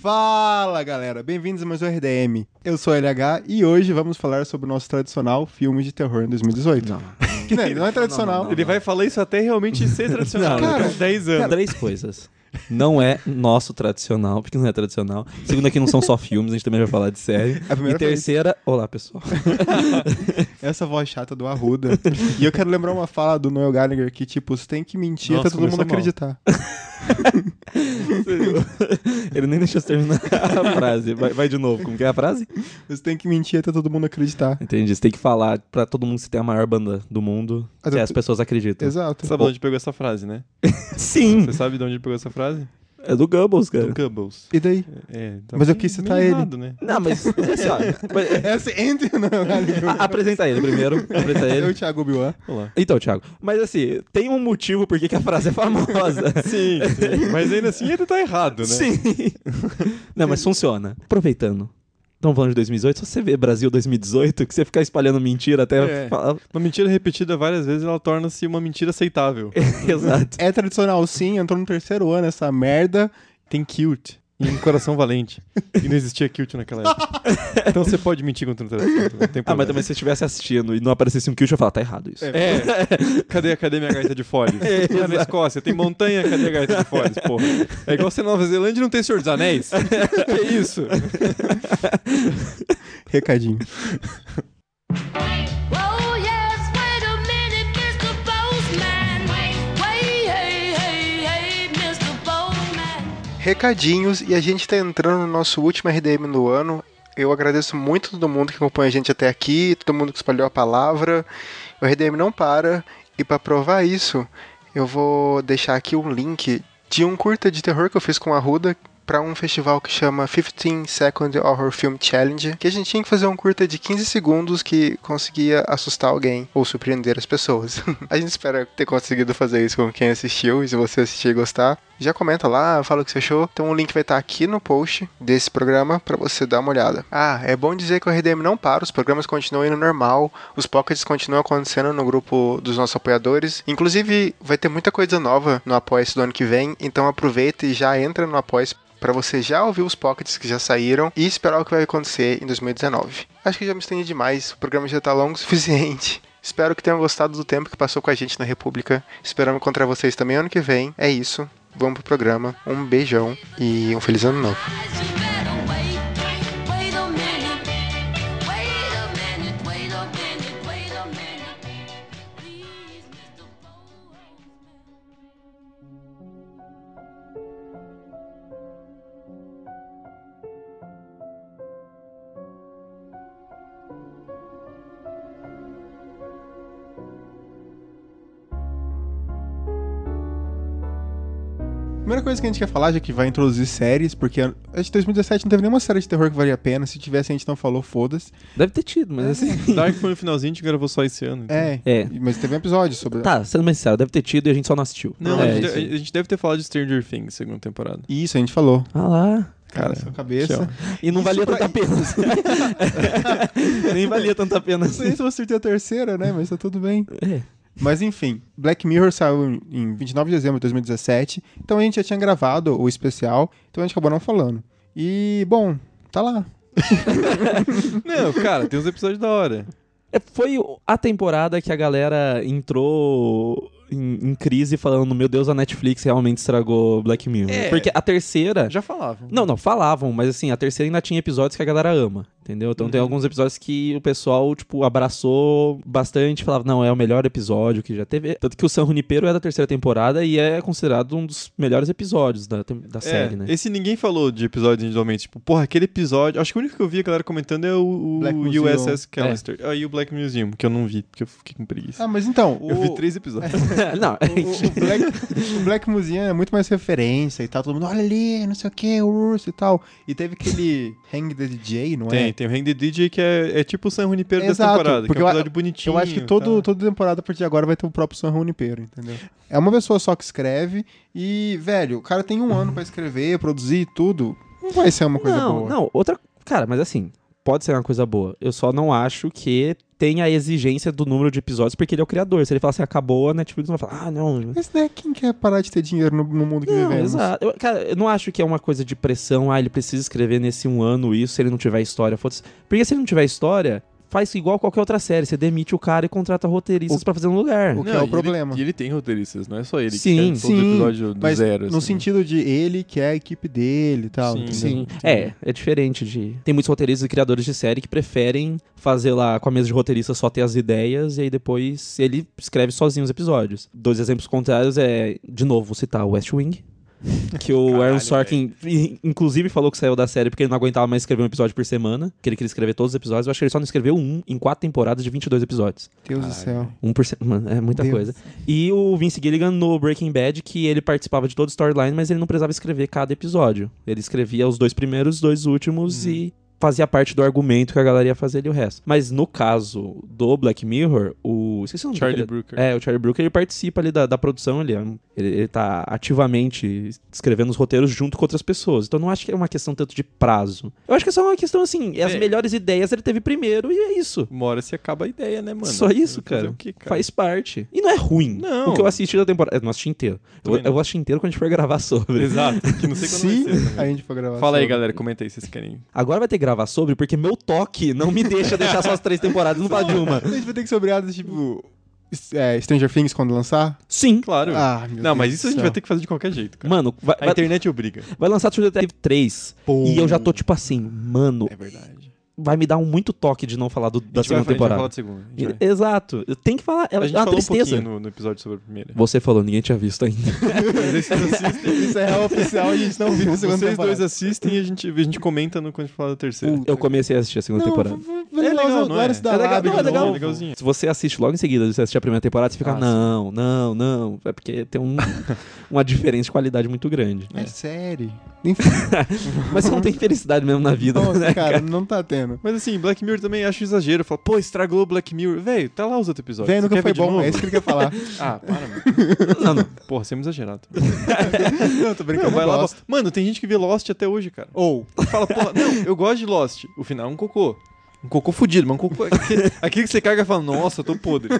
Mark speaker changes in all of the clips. Speaker 1: Fala galera, bem-vindos a mais um RDM. Eu sou o LH e hoje vamos falar sobre o nosso tradicional filme de terror em 2018. Que não, é- não é tradicional. Uhum.
Speaker 2: Ele vai falar isso até realmente ser É tradicional.
Speaker 1: Não,
Speaker 2: daqui a
Speaker 1: cara,
Speaker 2: uns 10 anos.
Speaker 3: Três coisas. Não é nosso tradicional, porque não é tradicional. Segundo, aqui não são só filmes, a gente também vai falar de série.
Speaker 1: É A primeira
Speaker 3: E terceira, olá pessoal.
Speaker 1: Essa voz chata do Arruda. e eu quero lembrar uma fala do Noel Gallagher que, tipo, você tem que mentir
Speaker 2: Nossa,
Speaker 1: até todo
Speaker 2: começou
Speaker 1: mundo
Speaker 2: mal.
Speaker 1: acreditar.
Speaker 3: Ele nem deixou eu terminar a frase. Vai, vai de novo, como que é a frase?
Speaker 1: Você tem que mentir até todo mundo acreditar.
Speaker 3: Entendi, você tem que falar pra todo mundo que você tem a maior banda do mundo,
Speaker 1: Mas
Speaker 3: que
Speaker 1: eu-
Speaker 3: as pessoas acreditam.
Speaker 1: Exato.
Speaker 2: Sabe de onde pegou Então, essa frase, né?
Speaker 3: Sim!
Speaker 2: Você sabe de onde pegou essa frase?
Speaker 3: É do Goebbels, cara.
Speaker 2: Do Goebbels.
Speaker 1: E daí?
Speaker 2: É, tá
Speaker 1: Mas eu
Speaker 2: meio-
Speaker 1: quis citar
Speaker 2: meio
Speaker 1: ele.
Speaker 2: errado, né?
Speaker 3: Não, mas é assim, ó. mas-
Speaker 1: Essa entre o Noel Gallagher.
Speaker 3: a- apresenta ele primeiro. Apresenta
Speaker 1: Eu e
Speaker 3: ele.
Speaker 1: o Thiago Bilan.
Speaker 2: Olá.
Speaker 3: Então, Thiago, mas assim, tem um motivo por que que a frase é famosa.
Speaker 2: Sim, sim. Mas ainda assim ele tá errado, né?
Speaker 3: Sim. Não, mas funciona. Aproveitando. Estão falando de 2018, só você vê Brasil 2018, que você ficar espalhando mentira até.
Speaker 2: É.
Speaker 3: falar-
Speaker 2: Uma mentira repetida várias vezes, ela torna-se uma mentira aceitável.
Speaker 3: Exato.
Speaker 1: É tradicional sim, entrou no terceiro ano essa merda.
Speaker 2: Tem cute e um coração valente. E não existia cute naquela época. Então você pode mentir contra o tratamento. não tem
Speaker 3: Ah, mas
Speaker 2: problema.
Speaker 3: também se você estivesse assistindo e não aparecesse um kill, eu ia falar, tá errado isso.
Speaker 2: É, cadê, cadê minha gaita de Foles?
Speaker 3: É,
Speaker 2: Lá na Escócia, tem montanha, cadê a gaita de Foles, porra? É igual você na Nova Zelândia e não tem Senhor dos Anéis. que isso?
Speaker 1: Recadinho.
Speaker 4: Oh yes, wait a minute, Mr. Postman. Wait, wait, hey, hey, hey, Mr. Postman.
Speaker 1: Recadinhos, e a gente tá entrando no nosso último RDM do ano. Eu agradeço muito a todo mundo que acompanha a gente até aqui, todo mundo que espalhou a palavra. O RDM não para, e pra provar isso, eu vou deixar aqui um link de um curta de terror que eu fiz com a Ruda pra um festival que chama 15 Second Horror Film Challenge, que a gente tinha que fazer um curta de 15 segundos que conseguia assustar alguém ou surpreender as pessoas. a gente espera ter conseguido fazer isso com quem assistiu, e se você assistir e gostar, já comenta lá, fala o que você achou. Então o link vai estar aqui no post desse programa pra você dar uma olhada. Ah, é bom dizer que o RDM não para, os programas continuam indo normal, os pockets continuam acontecendo no grupo dos nossos apoiadores. Inclusive, vai ter muita coisa nova no Apoia-se do ano que vem, então aproveita e já entra no Apoia-se pra você já ouvir os pockets que já saíram e esperar o que vai acontecer em 2019. Acho que já me estendi demais, o programa já tá longo o suficiente. Espero que tenham gostado do tempo que passou com a gente na República. Esperamos encontrar vocês também ano que vem. É isso. Vamos pro programa. Um beijão e um feliz ano novo.
Speaker 4: Guys, you better wait, wait a minute. Wait a minute, wait a minute, wait a minute. Please, Mr. Postman.
Speaker 1: Primeira coisa que a gente quer falar, já que vai introduzir séries, porque acho que 2017 não teve nenhuma série de terror que valia a pena. Se tivesse, a gente não falou, foda-se.
Speaker 3: Deve ter tido, mas assim.
Speaker 2: Dark foi no finalzinho, a gente gravou só esse ano. então.
Speaker 1: É,
Speaker 3: É.
Speaker 1: mas teve um episódio sobre.
Speaker 3: Tá, sendo mais sincero, deve ter tido e a gente só não assistiu.
Speaker 2: Não,
Speaker 3: é,
Speaker 2: a, gente,
Speaker 3: isso aí.
Speaker 2: a gente deve ter falado de Stranger Things, segunda temporada.
Speaker 1: Isso, a gente falou.
Speaker 3: Ah lá.
Speaker 1: Cara, sua cabeça.
Speaker 2: tchau.
Speaker 3: E não
Speaker 1: Isso
Speaker 3: valia
Speaker 1: pra-
Speaker 3: tanta pena. Nem valia tanta pena
Speaker 1: Não sei
Speaker 3: assim.
Speaker 1: se eu acertei a terceira, né? Mas tá tudo bem.
Speaker 3: É.
Speaker 1: Mas enfim, Black Mirror saiu em- em 29 de dezembro de 2017. Então a gente já tinha gravado o especial, então a gente acabou não falando. E, bom, tá lá.
Speaker 2: Não, cara, tem uns episódios da hora.
Speaker 3: É, foi o- a temporada que a galera entrou em, em crise falando, meu Deus, a Netflix realmente estragou Black Mirror.
Speaker 2: É.
Speaker 3: Porque a terceira.
Speaker 2: Já falavam.
Speaker 3: Não, não, falavam, mas assim, a terceira ainda tinha episódios que a galera ama, entendeu? Então
Speaker 1: Uhum.
Speaker 3: tem alguns episódios que o pessoal, tipo, abraçou bastante, falava, não, é o melhor episódio que já teve. Tanto que o San Junipero é da terceira temporada e é considerado um dos melhores episódios da, tem-
Speaker 1: É,
Speaker 3: da série, né?
Speaker 2: Esse ninguém falou de episódios individualmente. Tipo, porra, aquele episódio. Acho que o único que eu vi a galera comentando é o, o
Speaker 1: Black Museum.
Speaker 2: USS
Speaker 3: É.
Speaker 2: Callister. Aí o Black Museum, que eu não vi, porque eu fiquei com preguiça.
Speaker 1: Ah, mas então. O,
Speaker 2: eu vi três episódios.
Speaker 3: não,
Speaker 1: o- o Black, o Black Museum é muito mais referência e tal. Todo mundo, olha ali, não sei o que, o urso e tal. E teve aquele Hang the DJ, não é?
Speaker 2: Tem, tem o Hang the DJ que é, é tipo o San Junipero dessa
Speaker 1: Exato,
Speaker 2: temporada,
Speaker 1: porque
Speaker 2: que é
Speaker 1: eu
Speaker 2: um
Speaker 1: a-
Speaker 2: episódio bonitinho. tá.
Speaker 1: Eu acho que todo, toda temporada a partir de agora vai ter o próprio San Junipero, entendeu? É uma pessoa só que escreve e, velho, o cara tem um ano pra escrever, produzir e tudo. Não vai ser uma coisa
Speaker 3: não,
Speaker 1: boa.
Speaker 3: não, outra. Cara, mas assim, pode ser uma coisa boa. Eu só não acho que tem a exigência do número de episódios, porque ele é o criador. Se ele falar assim, acabou, a Netflix não vai falar, ah, não.
Speaker 1: Mas né, quem quer parar de ter dinheiro no, no mundo que
Speaker 3: Não,
Speaker 1: vivemos?
Speaker 3: exato. Eu, cara, eu não acho que é uma coisa de pressão, ah, ele precisa escrever nesse um ano isso, se ele não tiver história, foda-se. Porque se ele não tiver história, faz igual qualquer outra série. Você demite o cara e contrata roteiristas pra fazer no lugar.
Speaker 1: o que
Speaker 2: Não,
Speaker 1: é
Speaker 2: e
Speaker 1: o
Speaker 2: ele-
Speaker 1: problema.
Speaker 2: e ele tem roteiristas, não é só ele que
Speaker 3: Sim.
Speaker 2: quer todo
Speaker 1: Sim,
Speaker 2: episódio do
Speaker 1: Mas
Speaker 2: zero.
Speaker 1: no
Speaker 2: assim.
Speaker 1: sentido de ele que é a equipe dele e tal.
Speaker 5: Sim.
Speaker 1: entendeu?
Speaker 5: Sim.
Speaker 3: É, é diferente de. Tem muitos roteiristas e criadores de série que preferem fazer lá com a mesa de roteirista só ter as ideias e aí depois ele escreve sozinho os episódios. Dois exemplos contrários é, de novo, vou citar o West Wing. Que o Aaron
Speaker 2: Caralho,
Speaker 3: Sorkin, i- inclusive, falou que saiu da série porque ele não aguentava mais escrever um episódio por semana. Que ele queria escrever todos os episódios. Eu acho que ele só não escreveu um em quatro temporadas de 22 episódios.
Speaker 1: Deus do céu.
Speaker 3: Um por semana. Mano, é muita
Speaker 1: Deus.
Speaker 3: coisa. E o Vince Gilligan no Breaking Bad, que ele participava de todo o storyline, mas ele não precisava escrever cada episódio. Ele escrevia os dois primeiros, os dois últimos
Speaker 2: Uhum.
Speaker 3: e fazia parte do argumento que a galera ia fazer ali o resto. Mas no caso do Black Mirror, o... Esqueci o nome
Speaker 2: Charlie
Speaker 3: dele.
Speaker 2: Brooker.
Speaker 3: É, o Charlie Brooker, ele participa ali da, da produção, ele, é um- ele, ele tá ativamente escrevendo os roteiros junto com outras pessoas. Então não acho que é uma questão tanto de prazo. Eu acho que é só uma questão, assim, as
Speaker 2: É.
Speaker 3: melhores ideias ele teve primeiro e é isso.
Speaker 2: Uma hora se acaba a ideia, né, mano?
Speaker 3: Só isso,
Speaker 2: Fazer
Speaker 3: cara.
Speaker 2: o quê, cara?
Speaker 3: Faz parte. E não é ruim.
Speaker 2: Não.
Speaker 3: O que eu assisti da temporada. Eu não assisti inteiro. Eu,
Speaker 2: Também não.
Speaker 3: eu vou assistir inteiro quando a gente for gravar sobre.
Speaker 2: Exato, que não sei quando
Speaker 1: Se
Speaker 2: vai ser
Speaker 1: a
Speaker 2: também.
Speaker 1: gente for gravar.
Speaker 2: Fala aí,
Speaker 1: sobre-
Speaker 2: galera, comenta aí se vocês querem.
Speaker 3: Agora vai ter que gravar sobre, porque meu toque não me deixa deixar só as três temporadas, não fala de uma.
Speaker 1: A gente vai ter que sobrear do tipo. é, Stranger Things quando lançar?
Speaker 3: Sim.
Speaker 2: Claro.
Speaker 1: Ah, meu
Speaker 2: não,
Speaker 1: Deus
Speaker 2: mas
Speaker 1: do
Speaker 2: isso a gente
Speaker 1: céu.
Speaker 2: vai ter que fazer de qualquer jeito, cara.
Speaker 3: Mano, vai,
Speaker 2: A
Speaker 3: vai,
Speaker 2: internet obriga.
Speaker 3: vai lançar True Detective 3.
Speaker 1: Pô.
Speaker 3: E eu já tô tipo assim, mano,
Speaker 2: É verdade.
Speaker 3: vai me dar um muito toque de não falar do- da segunda
Speaker 2: A gente vai falar
Speaker 3: temporada.
Speaker 2: de segunda. A gente,
Speaker 1: é
Speaker 2: vai.
Speaker 3: Exato. Eu tenho que falar. É
Speaker 2: né? A gente
Speaker 3: uma
Speaker 2: falou um
Speaker 3: tristeza.
Speaker 2: pouquinho no, no episódio sobre a primeira.
Speaker 3: Você falou, ninguém tinha visto ainda.
Speaker 1: Isso é real oficial, a gente não viu a segunda
Speaker 2: Vocês
Speaker 1: temporada.
Speaker 2: dois assistem e a gente, a gente comenta no, quando a gente falar da terceira.
Speaker 3: Eu comecei a assistir a segunda
Speaker 1: Não,
Speaker 3: temporada.
Speaker 1: v- v-
Speaker 2: É legal,
Speaker 1: Lawrence-
Speaker 2: não é?
Speaker 1: Lawrence da
Speaker 3: É legal,
Speaker 1: Arábia
Speaker 3: não, é
Speaker 1: de
Speaker 3: legal.
Speaker 1: novo.
Speaker 2: legalzinho.
Speaker 3: Se você assiste logo em seguida, você assiste a primeira temporada, você fica,
Speaker 2: Ah, sim.
Speaker 3: não, não, não. É porque tem um- uma diferença de qualidade muito grande.
Speaker 1: É sério.
Speaker 3: Mas você não tem felicidade mesmo na vida,
Speaker 1: Nossa,
Speaker 3: né, cara?
Speaker 1: cara, não tá tendo.
Speaker 2: Mas assim, Black Mirror também acho exagero. Fala, pô, estragou o Black Mirror. Véi, tá lá os outros episódios.
Speaker 1: Vem,
Speaker 2: Você
Speaker 1: nunca
Speaker 2: quer
Speaker 1: foi
Speaker 2: ver de
Speaker 1: bom,
Speaker 2: novo?
Speaker 1: é isso que ele quer falar.
Speaker 2: Ah, para, mano.
Speaker 3: Não, não.
Speaker 2: Porra, você é muito exagerado.
Speaker 1: não, tô brincando,
Speaker 2: Não, vai lá.
Speaker 1: Lost.
Speaker 2: bo- Mano, tem gente que vê Lost até hoje, cara.
Speaker 1: Ou,
Speaker 2: Fala, porra, não, eu gosto de Lost. O final é um cocô. Um cocô fudido, mas um cocô. Aquele, aquele que você caga e fala, nossa, eu tô podre.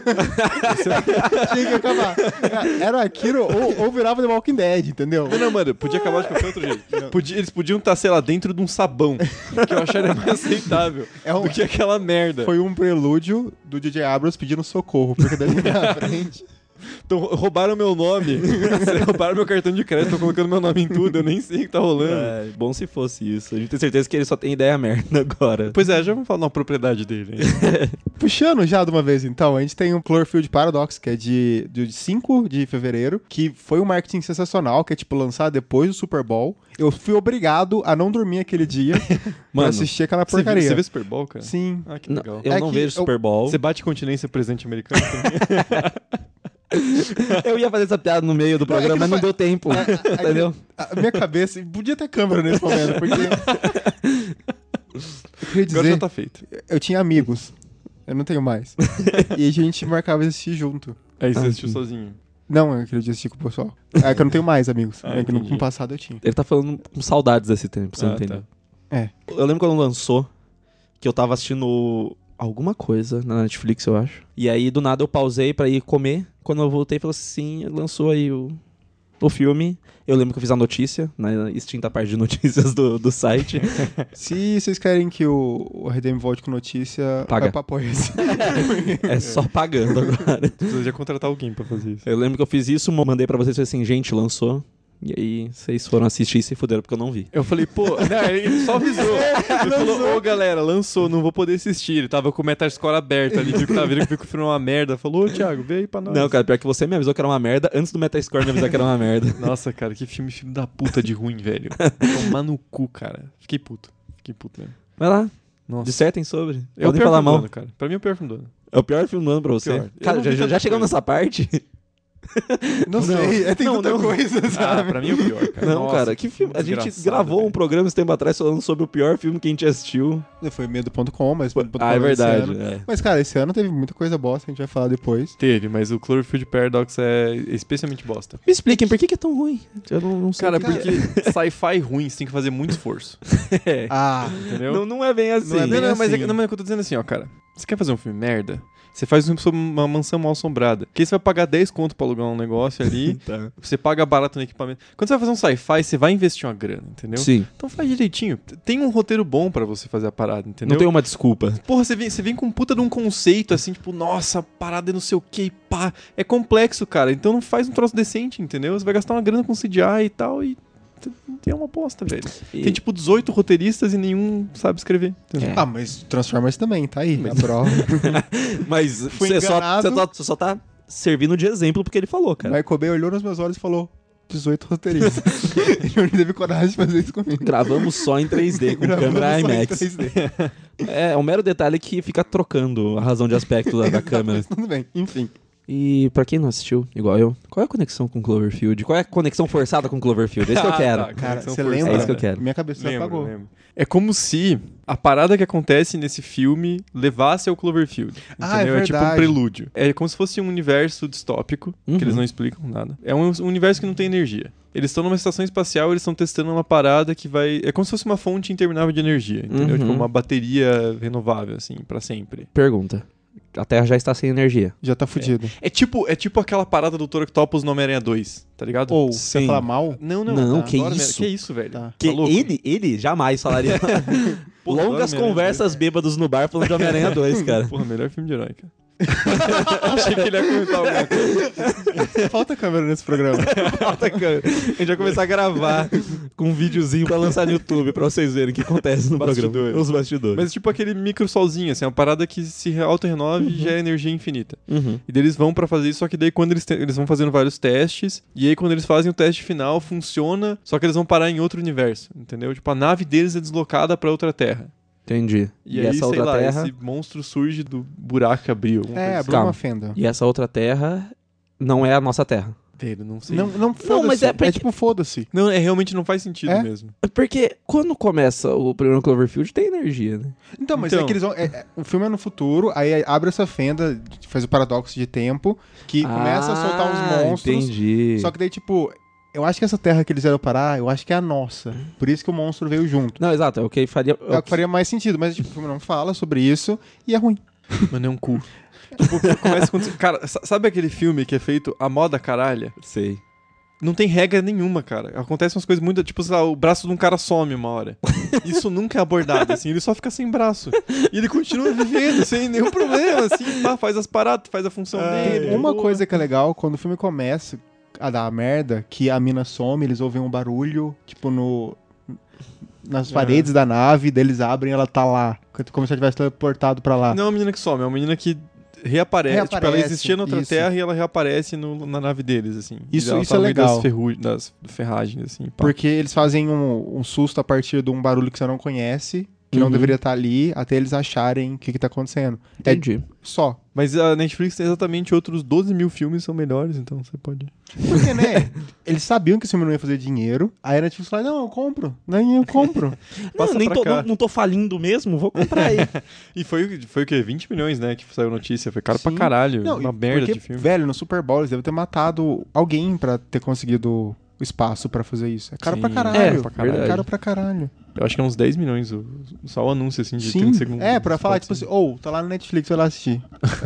Speaker 1: tinha que acabar. É, Era Akira ou, ou virava The Walking Dead, entendeu?
Speaker 2: Não, não, mano, podia acabar de qualquer outro jeito. Podia- eles podiam estar, sei lá, dentro de um sabão. Que eu acharia mais aceitável
Speaker 1: É um-
Speaker 2: do que aquela merda.
Speaker 1: Foi um prelúdio do DJ Abrams pedindo socorro, porque dali pra frente.
Speaker 2: Então, roubaram meu nome. roubaram meu cartão de crédito, tô colocando meu nome em tudo, eu nem sei o que tá rolando.
Speaker 3: É, bom se fosse isso. A gente tem certeza que ele só tem ideia merda agora.
Speaker 2: Pois é, já vamos falar uma propriedade dele. hein?
Speaker 1: Puxando já de uma vez, então, a gente tem o Cloverfield Paradox, que é de, de 5 de fevereiro, que foi um marketing sensacional, que é, tipo, lançado depois do Super Bowl. Eu fui obrigado a não dormir aquele dia pra
Speaker 3: Mano,
Speaker 1: assistir aquela
Speaker 2: Você viu,
Speaker 1: porcaria.
Speaker 2: você viu Super Bowl, cara?
Speaker 1: Sim.
Speaker 2: Ah, que
Speaker 3: não,
Speaker 2: legal.
Speaker 3: eu
Speaker 1: É
Speaker 3: não
Speaker 1: que
Speaker 3: vejo
Speaker 1: eu-
Speaker 3: Super Bowl.
Speaker 2: Você bate continência presente americano também?
Speaker 3: Eu ia fazer essa piada no meio do programa,
Speaker 1: que
Speaker 3: mas
Speaker 1: não
Speaker 3: não É. deu tempo. Entendeu?
Speaker 1: A minha cabeça... Podia ter câmera nesse momento, porque... Eu queria
Speaker 2: Agora já
Speaker 1: dizer,
Speaker 2: tá feito.
Speaker 1: eu tinha amigos. Eu não tenho mais. e a gente marcava de assistir junto.
Speaker 2: Aí É você
Speaker 3: Ah,
Speaker 2: assistiu
Speaker 3: sim.
Speaker 2: sozinho.
Speaker 1: Não, eu queria assistir com o pessoal. É que eu não tenho mais amigos.
Speaker 2: Ah,
Speaker 1: é que no,
Speaker 2: entendi.
Speaker 1: no passado eu tinha.
Speaker 3: Ele tá falando com saudades desse tempo, você
Speaker 2: Ah,
Speaker 3: não entendeu?
Speaker 1: tá. É.
Speaker 3: Eu lembro quando lançou, que eu tava assistindo alguma coisa na Netflix, eu acho. E aí, do nada, eu pausei pra ir comer. Quando eu voltei, falou assim, lançou aí o, o filme. Eu lembro que eu fiz a notícia, na extinta parte de notícias do, do site.
Speaker 1: Se vocês querem que o, o RDM volte com notícia,
Speaker 3: Paga.
Speaker 1: vai pra apoia-se.
Speaker 3: é só pagando agora.
Speaker 2: Precisa já contratar alguém pra fazer isso.
Speaker 3: Eu lembro que eu fiz isso, mandei pra vocês, falei assim, gente, lançou. E aí, vocês foram assistir e se fuderam porque eu não vi.
Speaker 2: Eu falei, pô, não, ele só avisou. Ele falou, ô galera, lançou, não vou poder assistir. Ele tava com o Metascore aberto ali, viu que tava vendo que o filme era uma merda. Falou, ô Thiago, vê aí pra nós.
Speaker 3: Não, cara, pior que você me avisou que era uma merda antes do Metascore me avisar que era uma merda.
Speaker 2: Nossa, cara, que filme, filme da puta de ruim, velho. Tomar no cu, cara. Fiquei puto. Fiquei puto mesmo.
Speaker 3: Vai lá,
Speaker 2: Nossa.
Speaker 3: dissertem sobre.
Speaker 2: É o
Speaker 3: Podem
Speaker 2: pior filme do
Speaker 3: falar mal.
Speaker 2: ano, cara. Pra mim é o pior filme do ano.
Speaker 3: É o pior filme do ano pra você.
Speaker 2: Pior. Eu
Speaker 3: Cara,
Speaker 2: não
Speaker 3: já,
Speaker 2: vi
Speaker 3: já
Speaker 2: tanta
Speaker 3: chegamos
Speaker 2: coisa.
Speaker 3: nessa parte?
Speaker 1: Não, sei, é, tem
Speaker 3: Não,
Speaker 1: muita
Speaker 3: não.
Speaker 1: coisa,
Speaker 2: Ah,
Speaker 1: sabe?
Speaker 2: pra mim é o pior, cara.
Speaker 3: Não,
Speaker 2: Nossa,
Speaker 3: cara, que filme. A gente
Speaker 2: desgraçado,
Speaker 3: gravou um
Speaker 2: velho.
Speaker 3: programa esse tempo atrás falando sobre o pior filme que a gente assistiu.
Speaker 1: Foi medo.com, mas medo.com
Speaker 3: Ah, é
Speaker 1: esse
Speaker 3: verdade.
Speaker 1: ano.
Speaker 3: é.
Speaker 1: Mas, cara, esse ano teve muita coisa bosta, a gente vai falar depois.
Speaker 2: Teve, mas o Cloverfield Paradox é especialmente bosta.
Speaker 3: Me expliquem por que, que é tão ruim. Eu não, não sei.
Speaker 2: Cara,
Speaker 3: o que que
Speaker 2: porque sci-fi ruim, você tem que fazer muito esforço,
Speaker 3: é.
Speaker 1: Ah,
Speaker 2: entendeu?
Speaker 3: Não, não é bem assim.
Speaker 2: Não, não,
Speaker 1: bem
Speaker 2: mas é
Speaker 1: assim.
Speaker 2: que- não, mas é que eu tô dizendo assim, ó, cara. Você quer fazer um filme merda? Você faz um filme sobre uma mansão mal assombrada. Que aí você vai pagar 10 conto pra alugar um negócio ali.
Speaker 3: Tá.
Speaker 2: você paga barato no equipamento. Quando você vai fazer um sci-fi, você vai investir uma grana, entendeu?
Speaker 3: Sim.
Speaker 2: Então faz direitinho. T- Tem um roteiro bom pra você fazer a parada, entendeu?
Speaker 3: Não tem uma desculpa.
Speaker 2: Porra, você vem, você vem com um puta de um conceito assim, tipo, nossa, parada é não sei o que, pá. É complexo, cara. Então não faz um troço decente, entendeu? Você vai gastar uma grana com CGI e tal e. t- É uma bosta, velho.
Speaker 3: E-
Speaker 2: Tem tipo 18 roteiristas e nenhum sabe escrever. entendeu?
Speaker 3: É.
Speaker 1: ah, mas Transformers também, tá aí, a prova.
Speaker 3: Mas
Speaker 1: Fui
Speaker 3: você só,
Speaker 1: enganado.
Speaker 3: você só- você só tá servindo de exemplo porque ele falou, cara.
Speaker 1: Michael Bay olhou nos meus olhos e falou: 18 roteiristas. Ele não teve coragem de fazer isso comigo.
Speaker 3: Gravamos só em 3D com
Speaker 1: Gravando
Speaker 3: câmera
Speaker 1: só em
Speaker 3: IMAX.
Speaker 1: 3D.
Speaker 3: É, é um mero detalhe que fica trocando a razão de aspecto da, da câmera.
Speaker 1: Tudo bem, enfim.
Speaker 3: E pra quem não assistiu, igual eu, qual é a conexão com Cloverfield? Qual é a conexão forçada com Cloverfield? É isso que eu
Speaker 2: Ah,
Speaker 3: quero.
Speaker 2: tá,
Speaker 1: Cara,
Speaker 2: Conexão
Speaker 1: você
Speaker 2: forçada.
Speaker 1: lembra?
Speaker 3: É isso que eu quero.
Speaker 1: Minha cabeça
Speaker 2: Lembro,
Speaker 1: apagou.
Speaker 2: lembro. É como se a parada que acontece nesse filme levasse ao Cloverfield.
Speaker 1: Ah, é
Speaker 2: entendeu? tipo um
Speaker 1: verdade.
Speaker 2: prelúdio. É como se fosse um universo distópico,
Speaker 3: Uhum.
Speaker 2: que eles não explicam nada. É um, um universo que não tem energia. Eles estão numa estação espacial, eles estão testando uma parada que vai. É como se fosse uma fonte interminável de energia, entendeu?
Speaker 3: Uhum.
Speaker 2: Tipo uma bateria renovável, assim, pra sempre.
Speaker 3: Pergunta. A Terra já está sem energia.
Speaker 1: Já tá fudido.
Speaker 2: É tipo, é tipo aquela parada do Dr. Octopus no Homem-Aranha 2, tá ligado?
Speaker 1: Ou,
Speaker 3: Sim.
Speaker 1: você falar mal?
Speaker 2: Não, não.
Speaker 3: Não, que
Speaker 2: adoro Homem-
Speaker 3: isso?
Speaker 2: Que isso, velho?
Speaker 1: Tá.
Speaker 3: Que
Speaker 2: Tá louco?
Speaker 3: ele, ele jamais falaria.
Speaker 2: Porra,
Speaker 3: Longas
Speaker 2: adoro Homem-Aranha
Speaker 3: conversas bêbados no bar falando de Homem-Aranha
Speaker 2: Uhum.
Speaker 3: 2, cara.
Speaker 2: Porra, melhor filme de herói, cara. Achei que ele ia comentar alguma coisa.
Speaker 1: Falta câmera nesse programa.
Speaker 3: Falta câmera. A gente vai começar a gravar com um videozinho pra lançar no YouTube pra vocês verem o que acontece no
Speaker 2: Bastidores.
Speaker 3: programa. Os bastidores.
Speaker 2: Mas tipo aquele micro solzinho, assim, uma parada que se auto-renove e gera é energia infinita.
Speaker 3: Uhum.
Speaker 2: E daí eles vão pra fazer isso, só que daí quando eles, te- eles vão fazendo vários testes, e aí quando eles fazem o teste final, funciona, só que eles vão parar em outro universo, entendeu? Tipo, a nave deles é deslocada pra outra terra.
Speaker 3: Entendi.
Speaker 2: E, aí, sei lá, esse monstro surge do buraco que abriu. alguma
Speaker 1: É,
Speaker 2: coisa assim.
Speaker 1: abriu
Speaker 3: Calma.
Speaker 1: uma fenda.
Speaker 3: E essa outra terra não é a nossa terra.
Speaker 2: assim. Inteiro, não sei.
Speaker 1: Não, não, foda-se.
Speaker 3: mas é
Speaker 1: é,
Speaker 3: porque-
Speaker 1: tipo, foda-se.
Speaker 2: Não, é realmente não faz sentido
Speaker 1: É?
Speaker 2: mesmo.
Speaker 3: Porque quando começa o primeiro Cloverfield, tem energia, né?
Speaker 1: Então, mas
Speaker 2: Então.
Speaker 1: é que eles vão. é- é- o filme é no futuro, aí abre essa fenda, faz o paradoxo de tempo, que começa a soltar uns monstros.
Speaker 3: Ah, Entendi.
Speaker 1: Só que daí, tipo, eu acho que essa terra que eles vieram parar, eu acho que é a nossa. Por isso que o monstro veio junto.
Speaker 3: Não, exato, é o que faria.
Speaker 1: É o que faria mais sentido, mas tipo, o filme não fala sobre isso e é ruim.
Speaker 2: Mano, é um cu. tipo, começa a acontecer. Cara, sa- sabe aquele filme que é feito a moda caralha?
Speaker 3: Sei.
Speaker 2: Não tem regra nenhuma, cara. Acontecem umas coisas muito. Tipo, sei lá, o braço de um cara some uma hora. Isso nunca é abordado, assim. Ele só fica sem braço. E ele continua vivendo sem nenhum problema, assim. Pá, faz as paradas, faz a função dele.
Speaker 1: Uma
Speaker 2: boa.
Speaker 1: coisa que Ah, é legal, quando o filme começa a dar merda, que a mina some, eles ouvem um barulho, tipo, no. Nas paredes da nave, daí eles abrem ela tá lá. Como se ela tivesse teleportado pra lá.
Speaker 2: Não é uma menina que some, é uma menina que reaparece. tipo, ela
Speaker 1: Reaparece,
Speaker 2: existia na outra
Speaker 1: isso.
Speaker 2: terra e ela reaparece no- na nave deles, assim. E
Speaker 1: Isso-
Speaker 2: ela
Speaker 1: isso
Speaker 2: tá
Speaker 1: é
Speaker 2: no meio
Speaker 1: legal.
Speaker 2: Das, ferru... das ferragens, assim. pá.
Speaker 1: Porque eles fazem um, um susto a partir de um barulho que você não conhece, que não
Speaker 3: Uhum.
Speaker 1: deveria estar ali, até eles acharem o que, que tá acontecendo.
Speaker 3: Entendi.
Speaker 1: Só.
Speaker 2: Mas a Netflix tem exatamente outros 12 mil filmes que são melhores, então você pode.
Speaker 1: Porque, né? eles sabiam que esse filme não ia fazer dinheiro. Aí a Netflix falou: não, eu compro. Nem eu compro.
Speaker 2: Passa
Speaker 3: não, nem
Speaker 2: pra
Speaker 3: tô,
Speaker 2: cá.
Speaker 3: não, não tô falindo mesmo, vou comprar aí.
Speaker 2: E foi, foi o quê? 20 milhões, né? Que saiu notícia. Foi caro pra
Speaker 1: Sim.
Speaker 2: caralho.
Speaker 1: não,
Speaker 2: uma
Speaker 1: e
Speaker 2: merda
Speaker 1: porque,
Speaker 2: de filme.
Speaker 1: Velho, no Super Bowl eles devem ter matado alguém pra ter conseguido o espaço pra fazer isso. É caro pra
Speaker 2: Sim,
Speaker 1: caralho.
Speaker 3: é, pra
Speaker 1: É,
Speaker 3: caralho.
Speaker 1: caro pra caralho.
Speaker 2: Eu acho que é uns 10 milhões, o- só o anúncio, assim, de
Speaker 1: Sim.
Speaker 2: 30 segundos.
Speaker 1: É, pra
Speaker 2: Uns
Speaker 1: falar,
Speaker 2: quatro
Speaker 1: tipo assim, ou, tá lá no Netflix, vai lá assistir.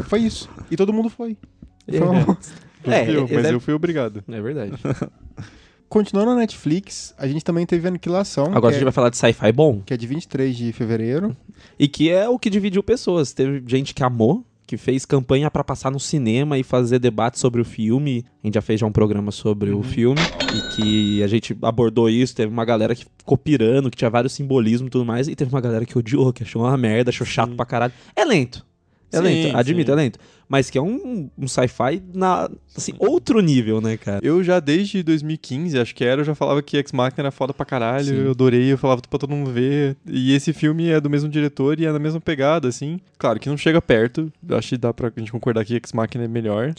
Speaker 1: Foi isso. E todo mundo foi. Foi uma
Speaker 3: É.
Speaker 1: assim,
Speaker 2: segundos.
Speaker 3: É,
Speaker 2: Viu?
Speaker 3: é,
Speaker 2: mas
Speaker 3: deve-
Speaker 2: eu fui obrigado.
Speaker 3: É verdade.
Speaker 1: Continuando na Netflix, a gente também teve Aniquilação,
Speaker 3: Agora a
Speaker 1: que,
Speaker 3: gente
Speaker 1: é,
Speaker 3: vai falar de sci-fi bom.
Speaker 1: que é de 23 de fevereiro.
Speaker 3: E que é o que dividiu pessoas. Teve gente que amou, que fez campanha pra passar no cinema e fazer debate sobre o filme. A gente já fez já um programa sobre
Speaker 2: Uhum.
Speaker 3: o filme e que a gente abordou isso. Teve uma galera que ficou pirando, que tinha vários simbolismos e tudo mais. E teve uma galera que odiou, que achou uma merda, achou chato pra caralho. É lento. É
Speaker 2: Sim,
Speaker 3: lento, admito,
Speaker 2: sim.
Speaker 3: é lento. Mas que é um, um sci-fi na assim, outro nível, né, cara?
Speaker 2: Eu já, desde 2015, acho que era, eu já falava que Ex Machina era foda pra caralho. Eu adorei, eu falava pra todo mundo ver. E esse filme é do mesmo diretor e é na mesma pegada, assim. Claro que não chega perto. eu Acho que dá pra gente concordar que Ex Machina é melhor.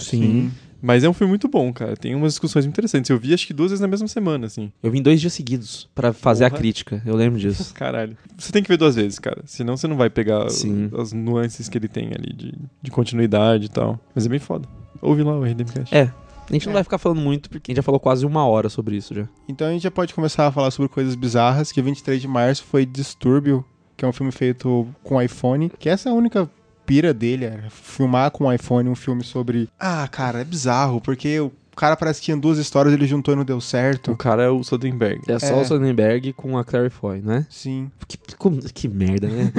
Speaker 2: Mas é um filme muito bom, cara. Tem umas discussões interessantes. Eu vi acho que duas vezes na mesma semana, assim.
Speaker 3: Eu vim dois dias seguidos pra fazer a
Speaker 2: Porra.
Speaker 3: crítica. Eu lembro disso.
Speaker 2: Caralho. Você tem que ver duas vezes, cara. Senão você não vai pegar
Speaker 3: Sim.
Speaker 2: as nuances que ele tem ali de, de continuidade e tal. Mas é bem foda. Ouve lá o RDMcast.
Speaker 3: É. A gente não
Speaker 1: É.
Speaker 3: vai ficar falando muito, porque a gente já falou quase uma hora sobre isso já.
Speaker 1: Então a gente já pode começar a falar sobre coisas bizarras, que 23 de março foi Distúrbio, que é um filme feito com iPhone, que essa é a única pira dele, é filmar com iPhone um filme sobre... Ah, cara, é bizarro, porque o cara parece que tinha duas histórias, ele juntou e não deu
Speaker 2: O
Speaker 1: certo.
Speaker 2: cara é o Soderbergh.
Speaker 3: É só
Speaker 1: É.
Speaker 3: o Sonnenberg com a Claire Foy, né?
Speaker 1: Sim.
Speaker 3: Que, como- que merda, né?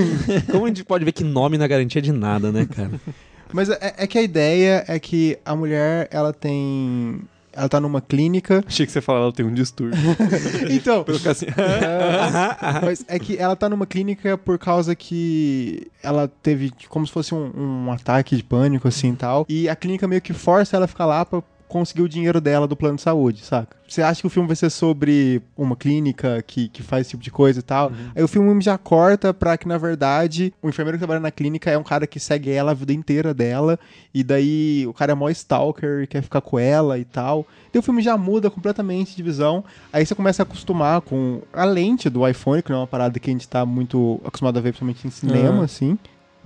Speaker 3: como a gente pode ver que nome não é garantia de nada, né, cara?
Speaker 1: Mas é, é que a ideia é que a mulher, ela tem... Ela tá numa clínica.
Speaker 2: Achei que você falava, ela tem um distúrbio.
Speaker 1: Então,
Speaker 2: Pra eu ficar assim,
Speaker 1: Mas é que ela tá numa clínica por causa que ela teve como se fosse um, um ataque de pânico, assim e tal. E a clínica meio que força ela a ficar lá pra conseguir o dinheiro dela do plano de saúde, saca? Você acha que o filme vai ser sobre uma clínica que, que faz esse tipo de coisa e tal? Aí o filme já corta pra que, na verdade, o enfermeiro que trabalha na clínica é um cara que segue ela a vida inteira dela. E daí o cara é mó stalker e quer ficar com ela e tal. Daí o filme já muda completamente de visão. Aí você começa a acostumar com a lente do iPhone, que não é uma parada que a gente tá muito acostumado a ver, principalmente em cinema,
Speaker 2: Aham.
Speaker 1: assim.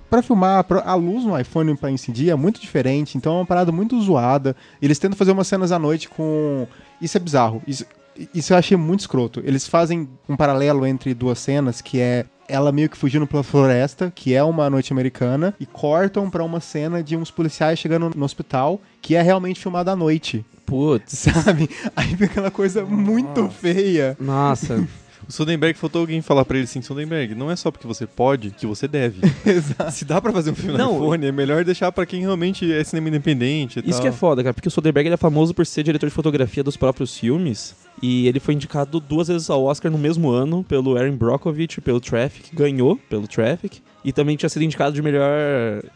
Speaker 1: Pra filmar, pra- a luz no iPhone pra incidir é muito diferente, então é uma parada muito zoada. Eles tentam fazer umas cenas à noite com. Isso é bizarro. Isso, isso eu achei muito escroto. Eles fazem um paralelo entre duas cenas, que é ela meio que fugindo pela floresta, que é uma noite americana, e cortam pra uma cena de uns policiais chegando no hospital, que é realmente filmada à noite,
Speaker 3: Putz,
Speaker 1: sabe? Aí fica aquela coisa muito feia.
Speaker 3: nossa.
Speaker 2: O Soderbergh faltou alguém falar pra ele assim, Soderbergh, não é só porque você pode que você deve.
Speaker 1: Exato.
Speaker 2: Se dá pra fazer um filme
Speaker 3: Não,
Speaker 2: no iPhone, é melhor deixar pra quem realmente é cinema independente e
Speaker 3: Isso
Speaker 2: tal.
Speaker 3: que é foda, cara, porque o Soderbergh ele é famoso por ser diretor de fotografia dos próprios filmes. E ele foi indicado duas vezes ao Oscar no mesmo ano pelo Aaron Brockovich, pelo Traffic, ganhou pelo Traffic. E também tinha sido indicado de melhor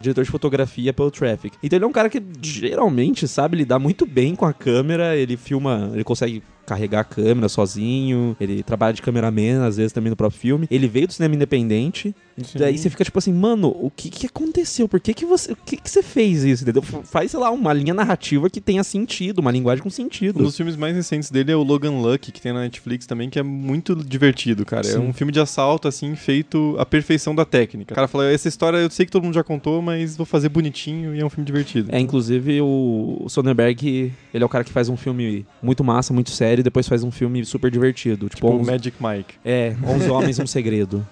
Speaker 3: diretor de fotografia pelo Traffic. Então ele é um cara que geralmente sabe lidar muito bem com a câmera, ele filma, ele consegue carregar a câmera sozinho, ele trabalha de cameraman às vezes também no próprio filme. Ele veio do cinema independente, Daí você fica tipo assim, mano, o que que aconteceu? Por que que você, o que que você fez isso, entendeu? F- Faz, sei lá, uma linha narrativa que tenha sentido, uma linguagem com
Speaker 2: Um
Speaker 3: sentido.
Speaker 2: dos filmes mais recentes dele é o Logan Lucky, que tem na Netflix também, que é muito divertido, cara. É
Speaker 3: Sim.
Speaker 2: um filme de assalto, assim, feito à perfeição da técnica. O cara fala, essa história eu sei que todo mundo já contou, mas vou fazer bonitinho e é um filme divertido.
Speaker 3: É, inclusive, o o Soderbergh, ele é o cara que faz um filme muito massa, muito sério, e depois faz um filme super divertido.
Speaker 2: tipo
Speaker 3: Tipo,
Speaker 2: o
Speaker 3: 11
Speaker 2: Magic Mike.
Speaker 3: é, 11 Homens, um Segredo.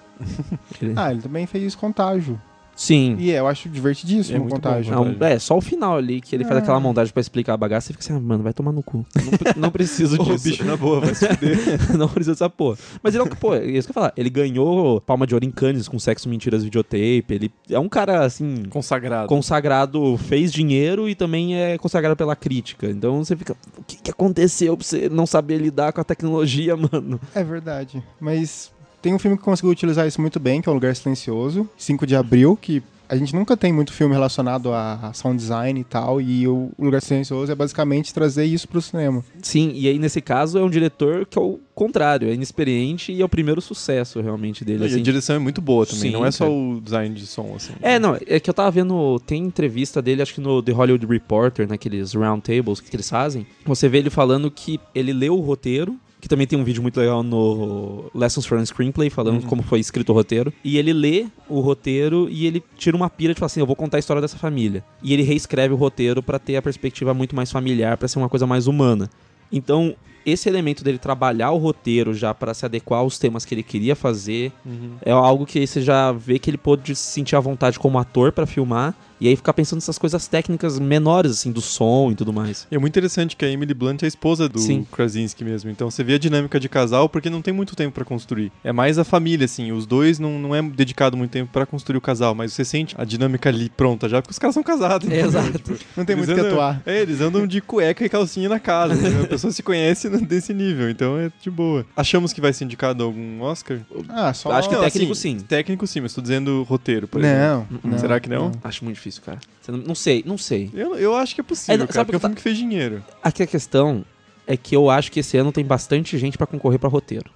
Speaker 1: Ah, ele também fez contágio.
Speaker 3: Sim.
Speaker 1: E é, eu acho divertidíssimo
Speaker 2: É
Speaker 1: o
Speaker 2: muito
Speaker 1: contágio.
Speaker 2: bom,
Speaker 3: É, um- é, só o final ali, que ele faz aquela montagem pra explicar a bagaça, e fica assim, ah, mano, vai tomar no cu. Ah. Não, pre- não preciso
Speaker 2: Ô,
Speaker 3: disso.
Speaker 2: bicho, na boa, vai se fuder.
Speaker 3: não precisa dessa porra. Mas ele é um. Pô, é isso que eu ia falar. Ele ganhou Palma de Ouro em Cannes com Sexo, Mentiras, Videotape. Ele é um cara, assim.
Speaker 2: Consagrado.
Speaker 3: Consagrado, fez dinheiro e também é consagrado pela crítica. Então você fica. O que, que aconteceu pra você não saber lidar com a tecnologia, mano?
Speaker 1: É verdade. Mas tem um filme que conseguiu utilizar isso muito bem, que é O Lugar Silencioso, 5 de abril, que a gente nunca tem muito filme relacionado a sound design e tal, e o O Lugar Silencioso é basicamente trazer isso pro cinema.
Speaker 3: Sim, e aí nesse caso é um diretor que é o contrário, é inexperiente e é o primeiro sucesso realmente dele.
Speaker 2: E
Speaker 3: assim.
Speaker 2: a direção é muito boa também,
Speaker 3: Sim,
Speaker 2: não é só
Speaker 3: cara.
Speaker 2: o design de som, assim.
Speaker 3: É, não, é que eu tava vendo, tem entrevista dele, acho que no The Hollywood Reporter, naqueles roundtables que eles fazem. Você vê ele falando que ele leu o roteiro, que também tem um vídeo muito legal no Lessons from Screenplay, falando como foi escrito o roteiro. E ele lê o roteiro e ele tira uma pira, tipo assim, eu vou contar a história dessa família. E ele reescreve o roteiro pra ter a perspectiva muito mais familiar, pra ser uma coisa mais humana. Então, esse elemento dele trabalhar o roteiro já pra se adequar aos temas que ele queria fazer,
Speaker 2: Uhum.
Speaker 3: é algo que você já vê que ele pôde se sentir à vontade como ator pra filmar. E aí ficar pensando nessas coisas técnicas menores, assim, do som e tudo mais.
Speaker 2: E é muito interessante que a Emily Blunt é a esposa do
Speaker 3: Sim.
Speaker 2: Krasinski mesmo. Então você vê a dinâmica de casal porque não tem muito tempo pra construir. É mais a família, assim. Os dois não, não é dedicado muito tempo pra construir o casal, mas você sente a dinâmica ali pronta já, porque os caras são casados. né? Tipo, entendeu?
Speaker 3: Exato.
Speaker 1: Não tem
Speaker 2: Eles
Speaker 1: muito o que
Speaker 2: andam-
Speaker 1: atuar.
Speaker 2: É, eles andam de cueca e calcinha na casa. entendeu? A pessoa se conhece no- desse nível, então é de boa. Achamos que vai ser indicado algum Oscar?
Speaker 1: Ah, só...
Speaker 3: Acho que
Speaker 2: Não,
Speaker 3: técnico
Speaker 2: assim,
Speaker 3: sim.
Speaker 2: Técnico sim, mas tô dizendo roteiro, por exemplo. Uhum.
Speaker 1: não, não.
Speaker 2: Será que não?
Speaker 3: Acho muito difícil, cara. Você Não, não sei, não sei.
Speaker 2: Eu, eu acho que é possível,
Speaker 3: É, não,
Speaker 2: cara,
Speaker 3: sabe
Speaker 2: porque é um
Speaker 3: que tá-
Speaker 2: filme que fez dinheiro.
Speaker 3: Aqui a questão é que eu acho que esse ano tem bastante gente pra concorrer pra roteiro.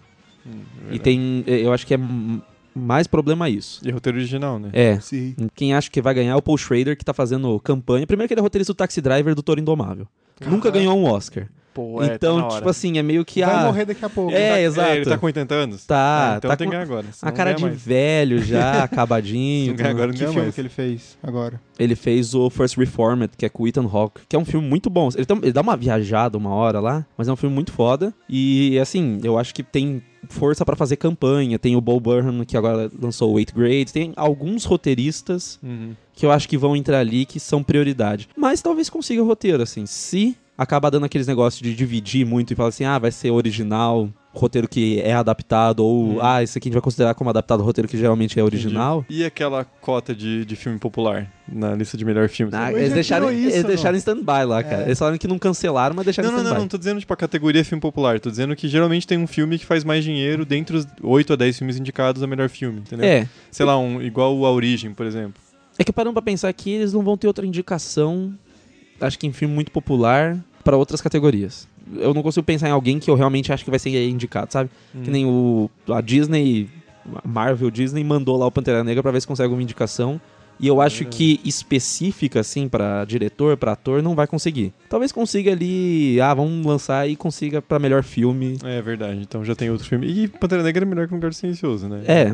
Speaker 3: E tem. eh, Eu acho que é. hum, mais problema isso.
Speaker 6: E é roteiro original, né?
Speaker 3: É.
Speaker 1: Sim.
Speaker 3: Quem acha que vai ganhar é o Paul Schrader, que tá fazendo campanha. Primeiro que ele é roteirista do Taxi Driver do Toro Indomável. Nunca ganhou um Oscar.
Speaker 2: Pô, é, tá na
Speaker 3: então,
Speaker 2: hora.
Speaker 3: tipo assim, é meio que
Speaker 1: Vai
Speaker 3: ah,
Speaker 1: morrer daqui a pouco.
Speaker 3: É,
Speaker 2: Ele tá-
Speaker 3: exato.
Speaker 2: ele tá com 80 anos?
Speaker 3: Tá,
Speaker 2: Ah, então
Speaker 3: tá
Speaker 2: tem
Speaker 3: com
Speaker 2: que ganhar agora.
Speaker 3: a cara de velho já, acabadinho.
Speaker 2: Não ganha
Speaker 3: tudo.
Speaker 2: agora,
Speaker 1: Que
Speaker 2: não ganha
Speaker 1: filme
Speaker 2: mais.
Speaker 1: que ele fez agora?
Speaker 3: Ele fez o First Reformed, que é com o Ethan Hawke, que é um filme muito bom. Ele, tam- ele dá uma viajada uma hora lá, mas é um filme muito foda. E, assim, eu acho que tem força pra fazer campanha. Tem o Bo Burnham, que agora lançou o Eighth Grade. Tem alguns roteiristas
Speaker 2: Uhum.
Speaker 3: que eu acho que vão entrar ali, que são prioridade. Mas talvez consiga o roteiro, assim. Se acabar dando aqueles negócios de dividir muito e falar assim, ah, vai ser original, roteiro que é adaptado, ou, ah, esse aqui a gente vai considerar como adaptado, roteiro que geralmente é original.
Speaker 2: Uhum. Entendi. E aquela cota de, de filme popular na lista de melhor filme?
Speaker 3: Ah,
Speaker 1: Mas
Speaker 3: eles
Speaker 1: já
Speaker 3: deixaram,
Speaker 1: tirou isso,
Speaker 3: eles
Speaker 1: não?
Speaker 3: deixaram em stand-by lá, cara. Eles falaram que não cancelaram, mas deixaram
Speaker 2: É. Não,
Speaker 3: em
Speaker 2: não, não,
Speaker 3: stand-by.
Speaker 2: não tô dizendo tipo a categoria filme popular, tô dizendo que geralmente tem um filme que faz mais dinheiro dentre os 8 a 10 filmes indicados a melhor filme, entendeu?
Speaker 3: é.
Speaker 2: Sei lá, um igual o A Origem, por exemplo.
Speaker 3: É que parando pra pensar que eles não vão ter outra indicação, acho que em filme muito popular, pra outras categorias. Eu não consigo pensar em alguém que eu realmente acho que vai ser indicado, sabe?
Speaker 2: Hum.
Speaker 3: Que nem o a Disney, a Marvel Disney mandou lá o Pantera Negra pra ver se consegue uma indicação. E eu acho que
Speaker 2: Hum.
Speaker 3: específica, assim, pra diretor, pra ator, não vai conseguir. Talvez consiga ali. Ah, vamos lançar e consiga pra melhor filme.
Speaker 2: É verdade, então já tem outro filme. E Pantera Negra é melhor que um lugar silencioso, né?
Speaker 3: É,
Speaker 1: É.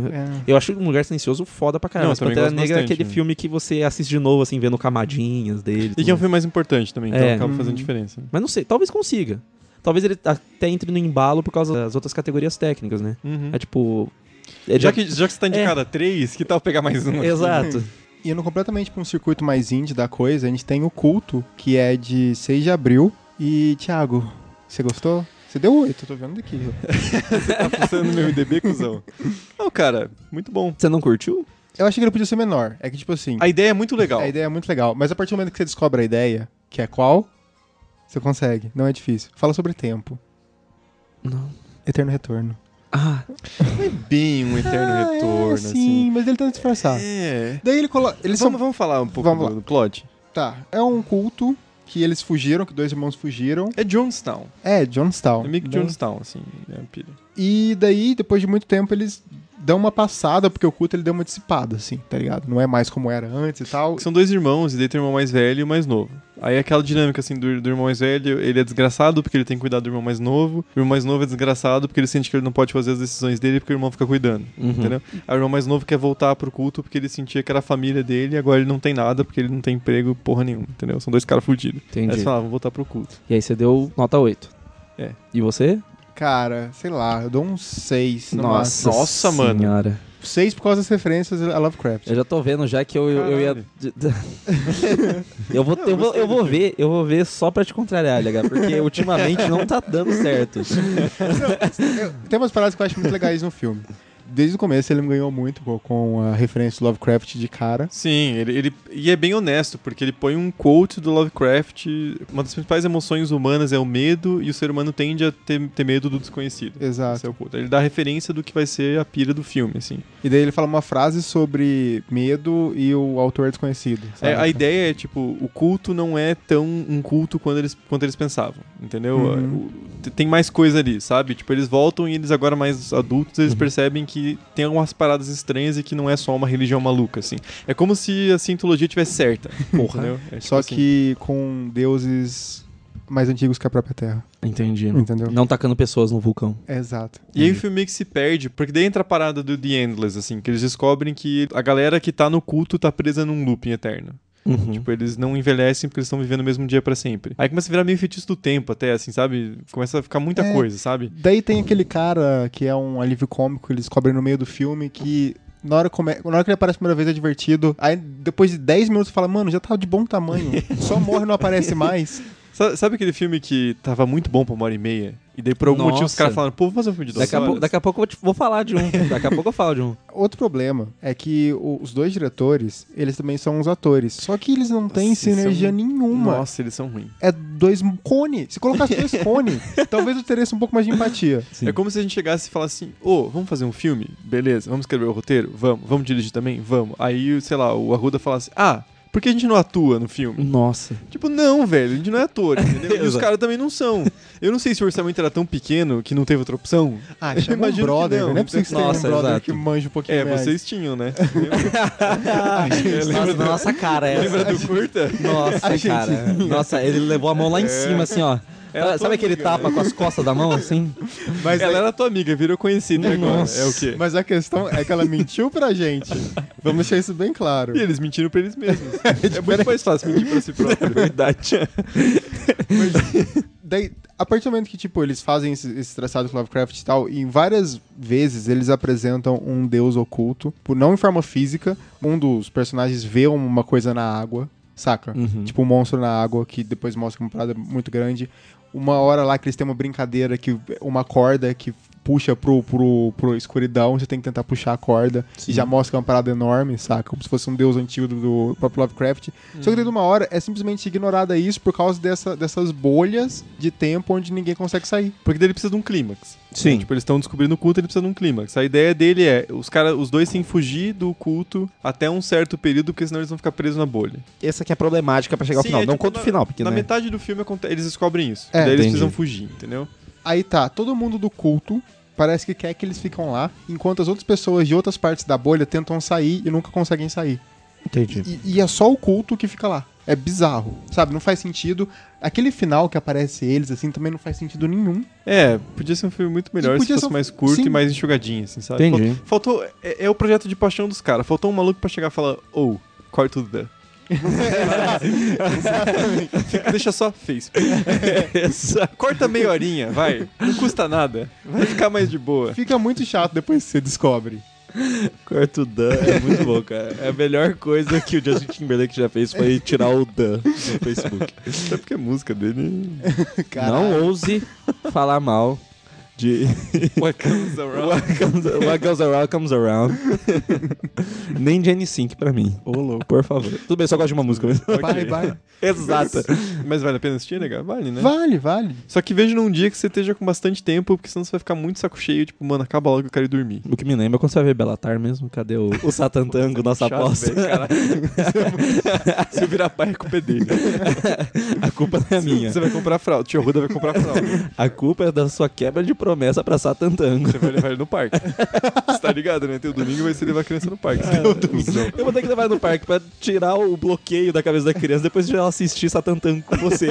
Speaker 3: Eu acho um lugar silencioso foda pra caramba.
Speaker 2: Não,
Speaker 3: Mas
Speaker 2: também
Speaker 3: Pantera
Speaker 2: gosto
Speaker 3: Negra é
Speaker 2: bastante,
Speaker 3: aquele
Speaker 2: né?
Speaker 3: filme que você assiste de novo, assim, vendo camadinhas dele.
Speaker 2: E que é
Speaker 3: tudo
Speaker 2: um
Speaker 3: mais.
Speaker 2: filme mais importante também, então
Speaker 3: É.
Speaker 2: acaba
Speaker 1: Uhum.
Speaker 2: fazendo diferença.
Speaker 3: Mas não sei, talvez consiga. Talvez ele até entre no embalo por causa das outras categorias técnicas, né?
Speaker 2: Uhum.
Speaker 3: É tipo. é
Speaker 2: Já,
Speaker 3: de-
Speaker 2: que, já que você tá indicado a 3, que tal pegar mais um? aqui?
Speaker 3: Exato.
Speaker 1: E indo completamente pra um circuito mais indie da coisa, a gente tem o Culto, que é de 6 de abril. E, Thiago, você gostou? Você deu 8, eu tô vendo daqui.
Speaker 2: Tá funcionando no meu IDB, cuzão. Não, cara, muito bom.
Speaker 3: Você não curtiu?
Speaker 1: Eu achei que ele podia ser menor. É que, tipo assim,
Speaker 2: A ideia é muito legal.
Speaker 1: a ideia é muito legal. Mas a partir do momento que você descobre a ideia, que é qual, você consegue. Não é difícil. Fala sobre tempo.
Speaker 3: Não.
Speaker 1: Eterno Retorno.
Speaker 3: Ah,
Speaker 2: Bem um eterno
Speaker 1: Ah, é,
Speaker 2: retorno,
Speaker 1: sim,
Speaker 2: assim.
Speaker 1: mas ele tenta disfarçar.
Speaker 2: É.
Speaker 1: Daí ele coloca... Eles são
Speaker 2: vamos, vamos falar um pouco
Speaker 1: Vamos
Speaker 2: do,
Speaker 1: lá.
Speaker 2: do plot.
Speaker 1: Tá, é um culto que eles fugiram, que dois irmãos fugiram.
Speaker 2: É Jonestown.
Speaker 1: É, Johnstown.
Speaker 2: É meio que
Speaker 1: Né?
Speaker 2: Jonestown, assim. É a pilha.
Speaker 1: E daí, depois de muito tempo, eles dão uma passada, porque o culto ele deu uma dissipada, assim, tá ligado? Não é mais como era antes e tal.
Speaker 2: São dois irmãos, e daí tem o irmão mais velho e o mais novo. Aí é aquela dinâmica, assim, do, do irmão mais velho, ele é desgraçado porque ele tem que cuidar do irmão mais novo. O irmão mais novo é desgraçado porque ele sente que ele não pode fazer as decisões dele porque o irmão fica cuidando.
Speaker 3: uhum.
Speaker 2: Entendeu? Aí o irmão mais novo quer voltar pro culto porque ele sentia que era a família dele e agora ele não tem nada porque ele não tem emprego porra nenhuma, entendeu? São dois caras fudidos. Aí
Speaker 3: Entendi.
Speaker 2: eles falavam, vou voltar pro culto.
Speaker 3: E aí você deu nota 8.
Speaker 2: É.
Speaker 3: E você?
Speaker 1: Cara, sei lá, eu dou um 6.
Speaker 2: Nossa, mano.
Speaker 3: senhora.
Speaker 1: 6 por causa das referências a Lovecraft.
Speaker 3: Eu já tô vendo já que eu, eu, eu ia.
Speaker 2: Caralho.
Speaker 3: eu vou, eu vou, eu vou ver, eu vou ver só pra te contrariar, LH, porque ultimamente não tá dando certo.
Speaker 1: Tem umas paradas que eu acho muito legais no filme. Desde o começo ele me ganhou muito com- com a referência do Lovecraft de cara.
Speaker 2: Sim, ele, ele. E é bem honesto, porque ele põe um quote do Lovecraft. Uma das principais emoções humanas é o medo, e o ser humano tende a ter, ter medo do desconhecido. Esse
Speaker 1: Exato.
Speaker 2: é o quote. Ele dá referência do que vai ser a pira do filme, assim.
Speaker 1: E daí ele fala uma frase sobre medo e o autor desconhecido.
Speaker 2: É,
Speaker 1: sabe?
Speaker 2: a ideia é, tipo, o culto não é tão um culto quanto eles, quanto eles pensavam, entendeu? Ah,
Speaker 1: Uhum.
Speaker 2: O- te- tem mais coisa ali, sabe? Tipo, eles voltam e eles agora mais adultos,
Speaker 1: Uhum.
Speaker 2: eles percebem que tem algumas paradas estranhas e que não é só uma religião maluca, assim. É como se a cientologia tivesse certa, entendeu? É tipo
Speaker 1: Só
Speaker 2: assim.
Speaker 1: que com deuses mais antigos que a própria Terra.
Speaker 3: Entendi.
Speaker 1: Entendeu?
Speaker 2: Uhum.
Speaker 3: Não tacando pessoas no vulcão.
Speaker 1: Exato.
Speaker 2: E aí o filme meio que se perde, porque daí entra a parada do The Endless, assim, que eles descobrem que a galera que tá no culto tá presa num looping eterno.
Speaker 3: Uhum.
Speaker 2: Tipo, eles não envelhecem porque eles estão vivendo o mesmo dia pra sempre. Aí começa a virar meio feitiço do tempo até, assim, sabe? Começa a ficar muita
Speaker 1: É.
Speaker 2: coisa, sabe?
Speaker 1: Daí tem aquele cara que é um alívio cômico, eles cobrem no meio do filme que. Na hora, come... na hora que ele aparece a primeira vez é divertido. Aí depois de 10 minutos você fala, mano, já tá de bom tamanho. Só morre e não aparece mais.
Speaker 2: Sa- Sabe aquele filme que tava muito bom pra uma hora e meia? E daí por algum
Speaker 3: Nossa.
Speaker 2: motivo os caras falaram, pô, vou fazer um filme de duas
Speaker 3: Daqui a, pou-
Speaker 2: horas.
Speaker 3: daqui a pouco eu te- vou falar de um. Daqui a pouco eu falo de um.
Speaker 1: Outro problema é que o- os dois diretores, eles também são os atores. Só que eles não têm
Speaker 2: Nossa, eles
Speaker 1: sinergia
Speaker 2: são-
Speaker 1: nenhuma.
Speaker 2: Nossa, eles são ruins.
Speaker 1: É dois cone. Se colocasse dois cone, talvez eu tivesse um pouco mais de empatia.
Speaker 3: Sim.
Speaker 2: É como se a gente chegasse e falasse assim, ô, vamos fazer um filme? Beleza, vamos escrever o roteiro? Vamos. Vamos dirigir também? Vamos. Aí, sei lá, o Arruda falasse, ah, Por que a gente não atua no filme?
Speaker 3: Nossa.
Speaker 2: Tipo, não, velho, a gente não é ator, entendeu? E os
Speaker 3: Exato.
Speaker 2: caras também não são. Eu não sei se o orçamento era tão pequeno que não teve outra opção.
Speaker 1: Ah,
Speaker 2: Eu
Speaker 1: chama um
Speaker 2: imagino que
Speaker 1: brother,
Speaker 2: não.
Speaker 1: velho. não é possível que você tenha um
Speaker 3: Nossa,
Speaker 1: brother
Speaker 3: exato.
Speaker 1: que manja um pouquinho
Speaker 2: É,
Speaker 1: mais.
Speaker 2: vocês tinham, né?
Speaker 3: Nossa, da nossa cara é essa.
Speaker 2: Lembra do É. curta?
Speaker 3: Nossa,
Speaker 1: A gente-
Speaker 3: cara. Nossa, ele levou a mão lá em cima, assim, ó.
Speaker 2: Ela
Speaker 3: Sabe
Speaker 2: toda
Speaker 3: aquele
Speaker 2: amiga,
Speaker 3: tapa com as costas da mão, assim?
Speaker 1: Mas,
Speaker 2: Ela
Speaker 1: a-
Speaker 2: era tua amiga, virou conhecida agora.
Speaker 1: Nossa.
Speaker 2: É o quê?
Speaker 1: mas a questão é que ela mentiu pra gente. Vamos deixar isso bem claro.
Speaker 2: E eles mentiram pra eles mesmos. é muito mais fácil mentir pra si próprio.
Speaker 3: É Verdade.
Speaker 1: Daí, a partir do momento que, tipo, eles fazem esse, esse traçado com Lovecraft e tal, em várias vezes eles apresentam um deus oculto, por não em forma física, um dos personagens vê uma coisa na água, saca? Tipo, um monstro na água, que depois mostra uma parada muito grande. Uma hora lá que eles têm uma brincadeira, que uma corda que puxa pro, pro, pro escuridão, você tem que tentar puxar a corda, e já mostra que é uma parada enorme, saca? Como se fosse um deus antigo do, do próprio Lovecraft. Só que dentro de uma hora é simplesmente ignorada isso por causa dessa, dessas bolhas de tempo onde ninguém consegue sair.
Speaker 2: Porque daí ele precisa de um clímax.
Speaker 3: Sim.
Speaker 2: Tipo, eles estão descobrindo o culto, ele precisa de um clímax. A ideia dele é, os cara, os dois têm que fugir do culto até um certo período, porque senão eles vão ficar presos na bolha.
Speaker 3: Essa aqui é a problemática pra chegar ao
Speaker 2: Sim,
Speaker 3: final.
Speaker 2: é
Speaker 3: não
Speaker 2: tipo
Speaker 3: conta
Speaker 2: na-
Speaker 3: o final, porque
Speaker 2: Na
Speaker 3: né?
Speaker 2: metade do filme aconte- eles descobrem isso.
Speaker 1: É,
Speaker 2: daí eles
Speaker 3: entendi.
Speaker 2: precisam fugir, entendeu?
Speaker 1: Aí tá, todo mundo do culto parece que quer que eles ficam lá, enquanto as outras pessoas de outras partes da bolha tentam sair e nunca conseguem sair.
Speaker 3: Entendi.
Speaker 1: E, e é só o culto que fica lá. É bizarro, sabe? Não faz sentido. Aquele final que aparece eles, assim, também não faz sentido nenhum.
Speaker 2: É, podia ser um filme muito melhor
Speaker 1: E
Speaker 2: se
Speaker 1: podia
Speaker 2: fosse
Speaker 1: ser um-
Speaker 2: mais curto
Speaker 1: sim.
Speaker 2: e mais enxugadinho, assim, sabe?
Speaker 3: Entendi.
Speaker 2: Fal- Faltou... É, é o projeto de paixão dos caras. Faltou um maluco pra chegar e falar, ou, oh, corta tudo da... Fica- Deixa só face. Corta meia horinha, vai. Não custa nada. Vai ficar mais de boa.
Speaker 1: Fica muito chato depois que você descobre.
Speaker 3: Corta o Dan, é muito bom, cara. É a melhor coisa que o Justin Timberlake já fez foi tirar o Dan do Facebook.
Speaker 2: Até É porque a música dele...
Speaker 1: Caralho.
Speaker 3: Não ouse falar mal de
Speaker 2: What
Speaker 3: É um
Speaker 2: comes around.
Speaker 3: What comes, what goes around comes around. Nem Jenny Sync pra mim. Ô, louco. Por favor. Tudo bem, só gosto de uma música mesmo.
Speaker 1: Vai, vai.
Speaker 3: Exato.
Speaker 2: Mas vale a pena assistir, nega? Vale, né?
Speaker 1: Vale, vale.
Speaker 2: Só que veja num dia que você esteja com bastante tempo, porque senão você vai ficar muito saco cheio, tipo, mano, acaba logo, eu quero ir dormir.
Speaker 3: O que me lembra é quando você vai ver Belatar mesmo. Cadê o, o Satantango, nossa
Speaker 2: Chato,
Speaker 3: aposta?
Speaker 2: velho, caralho. Se eu virar pai, a culpa é dele.
Speaker 3: A culpa não é minha.
Speaker 2: Você vai comprar fralda. Tio Ruda vai comprar fralda.
Speaker 3: A culpa é da sua quebra de promessa pra Satantango.
Speaker 2: Você vai levar ele no parque. Você tá ligado, né? Teu domingo vai ser levar a criança no parque. Teu domingo.
Speaker 3: Eu vou ter que levar no parque pra tirar o bloqueio da cabeça da criança depois de ela assistir Satantango com você.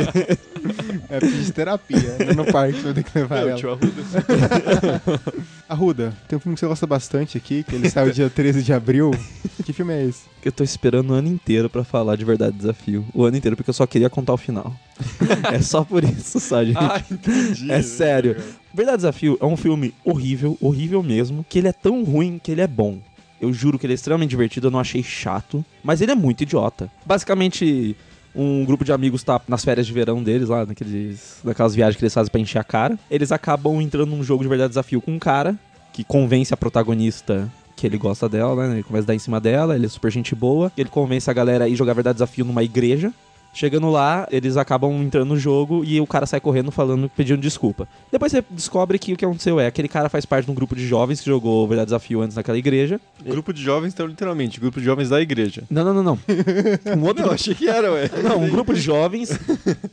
Speaker 1: É fisioterapia. né? no parque eu tenho que levar
Speaker 2: Não,
Speaker 1: ela.
Speaker 2: tio Arruda.
Speaker 1: Arruda, tem um filme que você gosta bastante aqui, que ele saiu dia 13 de abril. Que filme é esse?
Speaker 3: Eu tô esperando o ano inteiro pra falar de verdade desafio. O ano inteiro, porque eu só queria contar o final. é só por isso, só, gente.
Speaker 2: Ah, entendi.
Speaker 3: É sério. Verdade Desafio é um filme horrível, horrível mesmo, que ele é tão ruim que ele é bom. Eu juro que ele é extremamente divertido, eu não achei chato, mas ele é muito idiota. Basicamente, um grupo de amigos tá nas férias de verão deles, lá naqueles, naquelas viagens que eles fazem pra encher a cara. Eles acabam entrando num jogo de verdade desafio com um cara que convence a protagonista que ele gosta dela, né? Ele começa a dar em cima dela, ele é super gente boa. Ele convence a galera a ir jogar verdade desafio numa igreja. Chegando lá, eles acabam entrando no jogo e o cara sai correndo falando, pedindo desculpa. Depois você descobre que o que aconteceu é, aquele cara faz parte de um grupo de jovens que jogou Verdade Desafio antes naquela igreja.
Speaker 2: Grupo de jovens, então, literalmente, grupo de jovens da igreja.
Speaker 3: Não, não, não, não. Um outro
Speaker 2: Não, achei que era, ué.
Speaker 3: não, um grupo de jovens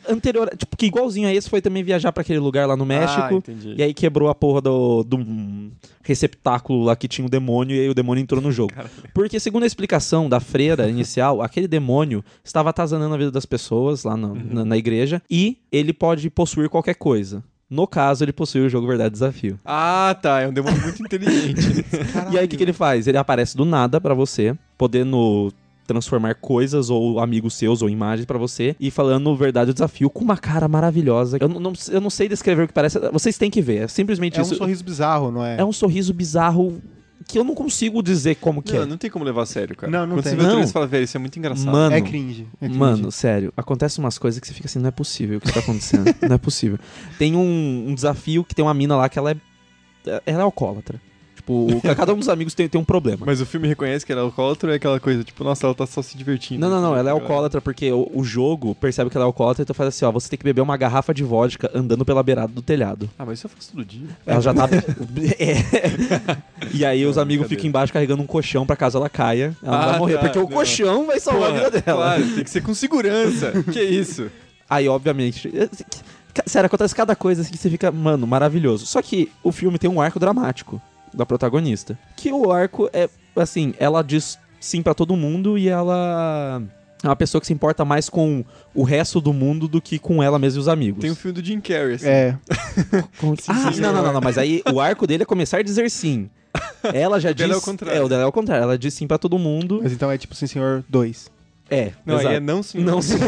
Speaker 3: anterior, tipo, que igualzinho a esse foi também viajar pra aquele lugar lá no
Speaker 2: Ah,
Speaker 3: México.
Speaker 2: entendi.
Speaker 3: e aí quebrou a porra do, do hum, receptáculo lá que tinha o demônio e aí o demônio entrou no jogo. Porque segundo a explicação da freira inicial, aquele demônio estava atazanando a vida das pessoas lá
Speaker 2: Uhum.
Speaker 3: no- na, na igreja e ele pode possuir qualquer coisa. No caso, ele possui o jogo Verdade Desafio.
Speaker 2: Ah, tá. É um demônio muito inteligente.
Speaker 3: E aí o que, que ele faz? Ele aparece do nada pra você, podendo transformar coisas ou amigos seus ou imagens pra você e falando verdade o desafio com uma cara maravilhosa. Eu não, não- eu não sei descrever o que parece, vocês têm que ver, é simplesmente
Speaker 1: É um
Speaker 3: isso.
Speaker 1: sorriso bizarro, não é?
Speaker 3: É um sorriso bizarro que eu não consigo dizer como que
Speaker 2: Não,
Speaker 3: é.
Speaker 2: não tem como levar a sério, cara.
Speaker 1: Não, não
Speaker 2: Quando
Speaker 1: tem.
Speaker 2: você vê o trailer,
Speaker 3: Não.
Speaker 2: você fala, velho, isso é muito engraçado.
Speaker 3: Mano,
Speaker 1: É cringe. é cringe.
Speaker 3: Mano, sério, acontece umas coisas que você fica assim, não é possível o que tá acontecendo. não é possível. Tem um, um desafio que tem uma mina lá que ela é. Ela é alcoólatra. Tipo, Tipo, o- cada um dos amigos tem, tem um problema.
Speaker 2: Mas o filme reconhece que ela é alcoólatra ou é aquela coisa, tipo, nossa, ela tá só se divertindo.
Speaker 3: Não, não, não, ela é alcoólatra porque o, o jogo percebe que ela é alcoólatra, então faz assim, ó, você tem que beber uma garrafa de vodka andando pela beirada do telhado.
Speaker 2: Ah, mas isso eu faço todo dia.
Speaker 3: Ela já tá. É. E aí os
Speaker 2: Não,
Speaker 3: amigos
Speaker 2: brincadeira.
Speaker 3: ficam embaixo carregando um colchão pra caso ela caia, ela não
Speaker 2: Ah,
Speaker 3: vai morrer,
Speaker 2: tá,
Speaker 3: porque o
Speaker 2: não.
Speaker 3: colchão vai salvar a vida dela.
Speaker 2: Claro, tem que ser com segurança. que isso?
Speaker 3: Aí, obviamente. eh, ca- Sério, acontece cada coisa assim que você fica, mano, maravilhoso. Só que o filme tem um arco dramático da protagonista. Que o arco é, assim, ela diz sim pra todo mundo e ela é uma pessoa que se importa mais com o resto do mundo do que com ela mesma e os amigos.
Speaker 2: Tem um filme do Jim Carrey, assim.
Speaker 1: É.
Speaker 3: Com- ah,
Speaker 2: sim,
Speaker 3: não,
Speaker 2: sim.
Speaker 3: não, não, não, mas aí o arco dele é começar a dizer sim. Ela já diz.
Speaker 2: dela é o contrário.
Speaker 3: É, o dela é o contrário. Ela diz sim pra todo mundo.
Speaker 1: Mas então é tipo Sim Senhor 2.
Speaker 3: É,
Speaker 2: Não, aí
Speaker 3: exato.
Speaker 2: é não, senhor.
Speaker 3: Não, senhor.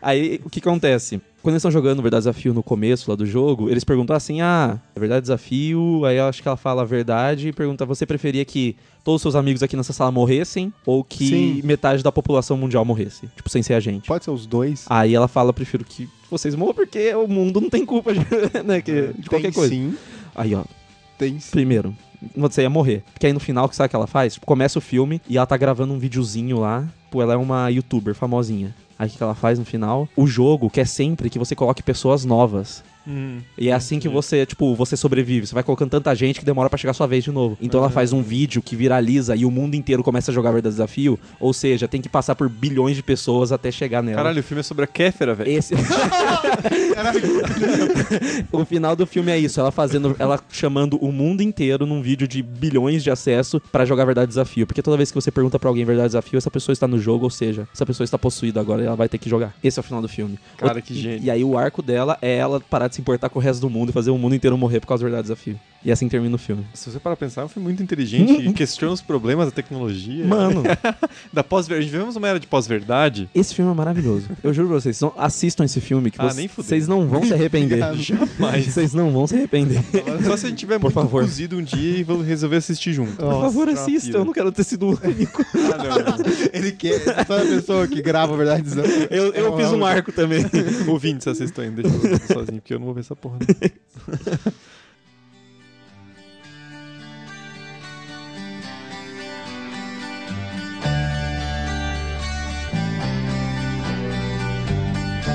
Speaker 3: Aí, o que acontece? Quando eles estão jogando Verdade Desafio no começo lá do jogo, eles perguntam assim, ah, Verdade Desafio, aí eu acho que ela fala a verdade e pergunta, você preferia que todos os seus amigos aqui nessa sala morressem ou que
Speaker 1: Sim.
Speaker 3: metade da população mundial morresse? Tipo, sem ser a gente.
Speaker 1: Pode ser os dois?
Speaker 3: Aí ela fala, prefiro que vocês morram porque o mundo não tem culpa de, né, que- de qualquer
Speaker 1: tem
Speaker 3: coisa.
Speaker 1: sim,
Speaker 3: Aí, ó,
Speaker 1: tem sim.
Speaker 3: Primeiro, você ia morrer. Porque aí no final, sabe o que ela faz? Tipo, começa o filme e ela tá gravando um videozinho lá. Pô, ela é uma youtuber famosinha. Aí o que que ela faz no final? O jogo quer sempre que você coloque pessoas novas.
Speaker 2: Hum.
Speaker 3: E
Speaker 1: Uhum.
Speaker 3: é assim que você, tipo, você sobrevive. Você vai colocando tanta gente que demora pra chegar a sua vez de novo. Então
Speaker 1: Uhum.
Speaker 3: ela faz um vídeo que viraliza e o mundo inteiro começa a jogar Verdade Desafio. Ou seja, tem que passar por bilhões de pessoas até chegar nela.
Speaker 2: Caralho, o filme é sobre a Kéfera, velho.
Speaker 3: Esse... o final do filme é isso, ela fazendo, ela chamando o mundo inteiro num vídeo de bilhões de acesso pra jogar verdade desafio, porque toda vez que você pergunta pra alguém verdade desafio, essa pessoa está no jogo, ou seja, essa pessoa está possuída agora e ela vai ter que jogar. Esse é o final do filme.
Speaker 2: Cara, que
Speaker 3: E-
Speaker 2: gênio.
Speaker 3: E aí o arco dela é ela parar de se importar com o resto do mundo e fazer o mundo inteiro morrer por causa do verdade desafio. E assim termina o filme.
Speaker 2: Se você parar pra pensar, é um filme muito inteligente e questiona os problemas da tecnologia.
Speaker 3: Uhum. Mano,
Speaker 2: Da pós-verdade. Vivemos uma era de pós-verdade.
Speaker 3: esse filme é maravilhoso. Eu juro pra vocês, não- assistam esse filme que
Speaker 2: Ah,
Speaker 3: vocês-
Speaker 2: nem fudeu.
Speaker 3: vocês não vão se arrepender.
Speaker 2: Jamais.
Speaker 3: Vocês não vão se arrepender.
Speaker 2: Só se a gente tiver
Speaker 3: Por
Speaker 2: muito
Speaker 3: favor.
Speaker 2: cozido um dia e vamos resolver assistir junto.
Speaker 3: Por favor, assista, eu não quero ter sido um. o único.
Speaker 2: Ah, não.
Speaker 1: Ele é, quer. Toda pessoa que grava verdade desafio.
Speaker 3: Eu, eu
Speaker 1: É
Speaker 3: fiz um
Speaker 1: uma-
Speaker 3: arco também.
Speaker 2: Ouvintes, assistam ainda, deixa eu ver sozinho, porque eu não vou ver essa porra. não.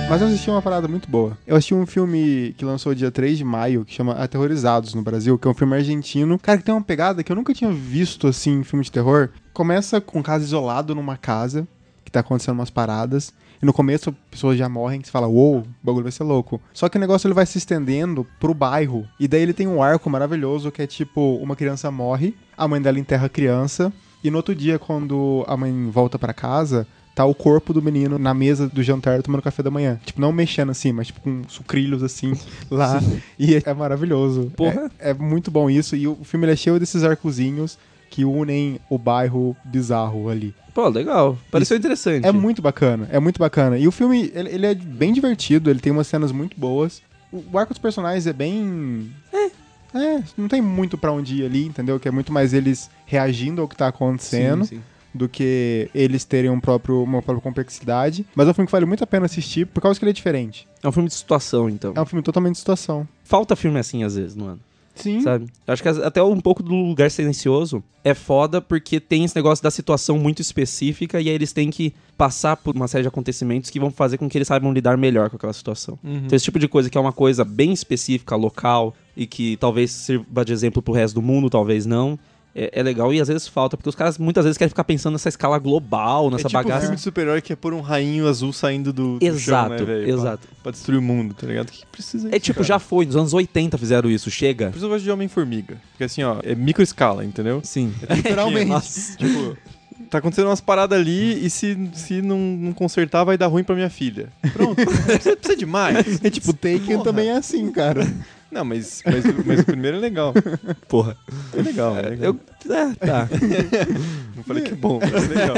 Speaker 1: Mas eu assisti uma parada muito boa. Eu assisti um filme que lançou dia 3 de maio, que chama Aterrorizados no Brasil, que é um filme argentino. Cara, que tem uma pegada que eu nunca tinha visto assim em filme de terror. Começa com um caso isolado numa casa, que tá acontecendo umas paradas. E no começo pessoas já morrem, que você fala, uou, o bagulho vai ser louco. Só que o negócio ele vai se estendendo pro bairro. E daí ele tem um arco maravilhoso que é tipo: uma criança morre, a mãe dela enterra a criança. E no outro dia, quando a mãe volta pra casa, tá o corpo do menino na mesa do jantar tomando café da manhã. Tipo, não mexendo assim, mas tipo com sucrilhos assim lá. E é, é maravilhoso.
Speaker 3: Porra.
Speaker 1: É, é muito bom isso. E o filme ele é cheio desses arcozinhos que unem o bairro bizarro ali.
Speaker 3: Pô, legal. Pareceu interessante.
Speaker 1: É muito bacana, é muito bacana. E o filme, ele, ele é bem divertido, ele tem umas cenas muito boas. O, o arco dos personagens é bem. É. não tem muito pra onde ir ali, entendeu? Que é muito mais eles reagindo ao que tá acontecendo
Speaker 3: Sim, sim.
Speaker 1: do que eles terem um próprio, uma própria complexidade. Mas é um filme que vale muito a pena assistir por causa que ele é diferente.
Speaker 3: É um filme de situação, então.
Speaker 1: É um filme totalmente de situação.
Speaker 3: Falta filme assim, às vezes, no ano.
Speaker 1: Sim.
Speaker 3: Sabe? Eu Acho que as- até um pouco do lugar silencioso é foda porque tem esse negócio da situação muito específica e aí eles têm que passar por uma série de acontecimentos que vão fazer com que eles saibam lidar melhor com aquela situação. Então, esse tipo de coisa que é uma coisa bem específica, local, e que talvez sirva de exemplo pro resto do mundo, talvez não. É, é legal e às vezes falta, porque os caras muitas vezes querem ficar pensando nessa escala global,
Speaker 2: é
Speaker 3: nessa
Speaker 2: tipo um
Speaker 3: bagaça.
Speaker 2: filme de super-herói que é por um rainho azul saindo do, do chão, né,
Speaker 3: Exato,
Speaker 2: velho?
Speaker 3: exato.
Speaker 2: Pra, pra destruir o mundo, tá ligado? O que que precisa
Speaker 3: É tipo, já foi, nos anos 80 fizeram isso, chega.
Speaker 2: Por isso eu gosto de Homem-Formiga. Porque assim, ó, é micro-escala, entendeu?
Speaker 3: Sim.
Speaker 2: Literalmente. tipo, tá acontecendo umas paradas ali e se, se não, não consertar vai dar ruim pra minha filha. Pronto, você precisa de mais.
Speaker 1: É tipo, Taken
Speaker 2: Porra.
Speaker 1: também é assim, cara.
Speaker 2: Não, mas, mas, o- mas o primeiro é legal.
Speaker 3: Porra.
Speaker 2: É legal, é legal.
Speaker 3: Eu. É, tá.
Speaker 2: Eu falei que bom, mas é legal.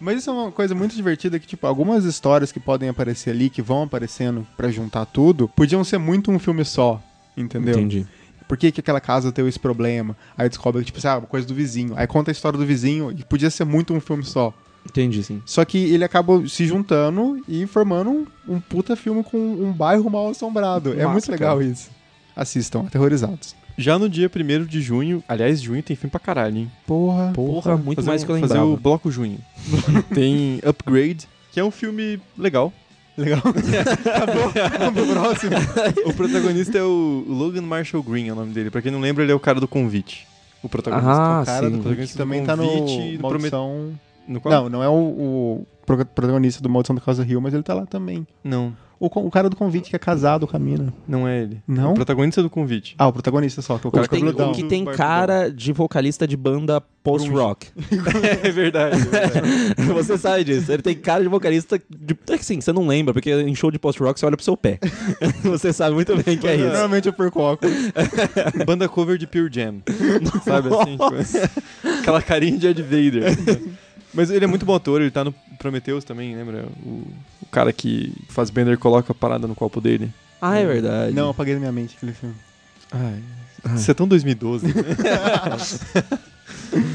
Speaker 1: Mas isso é uma coisa muito divertida que, tipo, algumas histórias que podem aparecer ali, que vão aparecendo pra juntar tudo, podiam ser muito um filme só, entendeu?
Speaker 3: Entendi.
Speaker 1: Por que, que aquela casa teve esse problema? Aí descobre que, tipo, sabe, uma coisa do vizinho. Aí conta a história do vizinho e podia ser muito um filme só.
Speaker 3: Entendi, sim.
Speaker 1: Só que ele acaba se juntando e formando um, um puta filme com um bairro mal assombrado. é
Speaker 3: Massa,
Speaker 1: muito legal isso. Assistam, aterrorizados.
Speaker 2: Já no dia 1 de junho, aliás, junho tem filme pra caralho, hein?
Speaker 1: Porra.
Speaker 3: Porra, muito
Speaker 2: fazer
Speaker 3: mais
Speaker 2: um-
Speaker 3: que eu
Speaker 2: Fazer
Speaker 3: lembrava.
Speaker 2: o bloco junho. tem Upgrade, que é um filme legal.
Speaker 1: Legal. Tá Vamos pro próximo.
Speaker 2: O protagonista é o Logan Marshall Green, é o nome dele. Pra quem não lembra, ele é o cara do Convite. O protagonista.
Speaker 3: Ah,
Speaker 1: o cara
Speaker 3: sim.
Speaker 1: do
Speaker 2: Protagonista
Speaker 1: Convite
Speaker 2: do
Speaker 1: também tá no
Speaker 2: Convite e do
Speaker 1: Maldição...
Speaker 2: No qual?
Speaker 1: Não, não é o, o pro- protagonista do Maldição do Casa Rio, mas ele tá lá também.
Speaker 2: Não,
Speaker 1: O, co- o cara do Convite que é casado com a mina.
Speaker 2: não é ele.
Speaker 1: Não?
Speaker 2: O protagonista do Convite.
Speaker 1: Ah, o protagonista só, que é o
Speaker 3: O
Speaker 1: cara
Speaker 3: que tem,
Speaker 1: cabeludão.
Speaker 3: o que tem
Speaker 2: Barbudão.
Speaker 3: cara de vocalista de banda post-rock.
Speaker 2: é verdade. é verdade.
Speaker 3: Você sabe disso. Ele tem cara de vocalista. De... É que sim, você não lembra, porque em show de post-rock você olha pro seu pé. você sabe muito bem que é isso.
Speaker 1: Normalmente eu perco o óculos.
Speaker 2: Banda cover de Pure Jam. Sabe assim? com- Aquela carinha de Ed Vader. Mas ele é muito bom ator, ele tá no Prometheus também, lembra? O, o cara que faz Bender coloca a parada no copo dele.
Speaker 3: Ah, é verdade.
Speaker 1: Não, apaguei da minha mente aquele filme.
Speaker 2: Ai. Isso é tão 2012. né?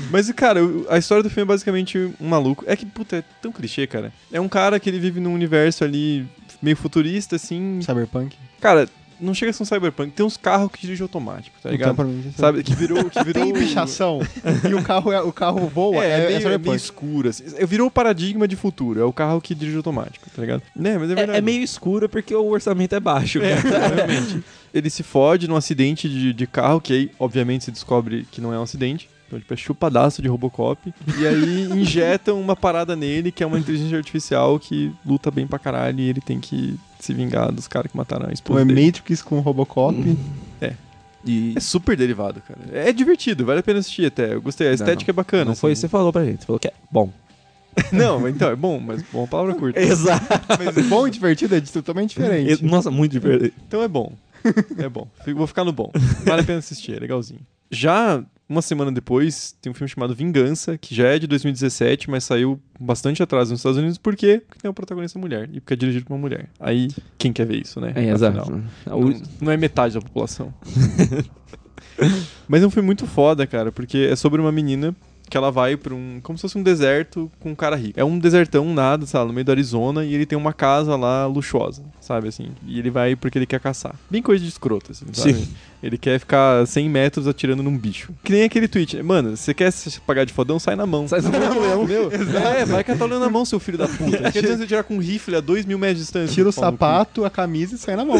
Speaker 2: Mas, cara, o- a história do filme é basicamente um maluco. É que, puta, é tão clichê, cara. É um cara que ele vive num universo ali meio futurista, assim.
Speaker 1: Cyberpunk.
Speaker 2: Cara, não chega a ser um cyberpunk. Tem uns carros que dirigem automático, tá ligado?
Speaker 1: Então, pra mim, já
Speaker 2: Sabe? Que virou. Que virou
Speaker 1: Tem pichação e o carro, é- o carro voa.
Speaker 2: É, é,
Speaker 1: É, é,
Speaker 2: meio, é meio
Speaker 1: Cyberpunk.
Speaker 2: escuro, assim. É, Virou o paradigma de futuro. É o carro que dirige automático, tá ligado? Né, mas é verdade.
Speaker 3: É, é meio escuro porque o orçamento é baixo.
Speaker 2: É, realmente. Ele se fode num acidente de, de carro, que aí, obviamente, se descobre que não é um acidente. Então, tipo, é chupadaço de Robocop. E aí injetam uma parada nele, que é uma inteligência artificial que luta bem pra caralho e ele tem que se vingar dos caras que mataram a
Speaker 1: Pô,
Speaker 2: esposa
Speaker 1: é
Speaker 2: dele.
Speaker 1: Matrix com Robocop.
Speaker 2: Hum.
Speaker 3: E
Speaker 2: É super derivado, cara. É divertido, vale a pena assistir até. Eu gostei, a estética é bacana.
Speaker 3: não foi isso
Speaker 2: assim.
Speaker 3: que você falou pra gente. Você falou que é bom.
Speaker 2: Não, então, é bom, mas bom, uma palavra curta.
Speaker 3: Exato.
Speaker 1: Mas bom e divertido é totalmente diferente.
Speaker 3: Nossa, muito divertido.
Speaker 2: Então é bom. É bom. Fico- Vou ficar no bom. Vale a pena assistir, é legalzinho. Já uma semana depois, tem um filme chamado Vingança, que já é de 2017, mas saiu bastante atrás nos Estados Unidos, por quê? Porque tem uma protagonista mulher e porque é dirigido por uma mulher. Aí, quem quer ver isso, né?
Speaker 3: É,
Speaker 2: Afinal,
Speaker 3: exato.
Speaker 2: Não, não é metade da população. mas é um filme muito foda, cara, porque é sobre uma menina que ela vai pra um. como se fosse um deserto com um cara rico. É um desertão, nada, sabe, no meio do Arizona, e ele tem uma casa lá luxuosa, sabe, assim. E ele vai porque ele quer caçar. Bem coisa de escroto, assim, sabe?
Speaker 3: Sim.
Speaker 2: Ele quer ficar 100 metros atirando num bicho. Que nem aquele tweet. Mano, você quer se pagar de fodão? Sai na mão.
Speaker 3: Sai na mão, Leão.
Speaker 2: Entendeu? É, vai catar o leão na mão, seu filho da puta. Não adianta você tirar com um rifle a 2 mil metros de distância.
Speaker 1: Tira o
Speaker 2: Pau no cu
Speaker 1: sapato, a camisa e sai na mão.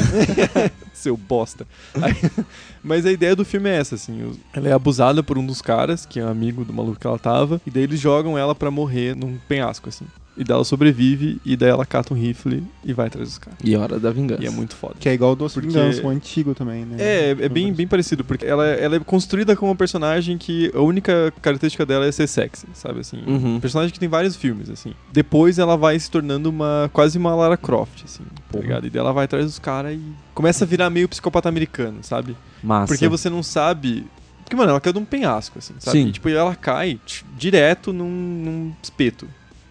Speaker 2: seu bosta. Aí- mas a ideia do filme é essa, assim. o- Ela é abusada por um dos caras, que é um amigo do maluco que ela tava, e daí eles jogam ela pra morrer num penhasco, assim. E daí ela sobrevive, e daí ela cata um rifle e vai atrás dos caras.
Speaker 3: E hora da vingança.
Speaker 2: E é muito foda.
Speaker 1: Que é igual o Doce
Speaker 2: Porque-
Speaker 1: Vingança, o antigo também, né?
Speaker 2: É, é é bem, bem parecido, porque ela, ela é construída como uma personagem que a única característica dela é ser sexy, sabe assim?
Speaker 3: Uhum.
Speaker 2: Um personagem que tem vários filmes, assim. Depois ela vai se tornando uma quase uma Lara Croft, assim, tá
Speaker 3: Porra.
Speaker 2: ligado? E daí ela vai atrás dos caras e começa a virar meio psicopata americano, sabe?
Speaker 3: Massa.
Speaker 2: Porque você não sabe. Porque, mano, ela caiu de um penhasco, assim, sabe?
Speaker 3: Sim.
Speaker 2: E, tipo, ela cai tch, direto num, num espeto.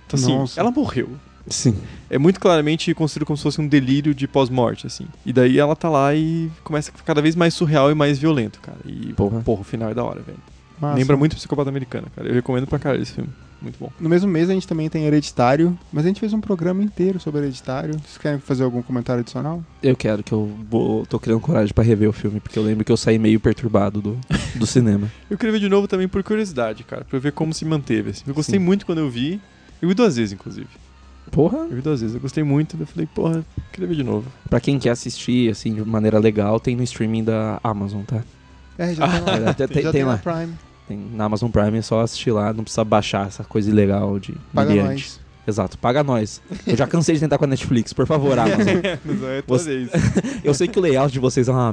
Speaker 2: Então, assim,
Speaker 1: Nossa.
Speaker 2: ela morreu.
Speaker 3: Sim.
Speaker 2: É muito claramente construído como se fosse um delírio de pós-morte, assim. E daí ela tá lá e começa a ficar cada vez mais surreal e mais violento, cara. E,
Speaker 3: Porra.
Speaker 2: porra, o final é da hora, velho.
Speaker 1: Massa.
Speaker 2: Lembra muito Psicopata Americana, cara. Eu recomendo pra caralho esse filme. Muito bom.
Speaker 1: No mesmo mês a gente também tem Hereditário, mas a gente fez um programa inteiro sobre Hereditário. Vocês querem fazer algum comentário adicional?
Speaker 3: Eu quero que eu vou. tô criando coragem pra rever o filme, porque eu lembro que eu saí meio perturbado do, do cinema.
Speaker 2: Eu queria ver de novo também por curiosidade, cara. Pra ver como se manteve, assim. Eu gostei
Speaker 3: Sim.
Speaker 2: muito quando eu vi. Eu vi duas vezes, inclusive.
Speaker 3: Porra!
Speaker 2: Eu vi duas vezes. Eu gostei muito. daí Eu falei, porra, queria ver de novo.
Speaker 3: Pra quem quer assistir, assim, de maneira legal, tem no streaming da Amazon, tá?
Speaker 1: É, já tem lá.
Speaker 3: É, até tem,
Speaker 1: já
Speaker 3: tem
Speaker 1: na
Speaker 3: lá.
Speaker 1: Prime.
Speaker 3: Tem na Amazon Prime, é só assistir lá, não precisa baixar essa coisa ilegal de
Speaker 1: Paga
Speaker 3: miliante.
Speaker 1: nós.
Speaker 3: Exato, paga nós. Eu já cansei de tentar com a Netflix, por favor, Amazon.
Speaker 2: Mas é
Speaker 3: tua Eu sei que o layout de vocês é uma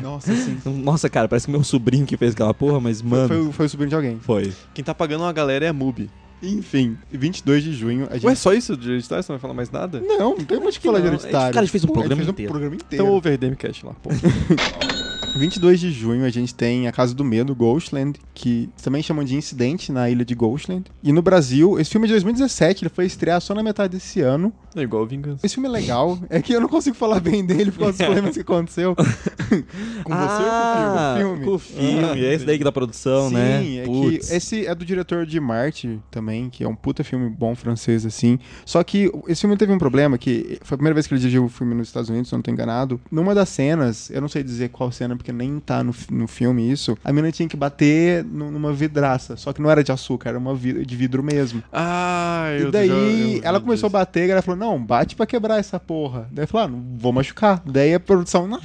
Speaker 1: Nossa, sim.
Speaker 3: Nossa, cara, parece que meu sobrinho que fez aquela porra, mas mano.
Speaker 1: Foi, o- foi o sobrinho de alguém.
Speaker 3: Foi.
Speaker 2: Quem tá pagando uma galera é a Mubi.
Speaker 1: Enfim, 22 de junho a gente...
Speaker 2: Ué, só isso de hereditário? Você não vai falar mais nada?
Speaker 1: não, não tem mais o que falar de
Speaker 3: Não,
Speaker 1: Hereditário.
Speaker 3: Cara, a gente fez um
Speaker 1: Pô, a gente
Speaker 3: programa
Speaker 1: fez um
Speaker 3: inteiro.
Speaker 1: programa inteiro.
Speaker 2: Então ouve a Redemcast lá, pô.
Speaker 1: 22 de junho a gente tem a Casa do Medo, Ghostland, que também chamam de Incidente na ilha de Ghostland. E no Brasil, esse filme é de 2017, ele foi estrear só na metade desse ano.
Speaker 2: É igual Vingança.
Speaker 1: Esse filme é legal, é que eu não consigo falar bem dele por causa dos problemas que aconteceu. com
Speaker 3: ah,
Speaker 1: você ou com o filme?
Speaker 3: Com o filme, é esse daí que da produção,
Speaker 1: Sim,
Speaker 3: né?
Speaker 1: é
Speaker 3: Putz.
Speaker 1: que esse é do diretor de Marte também, que é um puta filme bom francês, assim. Só que esse filme teve um problema, que foi a primeira vez que ele dirigiu o filme nos Estados Unidos, se eu não tô enganado. Numa das cenas, eu não sei dizer qual cena, porque nem tá no, fi- no filme isso, a menina tinha que bater nu- numa vidraça, só que não era de açúcar, era uma vi- de vidro mesmo.
Speaker 2: Ah,
Speaker 1: E daí ela começou a bater, e ela falou, não, bate pra quebrar essa porra. Daí eu falei, ah, não vou machucar. Daí a produção, não,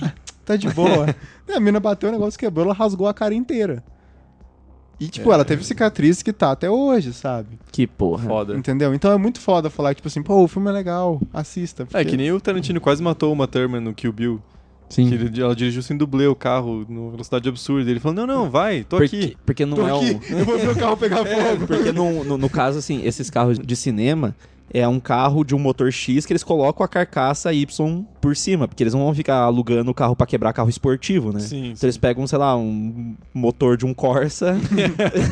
Speaker 1: tá de boa. Daí a mina bateu, o negócio quebrou, ela rasgou a cara inteira. E, tipo, ela
Speaker 2: É.
Speaker 1: teve cicatriz que tá até hoje, sabe?
Speaker 3: Que porra.
Speaker 2: Foda.
Speaker 1: Entendeu? Então é muito foda falar, tipo assim, pô, o filme é legal, assista.
Speaker 2: É
Speaker 1: porque-
Speaker 2: que nem o Tarantino quase matou uma Thurman no Kill Bill.
Speaker 3: Sim.
Speaker 2: Que ele- ela dirigiu sem dublê o carro numa velocidade absurda. Ele falou: Não, não, vai, tô
Speaker 3: Porque,
Speaker 2: aqui.
Speaker 3: porque não
Speaker 1: Tô
Speaker 3: é um.
Speaker 1: aqui, eu vou ver o carro pegar
Speaker 2: É,
Speaker 1: fogo.
Speaker 3: Porque no, no, no caso, assim, esses carros de cinema é um carro de um motor X que eles colocam a carcaça Y por cima, porque eles não vão ficar alugando o carro pra quebrar carro esportivo, né?
Speaker 2: Sim,
Speaker 3: Então eles pegam, sei lá, um motor de um Corsa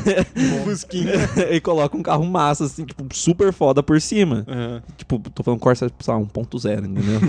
Speaker 2: Fusquinha.
Speaker 3: e colocam um carro massa, assim, tipo, super foda por cima.
Speaker 2: Aham.
Speaker 3: Tipo, tô falando Corsa, sei lá, 1.0, entendeu?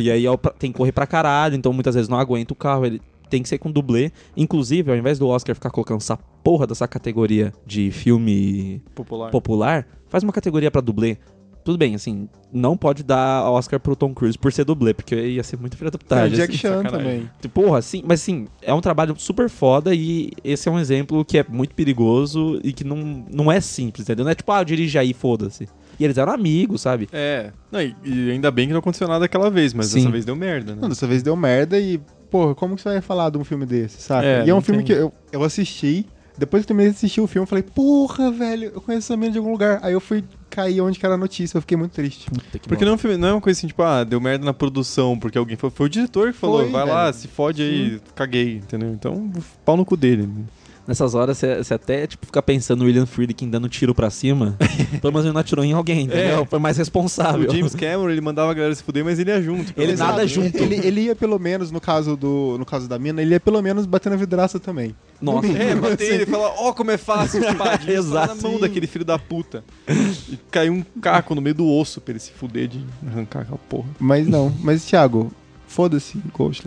Speaker 3: e aí é o pra- tem que correr pra caralho, então muitas vezes não aguenta o carro, ele tem que ser com dublê. Inclusive, ao invés do Oscar ficar colocando essa porra dessa categoria de filme
Speaker 2: Popular.
Speaker 3: popular, faz uma categoria pra dublê. Tudo bem, assim, não pode dar Oscar pro Tom Cruise por ser dublê, porque ia ser muito filha da
Speaker 1: Tem o
Speaker 3: putagem.
Speaker 1: É, Jack
Speaker 3: assim.
Speaker 1: Chan
Speaker 2: tá, sacanagem.
Speaker 1: também.
Speaker 3: Porra, sim, mas sim, é um trabalho super foda e esse é um exemplo que é muito perigoso e que não, não é simples, entendeu? Não é tipo, ah, dirige aí, foda-se. E eles eram amigos, sabe?
Speaker 2: É. Não, e, e ainda bem que não aconteceu nada aquela vez, mas
Speaker 3: Sim.
Speaker 2: dessa vez deu merda, né?
Speaker 1: Não, dessa vez deu merda e, porra, como que você vai falar de um filme desse, saca?
Speaker 2: É,
Speaker 1: e é um
Speaker 2: não
Speaker 1: filme que
Speaker 2: tem.
Speaker 1: eu, eu assisti, depois que eu terminei de assistir o filme, eu falei, porra, velho, eu conheço essa mina de algum lugar. Aí eu fui cair onde que era a notícia, eu fiquei muito triste.
Speaker 3: Puta que
Speaker 2: Porque não, é um filme- não é uma coisa assim, tipo, ah, deu merda na produção, porque alguém foi. Foi o diretor que falou,
Speaker 1: Foi,
Speaker 2: vai
Speaker 1: velho.
Speaker 2: lá, se fode aí, caguei, entendeu? Então, pau no cu dele.
Speaker 3: Nessas horas você você até tipo, fica pensando no William Friedkin dando tiro pra cima. Pelo menos ele não atirou em alguém, entendeu? Foi mais responsável.
Speaker 2: O James Cameron, ele mandava a galera se fuder, mas Ah, ele ia junto. Então, pelo
Speaker 3: Ele
Speaker 2: menos.
Speaker 3: nada
Speaker 1: Exato.
Speaker 3: junto.
Speaker 1: Ele, ele ia pelo menos, no caso do. No caso da mina, ele ia pelo menos bater na vidraça também.
Speaker 3: Nossa,
Speaker 2: É, bater ele e falar, ó, como é fácil, pá, de
Speaker 3: Exato.
Speaker 2: na mão daquele filho da puta. E caiu um caco no meio do osso pra ele se fuder de arrancar aquela porra.
Speaker 1: Mas não. Mas, Thiago, foda-se, Ghost.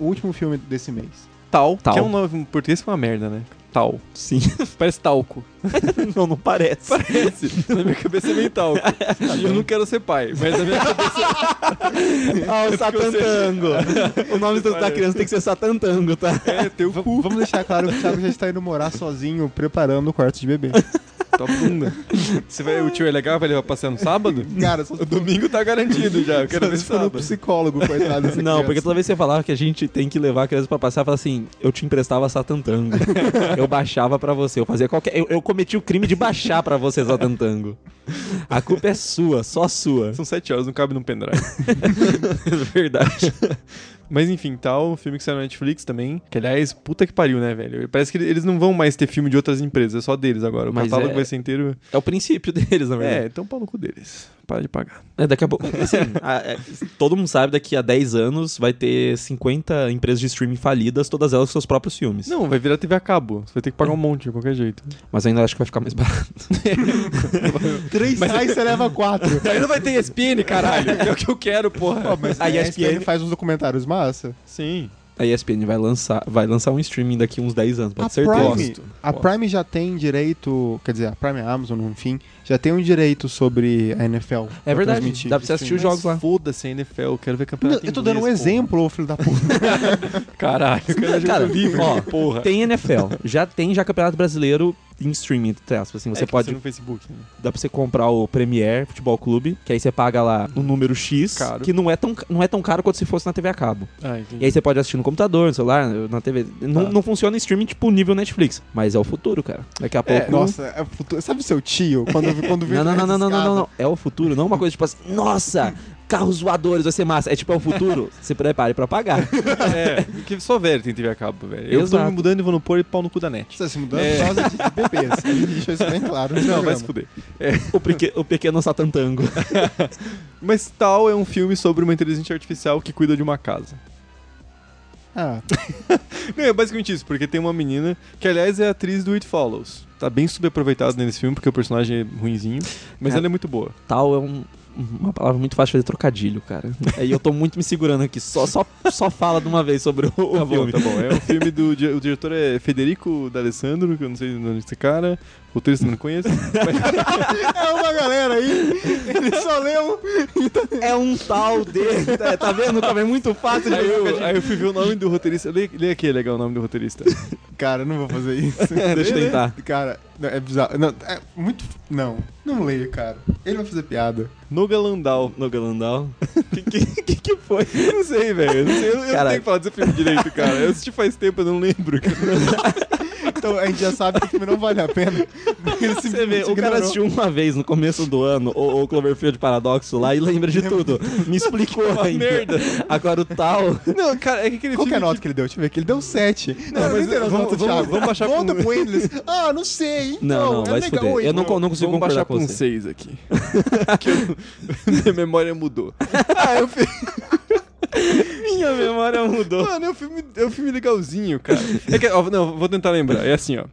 Speaker 1: o último filme desse mês.
Speaker 2: Tal,
Speaker 3: Tal.
Speaker 2: que é um nome em português que é uma merda, né? Tal.
Speaker 3: sim.
Speaker 2: Parece talco.
Speaker 3: não, não parece.
Speaker 2: Parece. na minha cabeça é meio talco. E eu não quero ser pai, mas na minha
Speaker 3: Ah, o Satantango. O nome do- da
Speaker 2: Parece.
Speaker 3: criança tem que ser Satantango, tá?
Speaker 2: cabeça é teu cu.
Speaker 1: Vamos deixar claro que o Thiago já está indo morar sozinho, preparando o quarto de bebê.
Speaker 2: Tua bunda. Você vai, o tio é legal, vai levar pra passear no sábado?
Speaker 1: Cara, só
Speaker 2: O domingo tá garantido já, eu quero ver
Speaker 1: Isso foi no
Speaker 2: sábado.
Speaker 1: psicólogo, coitado. dessa
Speaker 3: Não,
Speaker 1: criança.
Speaker 3: porque toda vez que você falava que a gente tem que levar a criança pra passear, fala assim, eu te emprestava Satantango. eu baixava pra você, eu fazia qualquer... Eu, eu cometi o crime de baixar pra você Satantango. A culpa é sua, só sua.
Speaker 2: São sete horas, não cabe num pendrive.
Speaker 3: Verdade.
Speaker 2: Mas enfim, tal, um filme que saiu na Netflix também. Que aliás, puta que pariu, né, velho? Parece que eles não vão mais ter filme de outras empresas, é só deles agora. O
Speaker 3: Mas
Speaker 2: catálogo
Speaker 3: é-
Speaker 2: vai ser inteiro.
Speaker 3: É o princípio deles, na verdade.
Speaker 2: É, então pau no cu deles. Para de pagar.
Speaker 3: É, daqui a pouco. Assim, a- é, todo mundo sabe daqui a 10 anos vai ter 50 empresas de streaming falidas, todas elas com seus próprios filmes.
Speaker 2: Não, vai virar TV a cabo. Você vai ter que pagar um monte de qualquer jeito.
Speaker 3: Mas ainda acho que vai ficar mais barato.
Speaker 1: Três sai, você leva quatro.
Speaker 2: Aí não vai ter ESPN, caralho. É o que eu quero, porra.
Speaker 1: Mas
Speaker 3: A
Speaker 1: a
Speaker 3: ESPN
Speaker 2: é,
Speaker 1: ESPN faz uns documentários massa.
Speaker 2: Sim.
Speaker 3: A ESPN vai lançar, vai lançar um streaming daqui uns 10 anos, pode ser
Speaker 1: Prime,
Speaker 2: Gosto.
Speaker 1: a Prime já tem direito, quer dizer, a Prime a Amazon, enfim, já tem um direito sobre a NFL.
Speaker 3: É
Speaker 1: pra
Speaker 3: verdade,
Speaker 1: transmitir.
Speaker 3: dá pra você assistir os jogos lá.
Speaker 2: Foda-se a NFL, eu quero ver
Speaker 1: Não,
Speaker 2: campeonato.
Speaker 1: eu tô dando um
Speaker 2: inglês, porra.
Speaker 1: exemplo, ô filho da puta.
Speaker 2: Caralho, eu quero ver
Speaker 3: Cara,
Speaker 2: jogo livre,
Speaker 3: ó,
Speaker 2: porra.
Speaker 3: Tem NFL, já tem já Campeonato Brasileiro em streaming, entre aspas, assim, você
Speaker 2: É que
Speaker 3: pode,
Speaker 2: no Facebook. né?
Speaker 3: dá pra você comprar o Premier Futebol Clube, que aí você paga lá um número X,
Speaker 2: Caro.
Speaker 3: que não é, tão, não é tão caro quanto se fosse na TV a cabo.
Speaker 2: Ah, entendi.
Speaker 3: E aí você pode assistir no computador, no celular, na TV. Não,
Speaker 2: Tá.
Speaker 3: não funciona em streaming tipo nível Netflix, mas é o futuro, cara. Daqui a pouco.
Speaker 1: Nossa, é futuro. sabe seu tio? Quando,
Speaker 2: é
Speaker 1: quando vira
Speaker 3: Não, não, não, não, não, não, não,
Speaker 1: escada?
Speaker 3: não. É o futuro, não uma coisa tipo assim, nossa, carros voadores vai ser massa. É tipo, é o futuro, se prepare pra pagar.
Speaker 2: É, porque só velho tem TV a cabo, velho. Eu tô
Speaker 3: Exato.
Speaker 2: me mudando e vou no pôr e pau no cu da net.
Speaker 1: Você tá se mudando
Speaker 3: É.
Speaker 1: por causa de bebês. A gente deixou isso bem claro. no
Speaker 2: Não, vai
Speaker 1: programa.
Speaker 2: se fuder.
Speaker 3: O, peque- o pequeno Satantango.
Speaker 2: Mas Tal é um filme sobre uma inteligência artificial que cuida de uma casa.
Speaker 1: Ah,
Speaker 2: Não, é basicamente isso, porque tem uma menina que, aliás, é a atriz do It Follows. Tá bem subaproveitada nesse filme, porque o personagem é ruinzinho, mas
Speaker 3: É.
Speaker 2: ela é muito boa.
Speaker 3: Tal é um- uma palavra muito fácil de fazer trocadilho, cara. Aí eu tô muito me segurando aqui. Só, só, só fala de uma vez sobre o, o
Speaker 2: Tá bom,
Speaker 3: filme.
Speaker 2: tá bom. É um filme do. di- O diretor é Federico D'Alessandro, que eu não sei de onde é esse cara. O texto eu não conheço.
Speaker 1: é uma galera aí. Eles só leu.
Speaker 3: É um tal de... É, tá vendo? Tá vendo? Muito fácil de
Speaker 2: aí,
Speaker 3: fazer
Speaker 2: eu,
Speaker 3: trocadilho.
Speaker 2: aí eu fui ver o nome do roteirista. Lê, lê aqui, é legal o nome do roteirista.
Speaker 1: Cara, eu não vou fazer isso.
Speaker 3: Deixa eu tentar.
Speaker 1: Cara, não, é bizarro. Não, é muito. Não, não leia, cara. Ele vai fazer piada.
Speaker 2: Nogalandau.
Speaker 3: No Galandal? Que que, que que foi?
Speaker 2: Não sei, velho. Eu, não sei, eu, eu não
Speaker 3: Cara.
Speaker 2: tenho que falar desse filme direito, cara. Eu assisti faz tempo, eu não lembro.
Speaker 1: Então a gente já sabe que o filme não vale a pena. porque ele
Speaker 3: Você vê,
Speaker 1: simplesmente
Speaker 3: o cara
Speaker 1: ignorou.
Speaker 3: assistiu uma vez no começo do ano o, o Cloverfield Paradoxo lá e lembra de tudo. Me explicou
Speaker 2: Uma
Speaker 3: ainda.
Speaker 2: merda.
Speaker 3: Agora o tal...
Speaker 2: Não, cara, é que aquele
Speaker 1: Qual que é a
Speaker 2: filme
Speaker 1: nota que ele deu? Deixa eu ver aqui. Ele deu 7. Não,
Speaker 2: mas
Speaker 1: nem deram as
Speaker 2: vamos-
Speaker 1: notas,
Speaker 2: vamos-
Speaker 1: Thiago.
Speaker 2: vamos baixar
Speaker 1: Volta
Speaker 2: com-
Speaker 1: pro Endless. Ah, não sei.
Speaker 3: Não,
Speaker 1: Então,
Speaker 3: não,
Speaker 1: é
Speaker 3: vai se
Speaker 1: legal,
Speaker 3: fuder.
Speaker 1: oito.
Speaker 3: Eu não, con- não consigo
Speaker 2: Vamos baixar
Speaker 3: concordar
Speaker 2: com
Speaker 3: com
Speaker 2: um
Speaker 3: você.
Speaker 2: 6 aqui. que eu- minha memória mudou.
Speaker 3: Minha memória mudou.
Speaker 2: Mano, é um filme, é um filme legalzinho, cara. É que, ó, não, vou tentar lembrar. É assim, ó.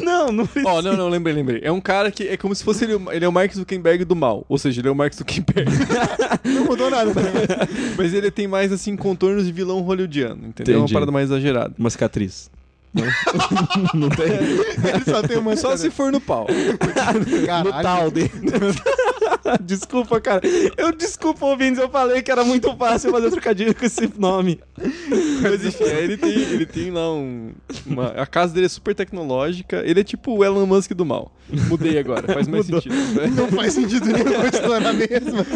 Speaker 3: Não, não precisa.
Speaker 2: Ó, não, não, lembrei, lembrei. É um cara que é como se fosse ele, o- ele é o Mark Zuckerberg do mal. Ou seja, ele é o Mark Zuckerberg.
Speaker 1: Não mudou nada.
Speaker 2: mas ele tem mais, assim, contornos de vilão hollywoodiano, entendeu? É uma
Speaker 3: Entendi.
Speaker 2: parada mais exagerada.
Speaker 3: Uma cicatriz. Não, não tem.
Speaker 1: Ele só tem uma
Speaker 2: Só se for no pau.
Speaker 3: No
Speaker 1: Caralho.
Speaker 3: tal dele. Ah, desculpa, cara. Eu desculpa, ouvintes. Eu falei que era muito fácil fazer trocadilho com esse nome.
Speaker 2: Mas enfim, aí ele tem, ele tem lá um. uma- a casa dele é super tecnológica. Ele é tipo o Elon Musk do mal. Mudei agora, faz mais
Speaker 3: Mudou.
Speaker 2: sentido. É,
Speaker 1: Não faz sentido nenhum continuar na mesma.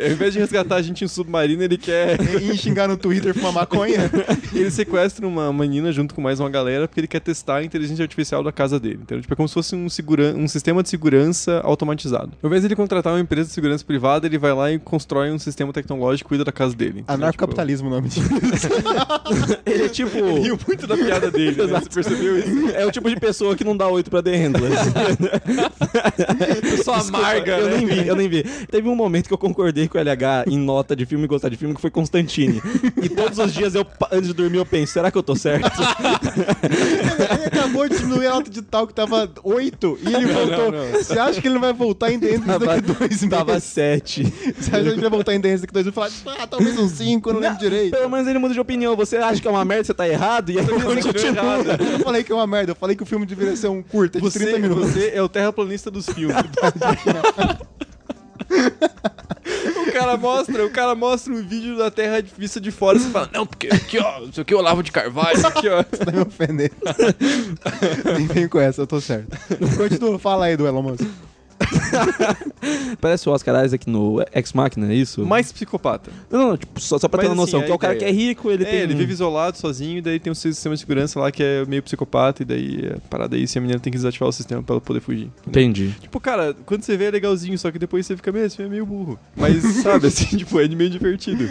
Speaker 2: Ao invés de resgatar a gente em um submarino, ele quer.
Speaker 1: E xingar no Twitter com uma maconha.
Speaker 2: Ele sequestra uma menina junto com mais uma galera porque ele quer testar a inteligência artificial da casa dele. Então, tipo, é como se fosse um, seguran um sistema de segurança automatizado. Ao invés de ele contratar uma empresa de segurança privada, ele vai lá e constrói um sistema tecnológico e cuida da casa dele. entendeu? Tipo,
Speaker 1: Anarcocapitalismo o nome disso.
Speaker 3: Ele é tipo.
Speaker 2: Tipo, riu muito da piada dele, né? Você percebeu isso?
Speaker 3: É o tipo de pessoa que não dá oito pra The Handler.
Speaker 2: Só amarga,
Speaker 3: Eu
Speaker 2: né?
Speaker 3: nem vi, eu nem vi. Teve um momento que eu concordei com o LH em nota de filme e gostar de filme, que foi Constantine. E todos os dias, eu, pa- antes de dormir, eu penso, será que eu tô certo?
Speaker 1: Ele, ele acabou de diminuir a nota de tal que tava 8 e ele voltou.
Speaker 2: não,
Speaker 1: Você acha que ele não vai voltar em Dentes daqui dois meses?
Speaker 3: Tava sete.
Speaker 1: Você acha que ele vai voltar em Dentes daqui dois meses e falar, ah, talvez um 5, eu não lembro direito.
Speaker 3: Pelo menos ele muda de opinião. Você acha que é uma merda, você tá errado, e aí você
Speaker 2: Continua
Speaker 3: continua.
Speaker 2: errado.
Speaker 1: Eu não falei que é uma merda, eu falei que o filme deveria ser um curta de
Speaker 2: Você,
Speaker 1: 30 minutos.
Speaker 2: você é o terraplanista dos filmes. o cara mostra, o cara mostra um vídeo da Terra de- vista de fora e você fala, não, porque aqui, ó, isso aqui é o Olavo de Carvalho, isso aqui, ó.
Speaker 1: Você tá me ofendendo. Nem vem com essa, eu tô certo. Continua, fala aí do Elon Musk.
Speaker 3: Parece o Oscar Isaac no Ex Machina, é isso?
Speaker 2: Mais psicopata.
Speaker 3: Não, não, tipo, só, só pra
Speaker 2: Mas,
Speaker 3: ter uma noção,
Speaker 2: assim,
Speaker 3: que é
Speaker 2: a
Speaker 3: o cara que
Speaker 2: ideia.
Speaker 3: é rico, ele
Speaker 2: é,
Speaker 3: tem.
Speaker 2: ele
Speaker 3: um-
Speaker 2: vive isolado, sozinho, e daí tem um sistema de segurança lá que é meio psicopata, e daí é parada aí, se a menina tem que desativar o sistema pra ela poder fugir. entendeu?
Speaker 3: Entendi.
Speaker 2: Tipo, cara, quando você vê é legalzinho, só que depois você fica meio, você é meio burro. Mas, sabe, assim, tipo, é meio divertido.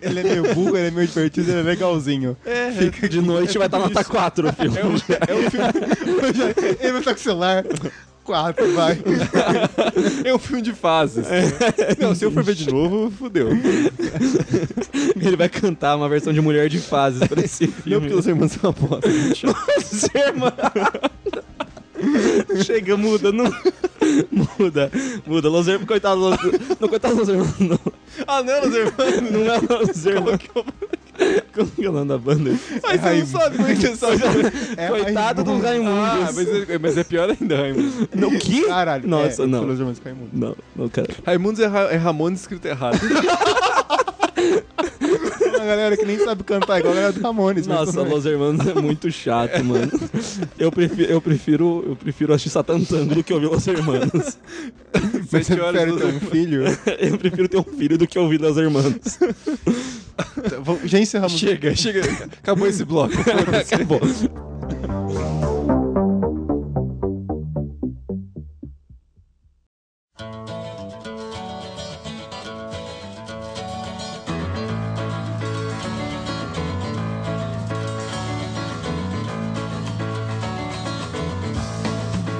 Speaker 1: Ele é meio burro, ele é meio divertido, ele é legalzinho.
Speaker 2: É,
Speaker 3: De noite vai tá estar nota 4 o filme.
Speaker 2: é um, é um filme
Speaker 1: Ele vai estar com o celular. Quatro, vai.
Speaker 2: É um filme de fases. Não, se eu for ver de novo, fudeu.
Speaker 3: Ele vai cantar uma versão de Mulher de Fases pra esse
Speaker 2: Não
Speaker 3: filme.
Speaker 2: porque os irmãos são uma bosta. é-
Speaker 3: Ser, Chega, muda, não. Muda, muda. Los Hermanos, coitado. Los... Não, coitado Los Hermanos, não.
Speaker 2: Ah, não, os irmãos.
Speaker 3: Não é Los Hermanos. Como que é o nome da banda?
Speaker 2: Aí você não sabe como é que é essa
Speaker 1: É
Speaker 3: coitado do Raimundo.
Speaker 2: Ah, mas, Ah, é- mas é pior ainda, Raimundos.
Speaker 3: Não, que?
Speaker 1: Caralho.
Speaker 3: Nossa,
Speaker 1: é,
Speaker 3: não.
Speaker 1: Falou de Irmãos Raimundo.
Speaker 3: Não, não, cara.
Speaker 2: Raimundos é, Ra é Ramones escrito errado.
Speaker 1: Tem uma galera que nem sabe cantar, igual a galera do Ramones. mas
Speaker 3: Nossa,
Speaker 1: tudo bem.
Speaker 3: Los Hermanos é muito chato, mano. Eu prefiro, eu prefiro, eu prefiro assistir Satan Tango do que ouvir Los Hermanos.
Speaker 1: Mas você
Speaker 2: Sete horas
Speaker 1: prefere
Speaker 2: do-
Speaker 1: ter um filho?
Speaker 3: Eu prefiro ter um filho do que ouvir Los Hermanos.
Speaker 1: Tá, vamos- Já encerramos.
Speaker 2: chega, chega. Acabou esse bloco.
Speaker 3: Acabou.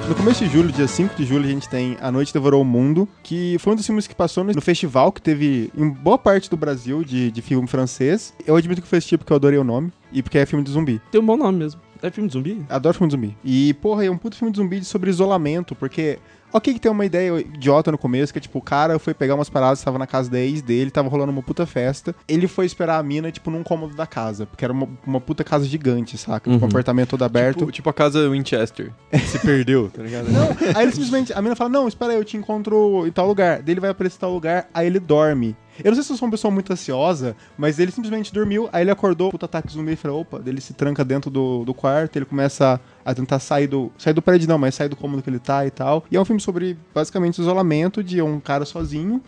Speaker 1: No começo de julho, dia 5 de julho, a gente tem A Noite Devorou o Mundo, que foi um dos filmes que passou no no festival que teve em boa parte do Brasil de, de filme francês. Eu admito que foi esse tipo que eu adorei o nome e porque é filme de zumbi.
Speaker 3: Tem um bom nome mesmo. É filme de zumbi?
Speaker 1: Adoro filme de zumbi. E, porra, é um puto filme de zumbi sobre isolamento, porque. Ok, que tem uma ideia idiota no começo, que é tipo, o cara foi pegar umas paradas, tava na casa da ex dele, tava rolando uma puta festa. Ele foi esperar a mina, tipo, num cômodo da casa, porque era uma, uma puta casa gigante, saca? Tipo,
Speaker 3: Uhum.
Speaker 1: um apartamento todo aberto.
Speaker 2: Tipo, tipo a casa Winchester. Se perdeu, tá ligado?
Speaker 1: Aí ele simplesmente, a mina fala, não, espera aí, eu te encontro em tal lugar. Daí ele vai pra esse tal lugar, aí ele dorme. Eu não sei se eu sou uma pessoa muito ansiosa, mas ele simplesmente dormiu, aí ele acordou, puta ataque zumbi, e falou, opa, daí ele se tranca dentro do, do quarto, ele começa a tentar sair do, sair do prédio não, mas sair do cômodo que ele tá e tal. E é um filme sobre, basicamente, isolamento de um cara sozinho,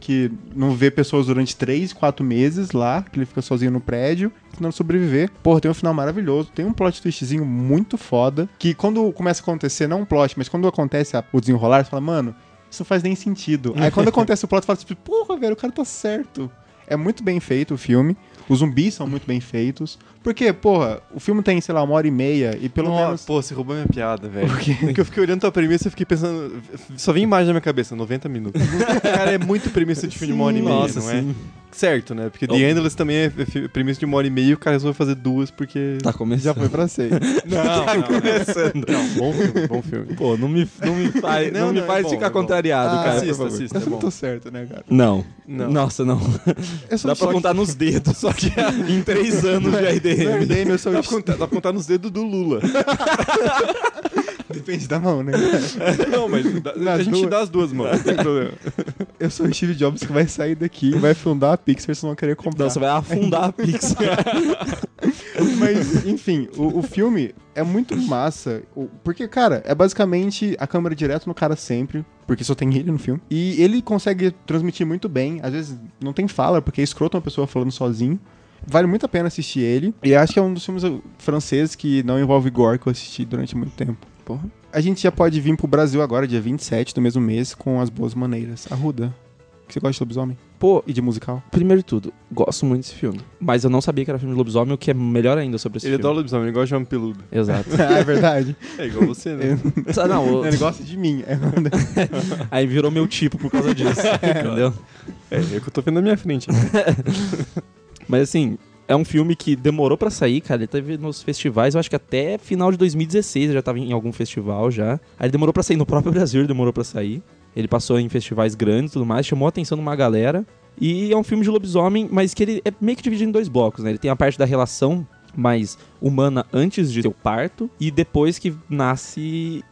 Speaker 1: que não vê pessoas durante 3, 4 meses lá, que ele fica sozinho no prédio, tentando sobreviver. Porra, tem um final maravilhoso, tem um plot twistzinho muito foda, que quando começa a acontecer, não um plot, mas quando acontece a- o desenrolar, você fala, mano, isso não faz nem sentido. Aí quando acontece o plot, você fala tipo, porra, velho, o cara tá certo. É muito bem feito o filme. Os zumbis são muito bem feitos. Porque, porra, o filme tem, sei lá, uma hora e meia e pelo
Speaker 2: Nossa,
Speaker 1: menos.
Speaker 2: Pô, você roubou minha piada, velho. Porque eu fiquei olhando tua premissa e fiquei pensando. Só vi imagem na minha cabeça, 90 minutos. Cara, é muito premissa de filme de uma hora e meia,
Speaker 3: Nossa,
Speaker 2: não
Speaker 3: sim.
Speaker 2: é? Certo, né? Porque The
Speaker 3: Óbvio.
Speaker 2: Endless também é fi- premissa de uma hora e meia e o cara resolveu fazer duas porque.
Speaker 3: Tá
Speaker 1: Já
Speaker 3: começando.
Speaker 1: foi pra
Speaker 2: É
Speaker 1: seis.
Speaker 2: Não, não,
Speaker 3: começando.
Speaker 2: não, bom filme, bom filme.
Speaker 3: Pô, não me, não me faz, não,
Speaker 2: Não,
Speaker 3: me
Speaker 2: não, é
Speaker 3: faz
Speaker 2: bom,
Speaker 3: ficar
Speaker 2: é bom.
Speaker 3: contrariado,
Speaker 1: Ah,
Speaker 3: cara. por
Speaker 2: assista,
Speaker 3: favor.
Speaker 2: assista,
Speaker 1: Eu
Speaker 2: é
Speaker 1: não
Speaker 2: bom.
Speaker 1: tô certo, né, cara?
Speaker 3: Não.
Speaker 2: Não.
Speaker 3: Nossa, não.
Speaker 1: Eu sou
Speaker 3: Dá pra
Speaker 1: só-
Speaker 3: contar nos dedos, só que em três anos
Speaker 2: é
Speaker 3: de
Speaker 1: Não,
Speaker 3: RDM.
Speaker 1: eu sou-
Speaker 2: Dá pra, contar, dá pra contar nos dedos do Lula.
Speaker 1: Depende da mão, né?
Speaker 2: Não, mas dá-
Speaker 1: Nas
Speaker 2: a gente
Speaker 1: duas.
Speaker 2: dá as duas, mano. Não tem problema.
Speaker 1: Eu sou o Steve Jobs que vai sair daqui e vai fundar a Pixar, vocês vão querer comprar.
Speaker 3: Não, você vai afundar a Pixar.
Speaker 1: Mas, enfim, o, o filme é muito massa. o- Porque, cara, é basicamente a câmera direto no cara sempre. Porque só tem ele no filme. E ele consegue transmitir muito bem. Às vezes não tem fala, porque é escroto uma pessoa falando sozinho. Vale muito a pena assistir ele. E acho que é um dos filmes franceses que não envolve gore que eu assisti durante muito tempo. Porra. A gente já pode vir pro Brasil agora, dia 27 do mesmo mês, com As Boas Maneiras. Arruda. Que você gosta de lobisomem?
Speaker 3: Pô,
Speaker 1: E de musical?
Speaker 3: primeiro de tudo, gosto muito desse filme. Mas eu não sabia que era filme de lobisomem, o que é melhor ainda sobre esse
Speaker 2: Ele
Speaker 3: filme.
Speaker 2: adora lobisomem, ele gosta de homem peludo.
Speaker 3: Exato.
Speaker 1: ah, é verdade.
Speaker 2: É igual você, né?
Speaker 3: Sabe, Não, o-
Speaker 1: Ele gosta de mim. É
Speaker 3: aí virou meu tipo por causa disso. entendeu?
Speaker 2: É, é o que eu tô vendo na minha frente.
Speaker 3: Mas assim, é um filme que demorou pra sair, cara. Ele teve nos festivais, eu acho que até final de 2016 ele já tava em algum festival já. Aí ele demorou pra sair no próprio Brasil, ele demorou pra sair. Ele passou em festivais grandes e tudo mais, chamou a atenção de uma galera. E é um filme de lobisomem, mas que ele é meio que dividido em dois blocos, né? Ele tem a parte da relação mais humana antes de ter o parto e depois que nasce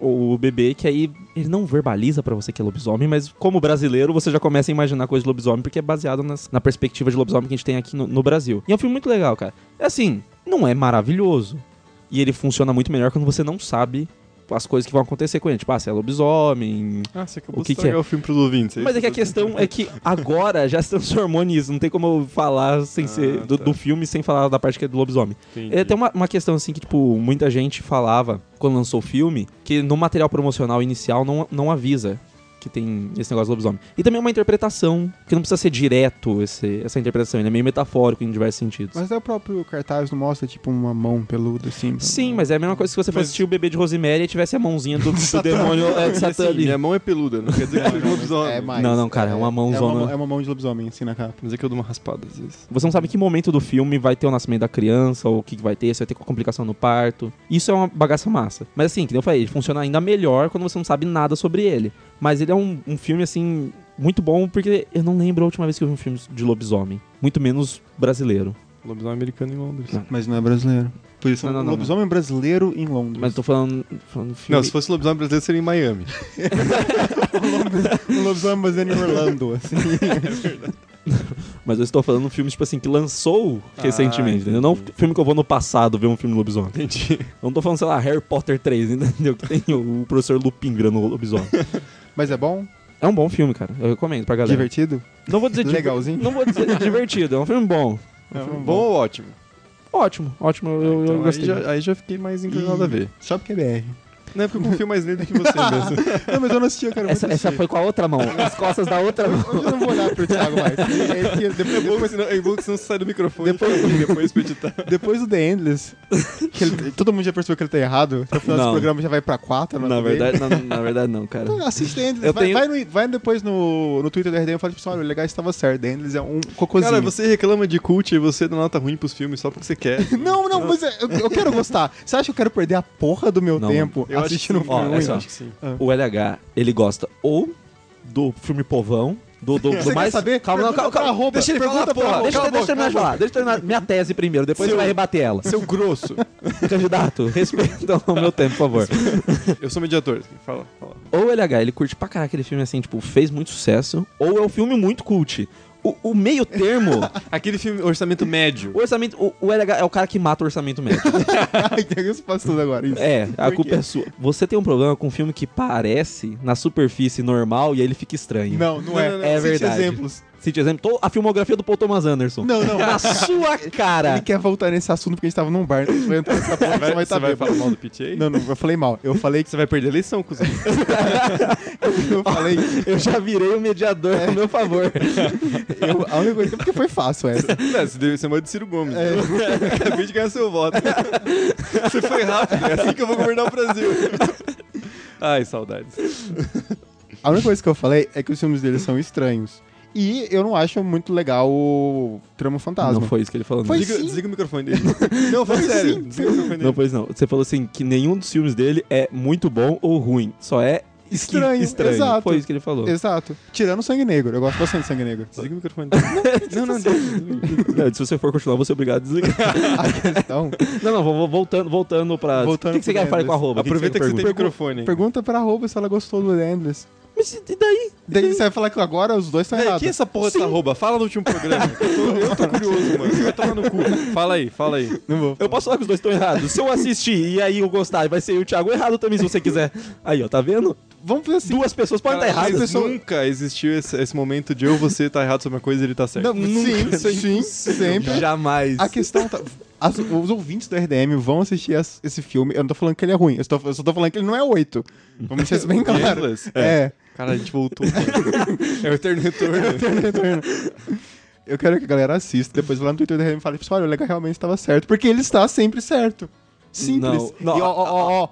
Speaker 3: o bebê, que aí ele não verbaliza pra você que é lobisomem, mas como brasileiro você já começa a imaginar coisa de lobisomem, porque é baseado nas- na perspectiva de lobisomem que a gente tem aqui no, no Brasil. E é um filme muito legal, cara. É assim, não é maravilhoso. E ele funciona muito melhor quando você não sabe as coisas que vão acontecer com ele. Tipo, ah, se é lobisomem.
Speaker 2: Ah, você acabou
Speaker 3: O que
Speaker 2: de
Speaker 3: que é?
Speaker 2: estragar o filme pros ouvintes.
Speaker 3: Mas é que a questão é que agora já se transformou nisso. Não tem como eu falar sem
Speaker 2: Ah,
Speaker 3: ser do,
Speaker 2: tá.
Speaker 3: do filme sem falar da parte que é do lobisomem.
Speaker 2: Entendi.
Speaker 3: É até uma, uma questão assim que, tipo, muita gente falava quando lançou o filme que no material promocional inicial não, não avisa que tem esse negócio do lobisomem. E também é uma interpretação, que não precisa ser direto esse- essa interpretação, ele é meio metafórico em diversos sentidos.
Speaker 1: Mas até o próprio cartaz não mostra, tipo, uma mão peluda, assim.
Speaker 3: Sim, mas é a mesma coisa se você fosse
Speaker 2: Mas-
Speaker 3: assistir o bebê de Rosemary e tivesse a mãozinha do, do demônio é, de
Speaker 2: Assim,
Speaker 3: Satã ali.
Speaker 2: minha mão é peluda, não quer dizer que eu seja um lobisomem.
Speaker 1: É mais.
Speaker 3: Não, não, cara, é uma mãozona.
Speaker 1: É uma, é uma mão de lobisomem, assim, na capa.
Speaker 2: Mas é que eu dou uma raspada às vezes.
Speaker 3: Você não sabe que momento do filme vai ter o nascimento da criança, ou o que que vai ter, se vai ter complicação no parto. Isso é uma bagaça massa. Mas assim, que nem eu falei, ele funciona ainda melhor quando você não sabe nada sobre ele. Mas ele é um, um filme, assim, muito bom, porque eu não lembro a última vez que eu vi um filme de lobisomem. Muito menos brasileiro.
Speaker 2: Lobisomem americano em Londres.
Speaker 3: Não.
Speaker 2: Não,
Speaker 1: Mas não é brasileiro. Por isso,
Speaker 3: Não, não,
Speaker 1: um
Speaker 3: não,
Speaker 1: lobisomem brasileiro em Londres.
Speaker 3: Mas eu tô falando, falando filme.
Speaker 2: se fosse lobisomem brasileiro seria em Miami.
Speaker 1: Um lobisomem brasileiro em Orlando, assim.
Speaker 3: Mas eu estou falando um filme, tipo assim, que lançou
Speaker 2: Ah,
Speaker 3: recentemente, entendeu? Não um filme que eu vou no passado ver um filme de lobisomem.
Speaker 2: Entendi.
Speaker 3: Eu não tô falando, sei lá, Harry Potter 3, entendeu? Que tem o, o professor Lupin virando o lobisomem.
Speaker 1: Mas é bom?
Speaker 3: É um bom filme, cara. Eu recomendo pra galera.
Speaker 1: Divertido?
Speaker 3: Não vou dizer diver-
Speaker 1: Legalzinho?
Speaker 3: Não vou dizer divertido, é um filme bom.
Speaker 1: É um filme
Speaker 2: bom ou ótimo?
Speaker 3: Ótimo, ótimo, eu, eu
Speaker 2: Então,
Speaker 3: gostei.
Speaker 2: Aí já, aí já fiquei
Speaker 1: assim,
Speaker 2: mais inclinado a ver.
Speaker 1: Só porque é BR.
Speaker 2: Não é porque eu confio mais nele do que você mesmo.
Speaker 1: Não, mas eu não assisti, eu quero
Speaker 3: Essa,
Speaker 1: muito
Speaker 3: essa
Speaker 1: assistir.
Speaker 3: foi com a outra mão, as costas da outra mão.
Speaker 1: Hoje eu não vou olhar pro Thiago mais. É que
Speaker 2: É
Speaker 1: depois,
Speaker 2: bom, mas senão, é bom que senão você sai do microfone
Speaker 1: Depois-
Speaker 2: e fica aqui depois pra editar.
Speaker 1: depois do The Endless, Que ele- todo mundo já percebeu que ele tá errado. No final
Speaker 3: Não.
Speaker 1: desse programa já vai pra quatro. não é
Speaker 3: Na
Speaker 1: também?
Speaker 3: verdade, na, na verdade não, cara.
Speaker 1: Não, Assiste Endless.
Speaker 3: Eu
Speaker 1: vai,
Speaker 3: tenho-
Speaker 1: vai no- vai depois no, no Twitter do RDM e fala, tipo, olha, o legal estava certo. Endless é um cocôzinho.
Speaker 2: Cara, você reclama de cult e você dá nota ruim pros filmes só porque você quer.
Speaker 1: Não, não, mas é- eu, eu quero gostar. Você acha que eu quero perder a porra do meu
Speaker 3: Não,
Speaker 1: tempo
Speaker 2: Eu acho que
Speaker 1: assistindo um
Speaker 2: sim.
Speaker 3: Ó,
Speaker 1: filme?
Speaker 3: é
Speaker 2: um eu
Speaker 3: só.
Speaker 2: acho que sim.
Speaker 1: Ah.
Speaker 3: O LH, ele gosta ou do filme Povão, do, do, do
Speaker 1: Você quer
Speaker 3: mais...
Speaker 1: saber?
Speaker 3: Calma, não,
Speaker 1: Pergunta
Speaker 3: calma,
Speaker 1: pra
Speaker 3: calma.
Speaker 1: arroba.
Speaker 3: Deixa ele falar,
Speaker 1: Pergunta pra
Speaker 3: porra.
Speaker 1: arroba.
Speaker 3: Deixa,
Speaker 1: Cala a
Speaker 3: deixa eu
Speaker 1: boca,
Speaker 3: terminar de falar. Deixa eu terminar minha tese primeiro, depois você vai rebater ela.
Speaker 1: Seu grosso.
Speaker 3: Candidato, respeita o meu tempo, por favor.
Speaker 2: Eu sou mediador. assim, Fala, fala.
Speaker 3: Ou o LH, ele curte pra caraca aquele filme assim, tipo, fez muito sucesso, ou é um filme muito cult. O, o meio termo,
Speaker 2: Aquele filme, orçamento médio.
Speaker 3: o orçamento. O, o LH é o cara que mata o orçamento médio.
Speaker 1: Entendeu? Você faz tudo agora. Isso.
Speaker 3: É, a
Speaker 1: Por
Speaker 3: culpa
Speaker 1: quê?
Speaker 3: é sua. Você tem um problema com um filme que parece na superfície normal e aí ele fica estranho.
Speaker 1: Não, não é.
Speaker 2: Não, não,
Speaker 3: não. É
Speaker 1: Cite
Speaker 3: verdade.
Speaker 1: exemplos.
Speaker 3: Se te exemplo, to- a filmografia do Paul Thomas Anderson.
Speaker 1: Não, não.
Speaker 3: Na sua cara.
Speaker 1: Ele quer voltar nesse assunto porque a gente tava num bar. né? Vai entrar nessa porra, você vai
Speaker 2: Vai, tá
Speaker 1: estar
Speaker 2: você vai
Speaker 1: bêbado.
Speaker 2: falar mal do PTA?
Speaker 1: Não, não, eu falei mal. Eu falei que
Speaker 2: Você vai perder a eleição, cozinha.
Speaker 1: eu falei.
Speaker 3: Eu já virei o mediador
Speaker 1: É
Speaker 3: a meu favor.
Speaker 1: Eu, a única coisa é porque foi fácil essa.
Speaker 2: Não, você deve ser mais de Ciro Gomes. né? Acabei de ganhar seu voto. você foi rápido, é assim que eu vou governar o Brasil. Ai, saudades.
Speaker 1: A única coisa que eu falei é que os filmes dele são estranhos. E eu não acho muito legal o Trama Fantasma.
Speaker 3: Não foi isso que ele falou. não.
Speaker 1: Foi
Speaker 2: Desliga,
Speaker 1: sim. né?
Speaker 2: desliga o microfone dele. Não, foi
Speaker 1: Foi
Speaker 2: sério.
Speaker 1: sim.
Speaker 2: Desliga o microfone dele.
Speaker 3: Não, pois não. Você falou assim que nenhum dos filmes dele é muito bom ou ruim. Só é esqui-
Speaker 1: Estranho,
Speaker 3: estranho.
Speaker 1: exato.
Speaker 3: Foi isso que ele falou.
Speaker 1: Exato. Tirando Sangue Negro. Eu gosto bastante de Sangue Negro.
Speaker 2: Desliga o microfone dele. não, não, desliga.
Speaker 3: Não, se você for continuar, eu vou ser obrigado a desligar.
Speaker 1: Então,
Speaker 3: não, não, vou- vou- voltando, voltando pra.
Speaker 1: Voltando
Speaker 3: o que, que você
Speaker 1: pro
Speaker 3: quer falar
Speaker 1: Endless.
Speaker 3: com a roupa?
Speaker 2: Aproveita que você tem
Speaker 1: pergunta?
Speaker 2: microfone.
Speaker 1: pergunta pra arroba se ela gostou do Endless.
Speaker 3: Mas e daí?
Speaker 1: Daí você vai falar que agora os dois estão
Speaker 2: É,
Speaker 1: errados.
Speaker 2: quem é essa porra dessa rouba? Fala no último programa. Eu tô, eu tô curioso, mano. Vai tomar no cu. Fala aí, fala aí.
Speaker 1: Não vou.
Speaker 3: Eu posso falar que os dois estão errados. Se eu assistir e aí eu gostar, vai ser o Thiago errado também, se você quiser. Aí, ó, tá vendo?
Speaker 1: Vamos fazer assim.
Speaker 3: Duas pessoas podem estar
Speaker 2: Cara, mas
Speaker 3: erradas.
Speaker 2: Nunca existiu esse, esse momento de eu você tá errado sobre uma coisa e ele tá certo.
Speaker 1: Não, sim, sim, sempre.
Speaker 3: Jamais.
Speaker 1: A questão tá. as- os ouvintes do RDM vão assistir as- esse filme. Eu não tô falando que ele é ruim. Eu, estou- eu só tô falando que ele não é oito. Vamos deixar isso bem claro.
Speaker 2: Endless?
Speaker 1: É.
Speaker 2: Cara, a gente voltou. é o eterno retorno.
Speaker 1: Retorno, retorno. Eu quero que a galera assista, depois vai lá no Twitter do RDM e fale, pessoal, olha, o Lega realmente estava certo, porque ele está sempre certo. Simples.
Speaker 3: Não, não.
Speaker 1: E ó, ó, ó, ó,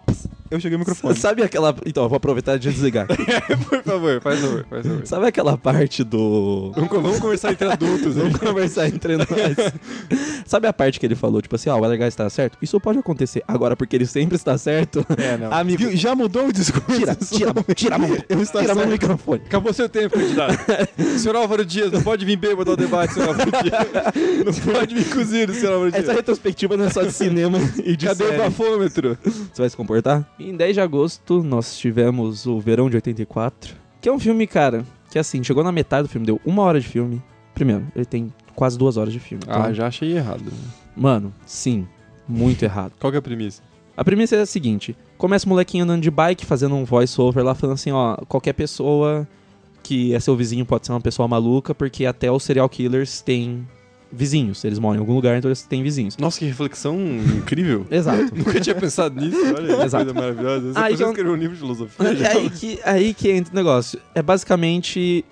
Speaker 1: eu cheguei o microfone.
Speaker 3: Sabe aquela. Então, eu vou aproveitar de desligar.
Speaker 2: Por favor, faz favor, faz favor.
Speaker 3: Sabe aquela parte do.
Speaker 2: Vamos, vamos conversar entre adultos. né? Hein?
Speaker 3: Vamos conversar entre nós. Sabe a parte que ele falou, tipo assim, ó, o LH está certo? Isso pode acontecer. Agora, porque ele sempre está certo.
Speaker 1: É, não.
Speaker 3: Amigo,
Speaker 1: Viu? Já mudou o discurso.
Speaker 3: tira, tira, tira a mão.
Speaker 1: Eu estou
Speaker 3: Tira a mão do
Speaker 1: certo.
Speaker 3: microfone.
Speaker 2: Acabou seu tempo, candidato. senhor Álvaro Dias, não pode vir bêbado ao debate, senhor Álvaro Dias. Não pode vir cozido, senhor Álvaro Dias.
Speaker 3: Essa retrospectiva não é só de cinema e de
Speaker 2: Cadê o
Speaker 3: série.
Speaker 2: bafômetro?
Speaker 3: Você vai se comportar? Em 10 de agosto, nós tivemos o Verão de 84, que é um filme, cara, que assim, chegou na metade do filme, deu uma hora de filme. Primeiro, ele tem quase duas horas de filme. então-
Speaker 2: Ah, já achei errado.
Speaker 3: Mano, sim, muito errado.
Speaker 2: Qual que é a premissa?
Speaker 3: A premissa é a seguinte: começa o molequinho andando de bike, fazendo um voice-over lá, falando assim: ó, qualquer pessoa que é seu vizinho pode ser uma pessoa maluca, porque até os serial killers têm vizinhos. Eles moram em algum lugar, então eles têm vizinhos.
Speaker 2: Nossa, que reflexão incrível.
Speaker 3: Exato.
Speaker 2: Nunca tinha pensado nisso, olha que
Speaker 3: Exato.
Speaker 2: coisa maravilhosa. Você
Speaker 3: Aí
Speaker 2: podia
Speaker 3: que eu-
Speaker 2: escrever um livro de filosofia.
Speaker 3: É aí, que, aí que entra o negócio. É basicamente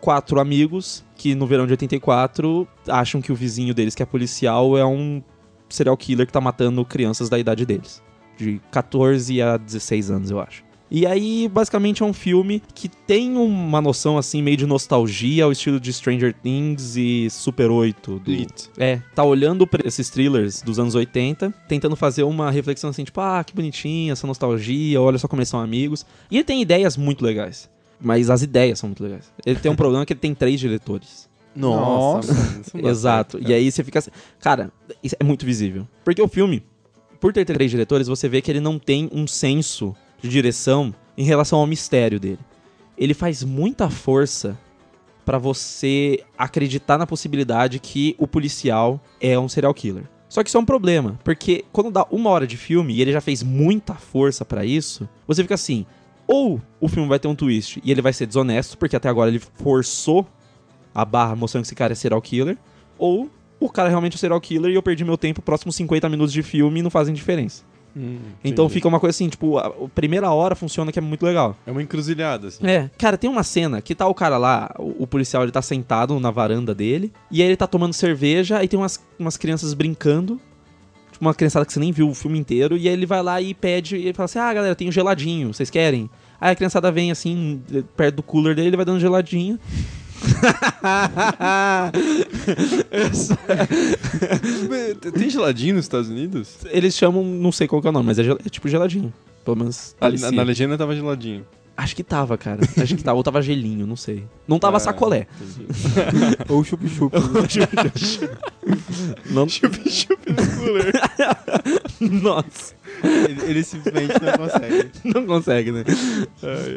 Speaker 3: quatro amigos que no verão de 84 acham que o vizinho deles, que é policial, é um serial killer que tá matando crianças da idade deles. De 14 a 16 anos, eu acho. E aí, basicamente, é um filme que tem uma noção, assim, meio de nostalgia ao estilo de Stranger Things e Super 8. Do...
Speaker 2: It.
Speaker 3: É, tá olhando pra esses thrillers dos anos 80, tentando fazer uma reflexão assim, tipo, ah, que bonitinha essa nostalgia, olha só como eles são amigos. E ele tem ideias muito legais, mas as ideias são muito legais. Ele tem um problema que ele tem três diretores.
Speaker 1: Nossa.
Speaker 2: mano, isso não dá
Speaker 3: Exato.
Speaker 2: certo,
Speaker 3: E aí você fica assim, cara, isso é muito visível. Porque o filme, por ter três diretores, você vê que ele não tem um senso de direção em relação ao mistério dele. Ele faz muita força pra você acreditar na possibilidade que o policial é um serial killer. Só que isso é um problema, porque quando dá uma hora de filme e ele já fez muita força pra isso, você fica assim: ou o filme vai ter um twist e ele vai ser desonesto, porque até agora ele forçou a barra mostrando que esse cara é serial killer, ou o cara realmente é serial killer e eu perdi meu tempo, próximos 50 minutos de filme e não fazem diferença.
Speaker 2: cara. Hum,
Speaker 3: Então
Speaker 2: entendi.
Speaker 3: fica uma coisa assim, tipo, a a primeira hora funciona que é muito legal.
Speaker 2: É uma encruzilhada, assim.
Speaker 3: É, cara, tem uma cena que tá o cara lá, o, o policial ele tá sentado na varanda dele, e aí ele tá tomando cerveja, aí tem umas, umas crianças brincando. tipo, uma criançada que você nem viu o filme inteiro, e aí ele vai lá e pede, e ele fala assim, ah, galera, tem um geladinho, vocês querem? Aí a criançada vem, assim, perto do cooler dele, ele vai dando geladinho. Essa-
Speaker 2: Tipo, Tem geladinho nos Estados Unidos?
Speaker 3: Eles chamam, não sei qual que é o nome, mas é, gel- é tipo geladinho. Pelo menos.
Speaker 2: Na,
Speaker 3: parecia.
Speaker 2: na- na legenda tava geladinho.
Speaker 3: Acho que tava, cara. Acho que tava. Ou tava gelinho, não sei. Não tava
Speaker 2: Ah,
Speaker 3: sacolé.
Speaker 2: entendi.
Speaker 1: Ou chup-chup.
Speaker 3: Não...
Speaker 2: Chup-chup no cooler.
Speaker 3: Nossa,
Speaker 1: ele, simplesmente não consegue.
Speaker 3: não consegue, né?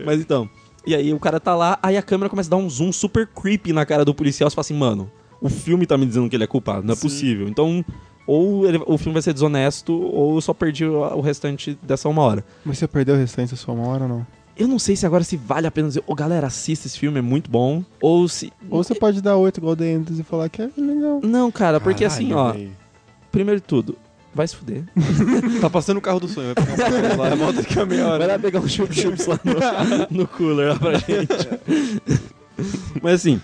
Speaker 3: Mas então. E aí o cara tá lá, aí a câmera começa a dar um zoom super creepy na cara do policial. Você fala assim, mano, o filme tá me dizendo que ele é culpado, não é possível. Então, ou ele- o filme vai ser desonesto, ou eu só perdi o, o restante dessa uma hora.
Speaker 1: Mas você perdeu o restante da sua uma hora ou não?
Speaker 3: Eu não sei se agora se vale a pena dizer, ô galera, assista esse filme, é muito bom. Ou se.
Speaker 1: Ou você pode dar oito igual The Enders e falar que é legal.
Speaker 3: Não, cara, porque assim, ó,
Speaker 2: velho.
Speaker 3: primeiro de tudo, vai se fuder.
Speaker 2: Tá passando o carro do sonho, vai pegar um carro
Speaker 3: É
Speaker 2: lá, volta daqui a meia
Speaker 3: Vai
Speaker 2: hora.
Speaker 3: lá pegar um chup-chups lá no, no cooler lá pra gente. Mas assim,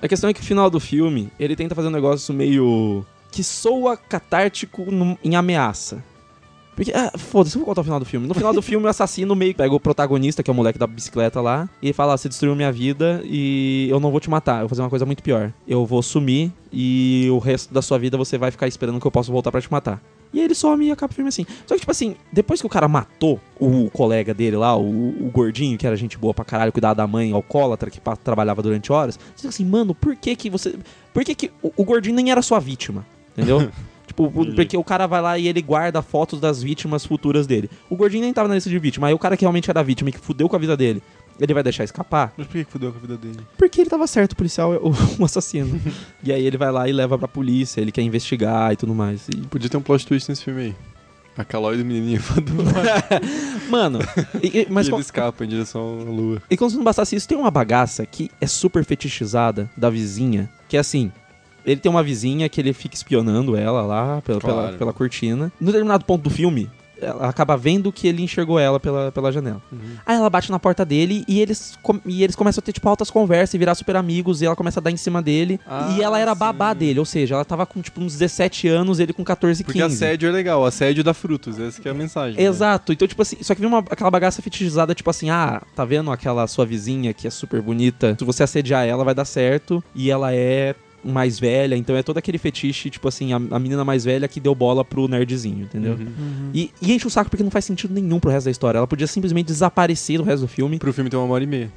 Speaker 3: a questão é que o final do filme, ele tenta fazer um negócio meio. que soa catártico num- em ameaça. Porque, ah, foda-se, eu vou contar o final do filme. No final do filme, o assassino meio que pega o protagonista, que é o moleque da bicicleta lá, e ele fala: ah, Você destruiu minha vida e eu não vou te matar, eu vou fazer uma coisa muito pior. Eu vou sumir e o resto da sua vida você vai ficar esperando que eu possa voltar pra te matar. E aí ele some e acaba o filme assim. Só que, tipo assim, depois que o cara matou o colega dele lá, o, o gordinho, que era gente boa pra caralho, cuidava da mãe alcoólatra, que pa- trabalhava durante horas, você fica assim, mano, por que que você. Por que que o, o gordinho nem era sua vítima? Entendeu? tipo, o- porque o cara vai lá e ele guarda fotos das vítimas futuras dele. O gordinho nem tava na lista de vítima, aí o cara que realmente era vítima e que fudeu com a vida dele, ele vai deixar escapar?
Speaker 1: Mas por que que fudeu com a vida dele?
Speaker 3: Porque ele tava certo, o policial é o- um assassino. e aí ele vai lá e leva pra polícia, ele quer investigar e tudo mais. E
Speaker 2: Podia ter um plot twist nesse filme aí. A Calói do menininho voador.
Speaker 3: Mano, e- e- mas
Speaker 2: e
Speaker 3: co-
Speaker 2: ele escapa em direção à lua.
Speaker 3: e como se não bastasse isso, tem uma bagaça que é super fetichizada da vizinha, que é assim. Ele tem uma vizinha que ele fica espionando ela lá pela, pela-
Speaker 2: Claro.
Speaker 3: pela cortina. No determinado ponto do filme, ela acaba vendo que ele enxergou ela pela, pela janela.
Speaker 2: Uhum.
Speaker 3: Aí ela bate na porta dele e eles, com- e eles começam a ter, tipo, altas conversas e virar super amigos. E ela começa a dar em cima dele.
Speaker 2: Ah,
Speaker 3: e ela era babá
Speaker 2: sim.
Speaker 3: dele, ou seja, ela tava com, tipo, uns 17 anos, ele com 14,
Speaker 2: Porque
Speaker 3: 15.
Speaker 2: assédio é legal, assédio dá frutos, essa que é a mensagem. né?
Speaker 3: Exato. Então, tipo assim, só que vem uma, aquela bagaça fetichizada, tipo assim, ah, tá vendo aquela sua vizinha que é super bonita? Se você assediar ela, vai dar certo. E ela é mais velha, então é todo aquele fetiche, tipo assim, a, a menina mais velha que deu bola pro nerdzinho, entendeu?
Speaker 2: Uhum.
Speaker 3: E, e enche o saco porque não faz sentido nenhum pro resto da história. Ela podia simplesmente desaparecer do resto do filme.
Speaker 2: Pro filme ter uma hora e meia.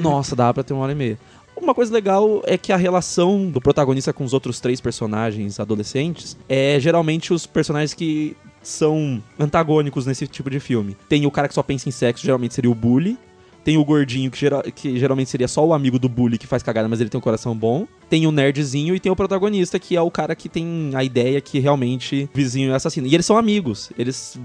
Speaker 3: Nossa, dá pra ter uma hora e meia. Uma coisa legal é que a relação do protagonista com os outros três personagens adolescentes é geralmente os personagens que são antagônicos nesse tipo de filme. Tem o cara que só pensa em sexo, geralmente seria o bully. Tem o gordinho, que, gera- que geralmente seria só o amigo do bully que faz cagada, mas ele tem um coração bom. Tem o nerdzinho e tem o protagonista, que é o cara que tem a ideia que realmente o vizinho é assassino. E eles são amigos. Eles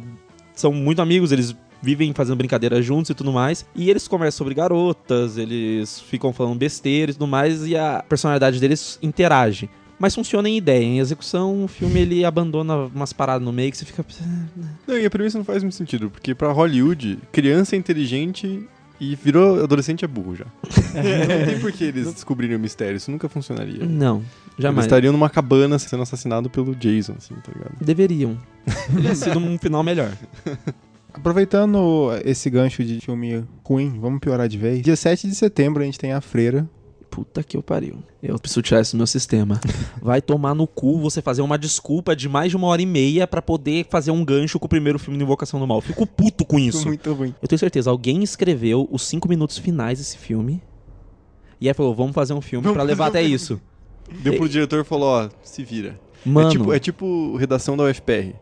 Speaker 3: são muito amigos, eles vivem fazendo brincadeira juntos e tudo mais. E eles conversam sobre garotas, eles ficam falando besteira e tudo mais, e a personalidade deles interage. Mas funciona em ideia, em execução, o filme ele abandona umas paradas no meio que você fica.
Speaker 2: Não, e a premissa não faz muito sentido, porque pra Hollywood, criança é inteligente e virou adolescente é burro já.
Speaker 3: É.
Speaker 2: Não tem por que eles descobrirem o mistério, isso nunca funcionaria.
Speaker 3: Não,
Speaker 2: Eles
Speaker 3: Hum, jamais.
Speaker 2: estariam numa cabana sendo assassinado pelo Jason, assim, tá ligado?
Speaker 3: Deveriam. Teria sido um final melhor.
Speaker 1: Aproveitando esse gancho de filme ruim, vamos piorar de vez. Dia 7 de setembro a gente tem A Freira.
Speaker 3: Puta que eu pariu. Eu preciso tirar isso do meu sistema. Vai tomar no cu você fazer uma desculpa de mais de uma hora e meia pra poder fazer um gancho com o primeiro filme de Invocação do Mal. Eu Fico puto com isso.
Speaker 1: Muito ruim.
Speaker 3: Eu tenho certeza, alguém escreveu os cinco minutos finais desse filme. E aí falou, vamos fazer um filme pra levar até isso.
Speaker 2: Deu pro diretor e falou, ó, se vira.
Speaker 3: Mano,
Speaker 2: É tipo, é tipo redação da UFPR.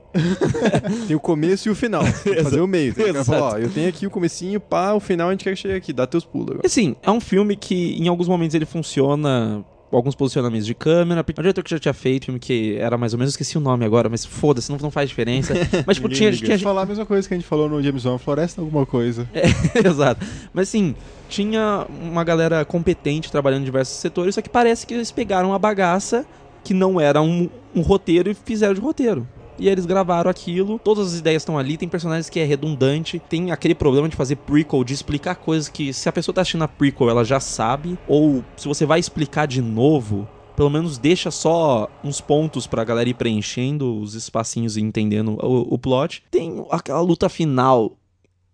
Speaker 2: tem o começo e o final. Tem que fazer o meio. Tem que falar, ó, eu tenho aqui o comecinho, pá, o final a gente quer que chegue aqui. Dá teus pulos agora.
Speaker 3: assim, é um filme que em alguns momentos ele funciona com alguns posicionamentos de câmera. porque É um diretor que já tinha feito filme que era mais ou menos, eu esqueci o nome agora, mas foda-se, não, não faz diferença. Mas tipo,
Speaker 2: Ninguém
Speaker 3: tinha,
Speaker 2: liga.
Speaker 3: tinha,
Speaker 1: Falar a mesma coisa que a gente falou no James Bond, floresta alguma coisa.
Speaker 3: Exato. Mas assim, tinha uma galera competente trabalhando em diversos setores, só que parece que eles pegaram a bagaça que não era um, um roteiro e fizeram de roteiro. E aí eles gravaram aquilo, todas as ideias estão ali, tem personagens que é redundante, tem aquele problema de fazer prequel, de explicar coisas que se a pessoa tá assistindo a prequel, ela já sabe, ou se você vai explicar de novo, pelo menos deixa só uns pontos pra galera ir preenchendo os espacinhos e entendendo o, o plot. Tem aquela luta final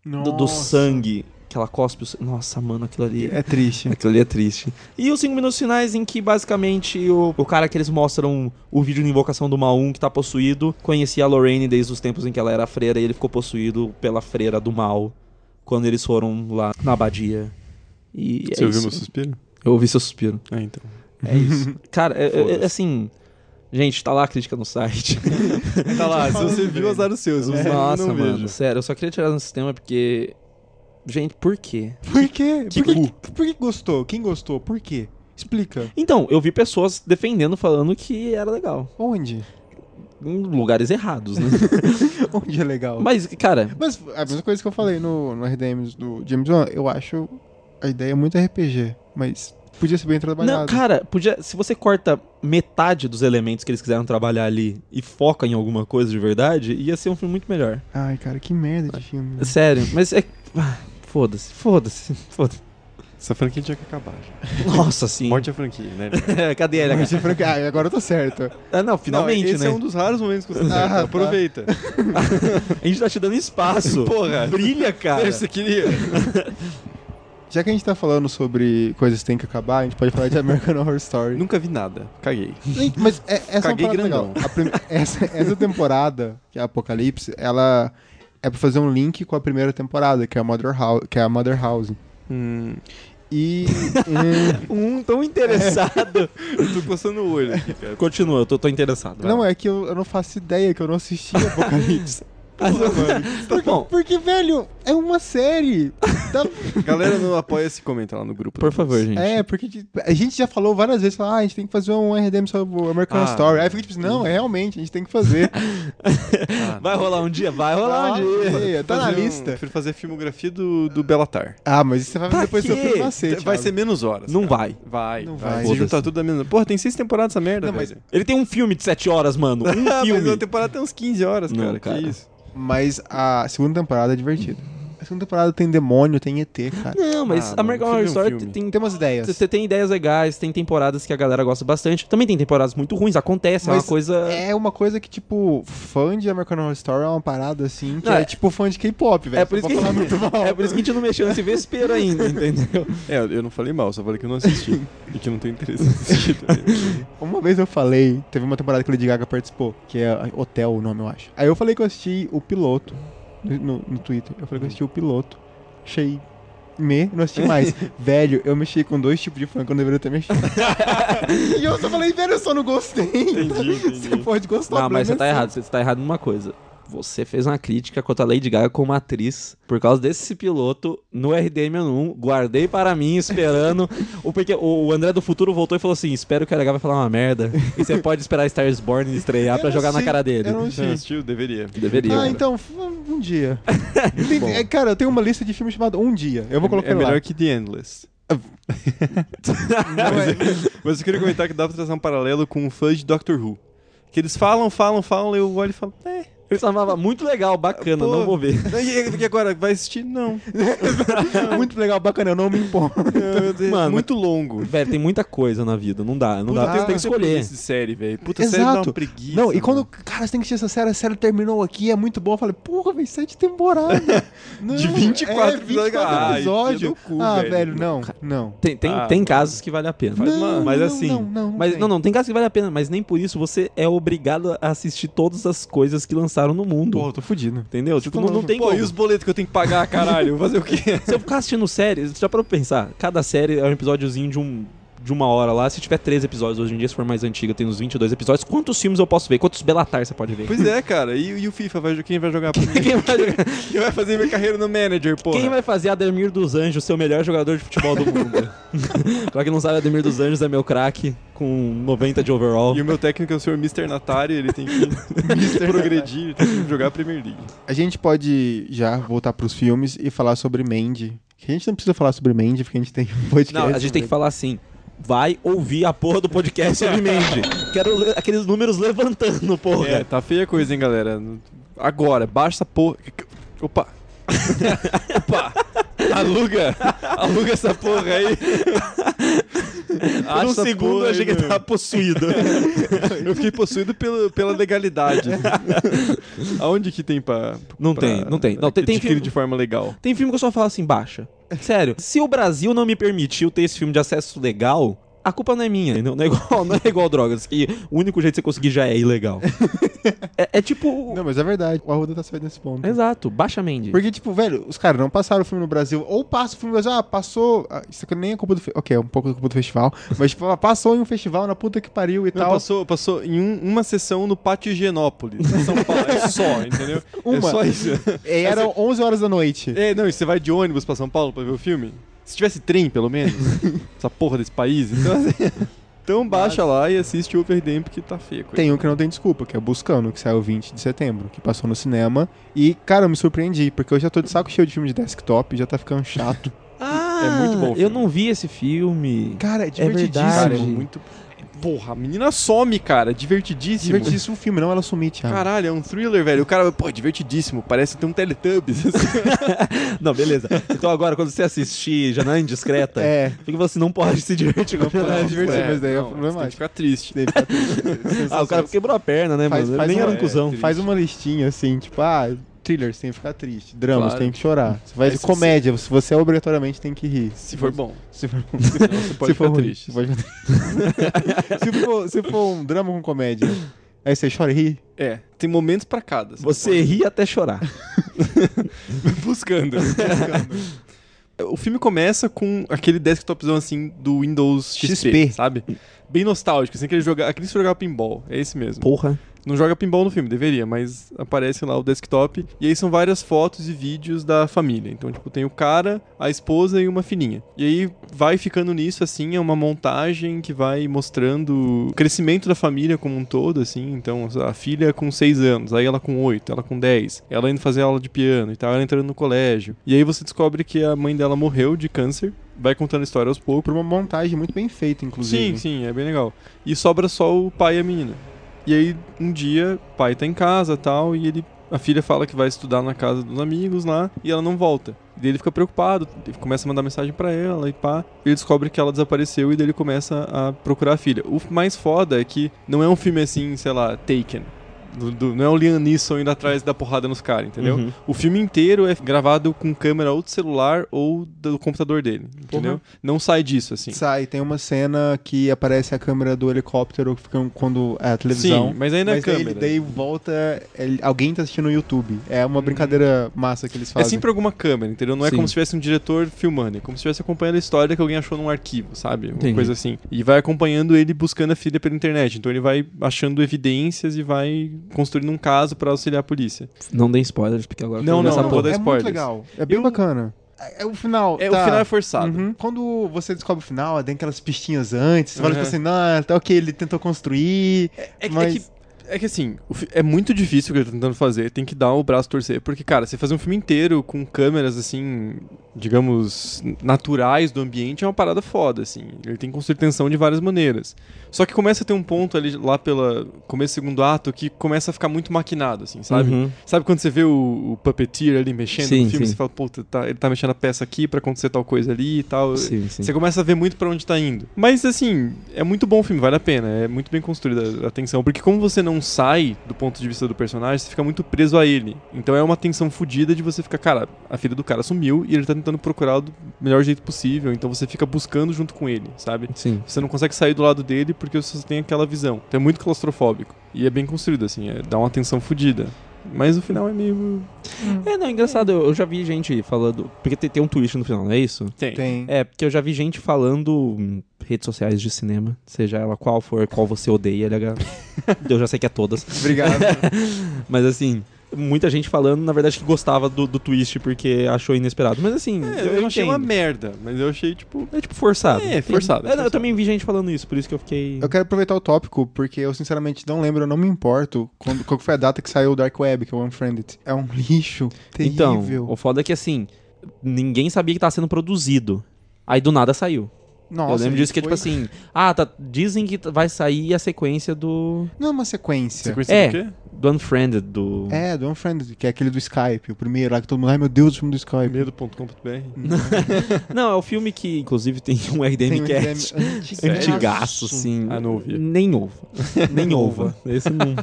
Speaker 3: do, do sangue, que ela cospe o sangue. Nossa, mano, aquilo ali.
Speaker 1: É triste.
Speaker 3: Aquilo ali é triste. E os 5 minutos finais em que basicamente o, o cara que eles mostram o vídeo de invocação do Maun que tá possuído conhecia a Lorraine desde os tempos em que ela era freira e ele ficou possuído pela freira do mal quando eles foram lá na abadia. E é
Speaker 2: Você ouviu
Speaker 3: isso.
Speaker 2: meu suspiro?
Speaker 3: Eu ouvi seu suspiro.
Speaker 2: Ah, então.
Speaker 3: É isso. Cara, é- é- é
Speaker 2: Foda-se.
Speaker 3: assim. Gente, tá lá a crítica no site.
Speaker 2: Tá lá, se você viu, azar os seus. Os meus
Speaker 3: Nossa,
Speaker 2: não
Speaker 3: mano.
Speaker 2: vejo.
Speaker 3: Sério, eu só queria tirar no sistema porque. Gente, por quê?
Speaker 1: Por quê?
Speaker 2: Que
Speaker 1: por, que, por que gostou? Quem gostou? Por quê? Explica.
Speaker 3: Então, eu vi pessoas defendendo, falando que era legal.
Speaker 1: Onde?
Speaker 3: Em lugares errados, né?
Speaker 1: Onde é legal?
Speaker 3: Mas, cara,
Speaker 1: Mas a mesma coisa que eu falei no, no RDM do James Wan, eu acho a ideia muito RPG, mas podia ser bem trabalhado.
Speaker 3: não, cara, podia. Se você corta metade dos elementos que eles quiseram trabalhar ali e foca em alguma coisa de verdade, ia ser um filme muito melhor.
Speaker 1: Ai, cara, que merda de filme.
Speaker 3: Sério, mas é. ah, Foda-se, foda-se, foda-se.
Speaker 2: Essa franquia tinha que acabar. já.
Speaker 3: Nossa, sim.
Speaker 2: Morte é franquia, né?
Speaker 3: Cadê ele?
Speaker 1: Mas, Frank, ah, agora eu tô certo.
Speaker 3: Ah, não, finalmente,
Speaker 2: Esse é
Speaker 3: né?
Speaker 2: um dos raros momentos que você
Speaker 1: Ah,
Speaker 2: acerta.
Speaker 1: tá.
Speaker 2: Aproveita.
Speaker 3: A gente tá te dando espaço.
Speaker 2: Porra.
Speaker 3: Brilha, cara.
Speaker 2: Você queria.
Speaker 1: Já que a gente tá falando sobre coisas que tem que acabar, a gente pode falar de American Horror Story.
Speaker 2: Nunca vi nada. Caguei.
Speaker 1: Nem- Mas é- essa
Speaker 2: Caguei
Speaker 1: é uma parada
Speaker 2: grandão.
Speaker 1: legal. A prim- essa, essa temporada, que é Apocalipse, ela é pra fazer um link com a primeira temporada, que é a Mother House. Que é a Mother House.
Speaker 2: Hum,
Speaker 1: E. hum,
Speaker 3: Um tão interessado.
Speaker 2: eu tô coçando o olho aqui, cara.
Speaker 3: É. Continua, eu tô, tô interessado. vai.
Speaker 1: não, é que eu, eu não faço ideia, que eu não assisti Apocalipse.
Speaker 3: Mas, Ah, Tá bom,
Speaker 1: Porque, velho, é uma série. Dá-
Speaker 2: Galera, não apoia se comenta lá no grupo.
Speaker 3: por favor, gente.
Speaker 1: É, porque de- a gente já falou várias vezes, falou, ah, a gente tem que fazer um RDM sobre o American Horror
Speaker 2: Ah.
Speaker 1: Story. Aí fica tipo, assim, não, é realmente, a gente tem que fazer.
Speaker 2: Ah,
Speaker 3: Vai rolar um dia? Vai rolar um
Speaker 1: Ah,
Speaker 3: dia.
Speaker 2: prefiro
Speaker 1: tá na
Speaker 2: fazer um-
Speaker 1: lista.
Speaker 2: prefiro fazer a filmografia do, do Belatar.
Speaker 1: Ah, mas isso você vai
Speaker 3: Pra
Speaker 1: fazer depois do seu
Speaker 3: quê?
Speaker 1: filho nascer,
Speaker 2: Vai
Speaker 1: Thiago.
Speaker 2: ser menos horas.
Speaker 3: Não
Speaker 2: cara.
Speaker 3: vai.
Speaker 2: Vai.
Speaker 1: Não
Speaker 2: vai.
Speaker 1: vai.
Speaker 2: Se juntar
Speaker 3: Foda-se.
Speaker 2: tudo da mesma. Porra, tem seis temporadas essa merda,
Speaker 1: Não, mas-
Speaker 2: velho.
Speaker 3: Ele tem um filme de 7 horas, mano. Um
Speaker 2: Ah, mas
Speaker 3: filme.
Speaker 2: uma temporada tem uns 15 horas,
Speaker 3: Não,
Speaker 2: cara.
Speaker 3: cara.
Speaker 2: Que isso?
Speaker 1: Mas a segunda temporada é divertida. A segunda temporada tem demônio, tem ET, cara.
Speaker 3: Não,
Speaker 2: Ah,
Speaker 3: mas
Speaker 2: mano,
Speaker 3: American
Speaker 2: filme é
Speaker 3: Horror
Speaker 2: um
Speaker 3: Story
Speaker 2: filme.
Speaker 3: tem,
Speaker 1: Tem umas ideias.
Speaker 3: Você tem ideias legais, tem temporadas que a galera gosta bastante. Também tem temporadas muito ruins, acontece, é uma
Speaker 1: Mas
Speaker 3: coisa. É,
Speaker 1: É uma coisa que, tipo, fã de American Horror Story é uma parada assim, que
Speaker 3: Não,
Speaker 1: é,
Speaker 3: é-
Speaker 1: tipo fã de K-pop, velho.
Speaker 3: por
Speaker 1: Só
Speaker 3: isso que...
Speaker 1: pra falar muito mal.
Speaker 3: é por isso que a gente não mexeu nesse vespeiro ainda, entendeu?
Speaker 2: É, eu não falei mal, só falei que eu não assisti. e que eu não tenho interesse em assistir também.
Speaker 1: Uma vez eu falei, teve uma temporada que a Lady Gaga participou, que é Hotel o nome, eu acho. Aí eu falei que eu assisti o piloto no, no- no Twitter. Eu falei que eu assisti o piloto. Achei. Me, não assisti mais. velho, eu mexi com dois tipos de fã que eu não deveria ter mexido. e eu só falei, velho, eu só não gostei.
Speaker 2: Entendi,
Speaker 1: Você
Speaker 2: entendi.
Speaker 1: pode gostar
Speaker 3: Não, mas você
Speaker 1: pelo
Speaker 3: tá
Speaker 1: menos
Speaker 3: errado. Você tá errado numa coisa. Você fez uma crítica contra a Lady Gaga como atriz por causa desse piloto no RDM1. Guardei para mim, esperando. o, porque o André do Futuro voltou e falou assim: Espero que a Gaga vai falar uma merda. E você pode esperar Stars Born estrear
Speaker 1: Eu
Speaker 3: pra
Speaker 1: não
Speaker 3: jogar na
Speaker 1: sei,
Speaker 3: cara dele.
Speaker 1: eu não
Speaker 2: Você não
Speaker 3: Hum.
Speaker 2: assistiu? Deveria.
Speaker 3: Deveria.
Speaker 1: assim, um Ah,
Speaker 3: cara.
Speaker 1: então, f- um dia. Tem- é, cara, eu tenho uma lista de filmes chamada Um Dia. Eu vou colocar
Speaker 2: É melhor
Speaker 1: lá.
Speaker 2: que The Endless.
Speaker 1: Não é-
Speaker 2: Mas eu queria comentar que dá pra trazer um paralelo com um fã de Doctor Who. Que eles falam, falam, falam, eu olho e falo, é.
Speaker 3: Ele chamava muito legal, bacana,
Speaker 2: Pô.
Speaker 3: não vou ver.
Speaker 2: E, e agora? Vai assistir? Não.
Speaker 1: Tá Muito legal, bacana, eu não me importo.
Speaker 3: Mano,
Speaker 2: muito longo.
Speaker 3: Velho, tem muita coisa na vida, não dá, não
Speaker 2: Puta,
Speaker 3: dá.
Speaker 2: tem-
Speaker 3: Você
Speaker 1: ah,
Speaker 3: tem que
Speaker 2: tem
Speaker 3: escolher.
Speaker 2: compromisso de série, velho. Puta, série dá uma
Speaker 1: Exato.
Speaker 2: preguiça.
Speaker 1: não, e quando,
Speaker 2: mano.
Speaker 1: cara, você tem que assistir essa série, a série terminou aqui, é muito boa. Eu falei, porra, velho, sete temporadas. Não,
Speaker 2: De 24
Speaker 1: é, 24
Speaker 2: episódios.
Speaker 1: episódios.
Speaker 2: Ai, que do cu,
Speaker 1: ah,
Speaker 2: velho.
Speaker 1: velho, não, não.
Speaker 3: Tem, tem,
Speaker 2: Ah,
Speaker 3: tem casos que vale a pena.
Speaker 2: Faz
Speaker 1: Não,
Speaker 2: uma-
Speaker 3: mas
Speaker 1: não,
Speaker 3: assim,
Speaker 1: Não, não, não
Speaker 3: Mas
Speaker 1: tem.
Speaker 3: não, não, tem casos que vale a pena, mas nem por isso você é obrigado a assistir todas as coisas que lançaram no mundo.
Speaker 1: Porra, eu tô fudido.
Speaker 3: Entendeu?
Speaker 1: Você
Speaker 3: Tipo,
Speaker 1: tá
Speaker 3: não, não
Speaker 1: louco.
Speaker 3: tem
Speaker 2: assim, Pô,
Speaker 3: como.
Speaker 2: e os boletos que eu tenho que pagar, caralho? Vou fazer o quê?
Speaker 3: Se eu ficar assistindo séries, já para pensar, cada série é um episódiozinho de um de uma hora lá. Se tiver três episódios hoje em dia, se for mais antiga, tem uns 22 episódios. Quantos filmes eu posso ver? Quantos Belatar você pode ver?
Speaker 2: Pois é, cara. E, e o FIFA? Vai, quem vai jogar pra mim?
Speaker 3: Quem vai, jogar-
Speaker 2: Quem vai fazer minha carreira no manager, porra?
Speaker 3: quem vai fazer Ademir dos Anjos ser o melhor jogador de futebol do mundo? pra quem não sabe, Ademir dos Anjos é meu craque com 90 de overall.
Speaker 2: E o meu técnico é o senhor Mr. Natari, ele tem que progredir, ele tem que jogar a Premier League.
Speaker 1: A gente pode já voltar pros filmes e falar sobre Mandy. Que A gente não precisa falar sobre Mandy, porque a gente tem um podcast.
Speaker 3: Não, a gente tem que falar assim. Vai ouvir a porra do podcast sobre Mandy. Quero le- aqueles números levantando, porra.
Speaker 2: É, tá feia a coisa, hein, galera. Agora, baixa essa porra. Opa! Opa!
Speaker 3: Aluga! Aluga essa porra aí! Por um
Speaker 2: essa
Speaker 3: segundo
Speaker 2: porra
Speaker 3: eu
Speaker 2: aí,
Speaker 3: achei que ele
Speaker 2: meu.
Speaker 3: tava possuído.
Speaker 2: Eu fiquei possuído pelo, pela legalidade. Aonde que tem pra.
Speaker 3: Não
Speaker 2: pra-
Speaker 3: tem, não tem. Não,
Speaker 2: que
Speaker 3: tem- tem
Speaker 2: adquire
Speaker 3: filme-
Speaker 2: de forma legal.
Speaker 3: Tem filme que eu só falo assim, baixa. Sério, se o Brasil não me permitiu ter esse filme de acesso legal, a culpa não é minha, entendeu? Não é igual, não é igual drogas, que o único jeito de você conseguir já é ilegal. É, é tipo.
Speaker 1: Não, mas é verdade. O Arruda tá certo nesse ponto.
Speaker 3: Exato, baixa Mandy.
Speaker 1: Porque, tipo, velho, os caras não passaram o filme no Brasil. Ou passa o filme no Brasil, ah, passou. ah, Isso aqui nem é culpa do. fe- Ok, é um pouco da culpa do festival. Mas, tipo, ah, passou em um festival na puta que pariu e
Speaker 2: Não,
Speaker 1: tal.
Speaker 2: passou, passou em um- uma sessão no Pátio Higienópolis, em São Paulo. É só, entendeu? É
Speaker 1: Uma.
Speaker 2: só isso.
Speaker 1: E eram 11 horas da noite.
Speaker 2: É, não, e você vai de ônibus pra São Paulo pra ver o filme? Se tivesse trem, pelo menos. essa porra desse país. Então, assim, então baixa lá e assiste o Overdamp que tá feio.
Speaker 1: Tem um que não tem desculpa, que é Buscando, que saiu 20 de setembro, que passou no cinema. E, cara, eu me surpreendi, porque eu já tô de saco cheio de filme de desktop, já tá ficando chato.
Speaker 3: Ah,
Speaker 2: É muito bom o
Speaker 3: Eu
Speaker 2: filme.
Speaker 3: não vi esse filme.
Speaker 1: Cara, é
Speaker 2: Cara, é
Speaker 3: verdade.
Speaker 2: muito. Porra, a menina some, cara. é Divertidíssimo.
Speaker 1: Divertidíssimo o um filme, não ela sumir, Thiago.
Speaker 2: Caralho, é um thriller, velho. O cara, pô, é divertidíssimo. Parece ter um Teletubbies. assim.
Speaker 3: Não, beleza. Então agora, quando você assistir Janela Indiscreta,
Speaker 1: É,
Speaker 3: fica você não pode se divertir com
Speaker 1: pode. É
Speaker 3: Janela
Speaker 1: divertido, mas daí é
Speaker 2: não,
Speaker 1: problemático.
Speaker 2: você tem que ficar triste.
Speaker 1: deve ficar triste.
Speaker 3: Ah, o cara quebrou a perna, né,
Speaker 1: Faz-
Speaker 3: mano?
Speaker 1: faz
Speaker 3: Nem
Speaker 1: uma-
Speaker 3: era um
Speaker 2: é,
Speaker 3: cuzão.
Speaker 2: triste.
Speaker 1: Faz uma listinha assim, tipo, ah, thrillers tem que ficar triste, dramas
Speaker 2: Claro.
Speaker 1: tem que chorar. Você faz
Speaker 2: Aí se
Speaker 1: comédia, se você obrigatoriamente tem que rir.
Speaker 2: Se for bom.
Speaker 1: Se for,
Speaker 2: Senão você pode
Speaker 1: se for
Speaker 2: ficar
Speaker 1: ruim,
Speaker 2: triste.
Speaker 1: pode ficar triste. se, for, se for um drama com comédia, aí você chora e ri.
Speaker 2: É, tem momentos pra cada.
Speaker 3: Você ri até chorar.
Speaker 2: pode- buscando. o filme começa com aquele desktopzão assim do Windows XP,
Speaker 1: XP.
Speaker 2: sabe? Bem nostálgico, assim, aquele jogar, aquele que jogava pinball. É esse mesmo.
Speaker 3: Porra.
Speaker 2: Não joga pinball no filme, deveria, mas aparece lá o desktop. E aí são várias fotos e vídeos da família. Então, tipo, tem o cara, a esposa e uma fininha. E aí vai ficando nisso, assim, é uma montagem que vai mostrando o crescimento da família como um todo, assim. Então, a filha com 6 anos, aí ela com 8, ela com 10, ela indo fazer aula de piano e tal, ela entrando no colégio. E aí você descobre que a mãe dela morreu de câncer. Vai contando a história aos poucos.
Speaker 1: Por uma montagem muito bem feita,
Speaker 2: Sim,
Speaker 1: inclusive.
Speaker 2: sim, é bem legal. E sobra só o pai e a menina. E aí, um dia, o pai tá em casa tal, e ele. A filha fala que vai estudar na casa dos amigos lá e ela não volta. E daí ele fica preocupado, ele começa a mandar mensagem pra ela e pá. Ele descobre que ela desapareceu e daí ele começa a procurar a filha. O mais foda é que não é um filme assim, sei lá, Taken. Do- do- não é o Liam Neeson indo atrás da porrada nos caras, entendeu?
Speaker 3: Uhum.
Speaker 2: O filme inteiro é gravado com câmera ou do celular ou do computador dele, entendeu? Não sai disso, assim.
Speaker 1: Sai, tem uma cena que aparece a câmera do helicóptero que fica quando é a televisão.
Speaker 2: Sim, mas aí na
Speaker 1: mas daí,
Speaker 2: câmera. É
Speaker 1: ele, daí volta, ele- alguém tá assistindo no YouTube. É uma brincadeira massa que eles
Speaker 2: Hum. É
Speaker 1: fazem.
Speaker 2: sempre alguma câmera, entendeu? Não é
Speaker 3: Sim.
Speaker 2: como se tivesse um diretor filmando, é como se estivesse acompanhando a história que alguém achou num arquivo, sabe? Uma
Speaker 3: Entendi.
Speaker 2: coisa assim. E vai acompanhando ele buscando a filha pela internet. Então ele vai achando evidências e vai construindo um caso pra auxiliar a polícia.
Speaker 3: Não dê spoilers, porque agora
Speaker 2: Não,
Speaker 3: eu
Speaker 2: não,
Speaker 3: tô nessa
Speaker 2: não
Speaker 3: porra.
Speaker 2: vou dar
Speaker 1: é muito
Speaker 2: spoilers.
Speaker 1: legal. É bem
Speaker 2: Eu-
Speaker 1: bacana. É, é o final.
Speaker 2: É,
Speaker 1: tá.
Speaker 2: O final é forçado.
Speaker 1: Uhum. Quando você descobre o final, tem aquelas pistinhas antes, você fala
Speaker 2: Uhum.
Speaker 1: tipo assim, não, tá ok, ele tentou construir.
Speaker 2: É, que-
Speaker 1: Mas-
Speaker 2: é que, é que assim, o fi- é muito difícil o que ele tá tentando fazer, tem que dar o braço a torcer. Porque, cara, você fazer um filme inteiro com câmeras, assim, digamos, naturais do ambiente é uma parada foda, assim. Ele tem que construir tensão de várias maneiras. Só que começa a ter um ponto ali lá pela começo do segundo ato que começa a ficar muito maquinado, assim, sabe?
Speaker 3: Uhum.
Speaker 2: Sabe quando você vê o, o puppeteer ali mexendo
Speaker 3: Sim,
Speaker 2: no filme,
Speaker 3: sim.
Speaker 2: você fala, puta, tá, ele tá mexendo a peça aqui pra acontecer tal coisa ali e tal.
Speaker 3: Sim, sim.
Speaker 2: Você começa a ver muito pra onde tá indo. Mas assim, é muito bom o filme, vale a pena. É muito bem construída a tensão. Porque como você não sai do ponto de vista do personagem, você fica muito preso a ele. Então é uma tensão fodida de você ficar, cara, a filha do cara sumiu e ele tá tentando procurar do melhor jeito possível. Então você fica buscando junto com ele, sabe?
Speaker 3: Sim.
Speaker 2: Você não consegue sair do lado dele porque você só tem aquela visão. Então é muito claustrofóbico. E é bem construído, assim, é, dá uma tensão fodida. Mas o final é meio.
Speaker 3: É, não, engraçado, eu eu já vi gente falando. Porque tem, tem um twist no final, não é isso?
Speaker 1: Tem.
Speaker 3: É, porque eu já vi gente falando em redes sociais de cinema, seja ela qual for, qual você odeia, LH. eu já sei que é todas.
Speaker 1: Obrigado.
Speaker 3: Mas assim, muita gente falando, na verdade, que gostava do, do twist porque achou inesperado. Mas assim,
Speaker 2: É,
Speaker 3: eu,
Speaker 2: eu, achei uma
Speaker 3: entendo.
Speaker 2: merda, mas eu achei, tipo.
Speaker 3: É tipo forçado.
Speaker 2: É, forçado, é
Speaker 3: É, não, Eu
Speaker 2: forçado.
Speaker 3: também vi gente falando isso, por isso que eu fiquei.
Speaker 1: Eu quero aproveitar o tópico, porque eu sinceramente não lembro, eu não me importo quando, qual que foi a data que saiu o Dark Web, que é o Unfriended. É um lixo
Speaker 3: Então,
Speaker 1: terrível.
Speaker 3: o foda é que assim, ninguém sabia que tava sendo produzido. Aí do nada saiu.
Speaker 1: Nossa,
Speaker 3: eu lembro disso que é
Speaker 1: foi-
Speaker 3: tipo assim, ah, tá, dizem que t- vai sair a sequência do
Speaker 1: Não é uma sequência.
Speaker 2: Sequência
Speaker 3: É.
Speaker 2: do quê?
Speaker 3: do Unfriended do
Speaker 1: É, do Unfriended, que é aquele do Skype, o primeiro lá que todo mundo, ai meu Deus, o filme do Skype.
Speaker 2: Medo.com.br.
Speaker 3: Não, é o filme que inclusive tem um RDM
Speaker 1: um
Speaker 3: Cast.
Speaker 1: game antigaço. É.
Speaker 3: Antigaço, assim.
Speaker 2: Ah, não ouvi.
Speaker 3: Nem ova. Nem ova. Esse não.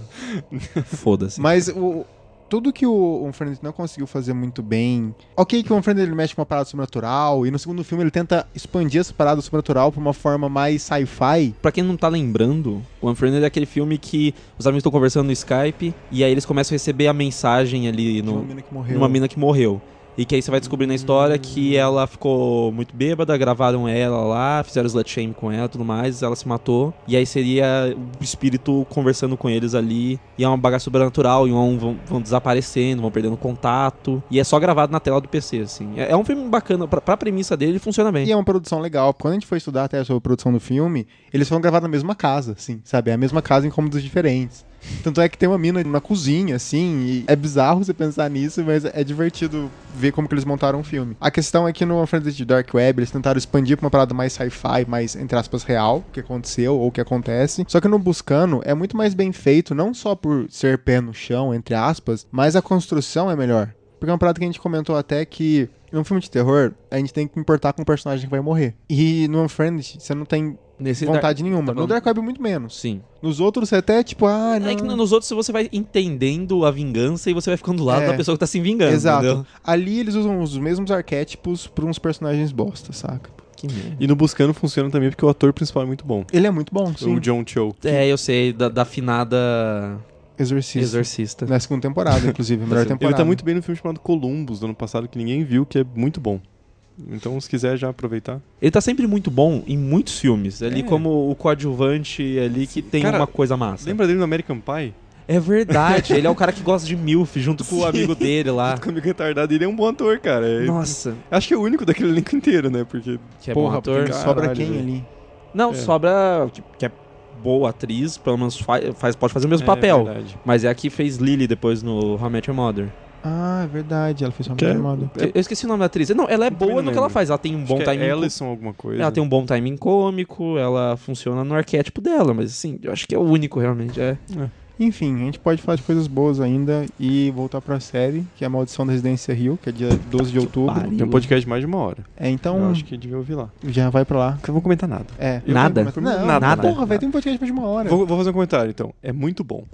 Speaker 3: Foda-se.
Speaker 1: Mas o, tudo que o Unfriended não conseguiu fazer muito bem. Ok, que o Unfriended ele mexe com uma parada sobrenatural, e no segundo filme ele tenta expandir essa parada sobrenatural pra uma forma mais sci-fi.
Speaker 3: Pra quem não tá lembrando, o Unfriended é aquele filme que os amigos estão conversando no Skype e aí eles começam a receber a mensagem ali
Speaker 1: de uma
Speaker 3: no,
Speaker 1: mina que morreu.
Speaker 3: numa mina que morreu. E que aí você vai descobrir na história que ela ficou muito bêbada, gravaram ela lá, fizeram slut shame com ela e tudo mais, ela se matou. E aí seria o espírito conversando com eles ali. E é uma bagaça sobrenatural, e vão, vão, vão desaparecendo, vão perdendo contato. E é só gravado na tela do PC, assim. É, é um filme bacana, pra, pra premissa dele, ele funciona bem.
Speaker 1: E é uma produção legal. Quando a gente foi estudar até sobre a produção do filme, eles foram gravados na mesma casa, assim, sabe? É a mesma casa em cômodos diferentes. Tanto é que tem uma mina na cozinha, assim, e é bizarro você pensar nisso, mas é divertido ver como que eles montaram o filme. A questão é que no Friends de Dark Web, eles tentaram expandir pra uma parada mais sci-fi, mais, entre aspas, real, que aconteceu ou que acontece. Só que no Buscando é muito mais bem feito, não só por ser pé no chão, entre aspas, mas a construção é melhor. Porque é uma parada que a gente comentou até que num filme de terror, a gente tem que importar com o personagem que vai morrer. E no Unfriended, você não tem
Speaker 3: Nesse Dark-
Speaker 1: vontade nenhuma.
Speaker 3: tá
Speaker 1: no
Speaker 3: bom.
Speaker 1: Dark Web, muito menos.
Speaker 3: Sim.
Speaker 1: Nos outros, você até, tipo, ah, não.
Speaker 3: É que nos outros você vai entendendo a vingança e você vai ficando do lado
Speaker 1: É.
Speaker 3: da pessoa que tá se vingando.
Speaker 1: Exato.
Speaker 3: entendeu?
Speaker 1: Ali eles usam os mesmos arquétipos pra uns personagens bosta, saca?
Speaker 3: Que merda.
Speaker 2: E no Buscando funciona também porque o ator principal é muito bom.
Speaker 1: Ele é muito bom, sim.
Speaker 2: O John Cho.
Speaker 3: É, eu sei, da, da afinada
Speaker 1: Exorcista.
Speaker 3: exorcista.
Speaker 1: Na segunda temporada, inclusive, a melhor temporada.
Speaker 2: Ele tá muito bem no filme chamado Columbus, do ano passado, que ninguém viu, que é muito bom. Então, se quiser já aproveitar.
Speaker 3: Ele tá sempre muito bom em muitos filmes. Ali
Speaker 2: É.
Speaker 3: como o coadjuvante é ali que tem
Speaker 2: Cara,
Speaker 3: uma coisa massa.
Speaker 2: Lembra dele no American Pie?
Speaker 3: É verdade. ele é o cara que gosta de MILF junto com o
Speaker 2: Sim.
Speaker 3: amigo dele lá.
Speaker 2: Com o amigo retardado, ele é um bom ator, cara. É-
Speaker 3: Ah. Nossa,
Speaker 2: Acho que é o único daquele elenco inteiro, né? Porque
Speaker 3: que é bom
Speaker 1: Porra,
Speaker 3: ator.
Speaker 1: porque sobra
Speaker 2: Caralho,
Speaker 1: quem
Speaker 2: velho.
Speaker 1: ali?
Speaker 3: Não,
Speaker 2: É.
Speaker 3: sobra que, que é boa atriz, pelo menos fa- faz, pode fazer o mesmo
Speaker 2: É,
Speaker 3: papel.
Speaker 2: verdade.
Speaker 3: Mas é a que fez Lily depois no How I Met Your Mother.
Speaker 1: Ah, é verdade. Ela fez uma
Speaker 2: Que é-
Speaker 1: chamada.
Speaker 2: É-
Speaker 3: Eu esqueci o nome da atriz. Não, ela é
Speaker 2: também
Speaker 3: boa
Speaker 2: não
Speaker 3: no que ela
Speaker 2: lembro.
Speaker 3: faz. Ela tem um bom
Speaker 2: Acho que
Speaker 3: timing.
Speaker 2: é Ellison alguma coisa.
Speaker 3: Ela tem um bom timing cômico, ela funciona no arquétipo dela, mas assim, eu acho que é o único realmente. É.
Speaker 1: Enfim, a gente pode falar de coisas boas ainda e voltar pra série, que é a Maldição da Residência Rio, que é dia 12 de outubro.
Speaker 3: pariu.
Speaker 2: Tem um podcast de mais de uma hora.
Speaker 1: É, então,
Speaker 3: Hum.
Speaker 2: Eu acho que devia ouvir lá.
Speaker 1: já vai pra lá.
Speaker 2: Eu não vou comentar nada.
Speaker 1: É.
Speaker 3: Eu Nada?
Speaker 1: Não,
Speaker 2: Nada,
Speaker 1: nada.
Speaker 3: nada.
Speaker 1: Porra, vai ter um podcast mais de uma hora.
Speaker 2: Vou, vou fazer um comentário, então. É muito bom.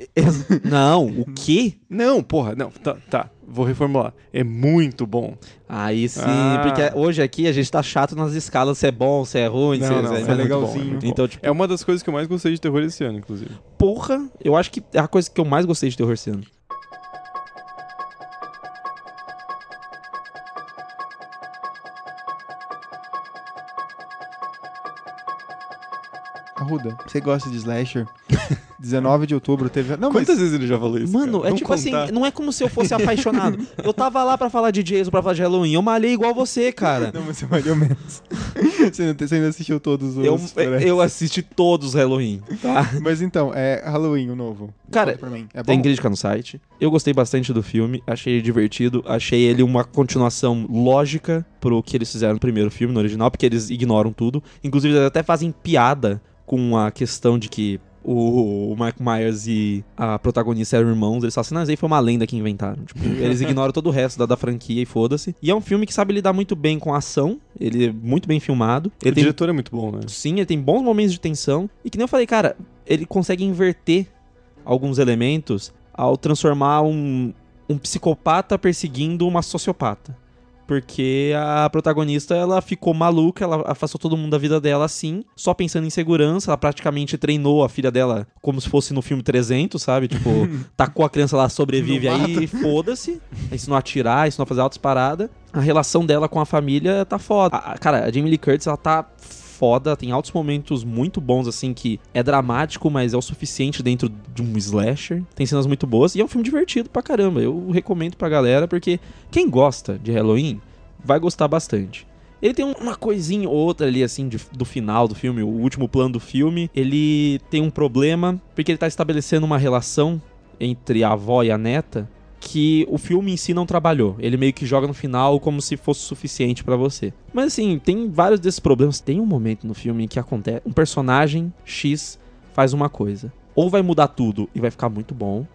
Speaker 3: Não, o quê?
Speaker 2: Não, porra, não. Tá, tá. Vou reformular. É muito bom.
Speaker 3: Aí sim,
Speaker 2: Ah.
Speaker 3: porque hoje aqui a gente tá chato nas escalas, se é bom, se é ruim, se
Speaker 2: Não, não,
Speaker 3: se
Speaker 2: é
Speaker 3: muito
Speaker 1: legalzinho.
Speaker 3: bom. Então, tipo,
Speaker 2: É uma das coisas que eu mais gostei de terror esse ano, inclusive.
Speaker 3: porra, eu acho que é a coisa que eu mais gostei de terror esse ano.
Speaker 1: Arruda, você gosta de slasher? 19 de outubro teve... Não,
Speaker 2: Quantas
Speaker 1: mas...
Speaker 2: vezes ele já falou isso?
Speaker 3: Mano,
Speaker 2: cara?
Speaker 3: é
Speaker 2: Não
Speaker 3: tipo
Speaker 2: contar.
Speaker 3: assim, não é como se eu fosse apaixonado. eu tava lá pra falar de Jason, pra falar de Halloween, eu malhei igual você, cara.
Speaker 1: Não, mas você valeu menos. você, ainda, você ainda assistiu todos os...
Speaker 3: Eu,
Speaker 1: parece.
Speaker 3: eu assisti todos os Halloween, tá?
Speaker 1: Mas então, é Halloween, o novo.
Speaker 3: Cara,
Speaker 1: Conta pra mim. É
Speaker 3: Tem
Speaker 1: bom?
Speaker 3: crítica no site. Eu gostei bastante do filme, achei ele divertido, achei ele uma continuação lógica pro que eles fizeram no primeiro filme, no original, porque eles ignoram tudo. Inclusive, eles até fazem piada com a questão de que o, o Mike Myers e a protagonista eram irmãos. Eles falam assim, não, isso aí foi uma lenda que inventaram. Tipo, eles ignoram todo o resto da, da franquia e foda-se. E é um filme que sabe lidar muito bem com a ação, ele é muito bem filmado.
Speaker 2: O
Speaker 3: Ele tem
Speaker 2: diretor é muito bom, né?
Speaker 3: Sim, ele tem bons momentos de tensão. E que nem eu falei, cara, ele consegue inverter alguns elementos ao transformar um, um psicopata perseguindo uma sociopata. Porque a protagonista, ela ficou maluca, ela afastou todo mundo da vida dela assim, só pensando em segurança. Ela praticamente treinou a filha dela como se fosse no filme 300, sabe? Tipo, tacou a criança lá, sobrevive
Speaker 1: No
Speaker 3: aí, foda-se. Ensinou a atirar, ensinou a fazer altas paradas. A relação dela com a família tá foda. A- a- cara, a Jamie Lee Curtis, ela tá foda. Tem altos momentos muito bons, assim, que é dramático, mas é o suficiente dentro de um slasher. Tem cenas muito boas e é um filme divertido pra caramba. Eu recomendo pra galera, porque quem gosta de Halloween vai gostar bastante. Ele tem um- uma coisinha ou outra ali, assim, de- do final do filme, o último plano do filme. Ele tem um problema, porque ele tá estabelecendo uma relação entre a avó e a neta que o filme em si não trabalhou. Ele meio que joga no final como se fosse suficiente pra você. Mas assim, tem vários desses problemas. Tem um momento no filme em que acontece, um personagem X faz uma coisa. Ou vai mudar tudo e vai ficar muito bom,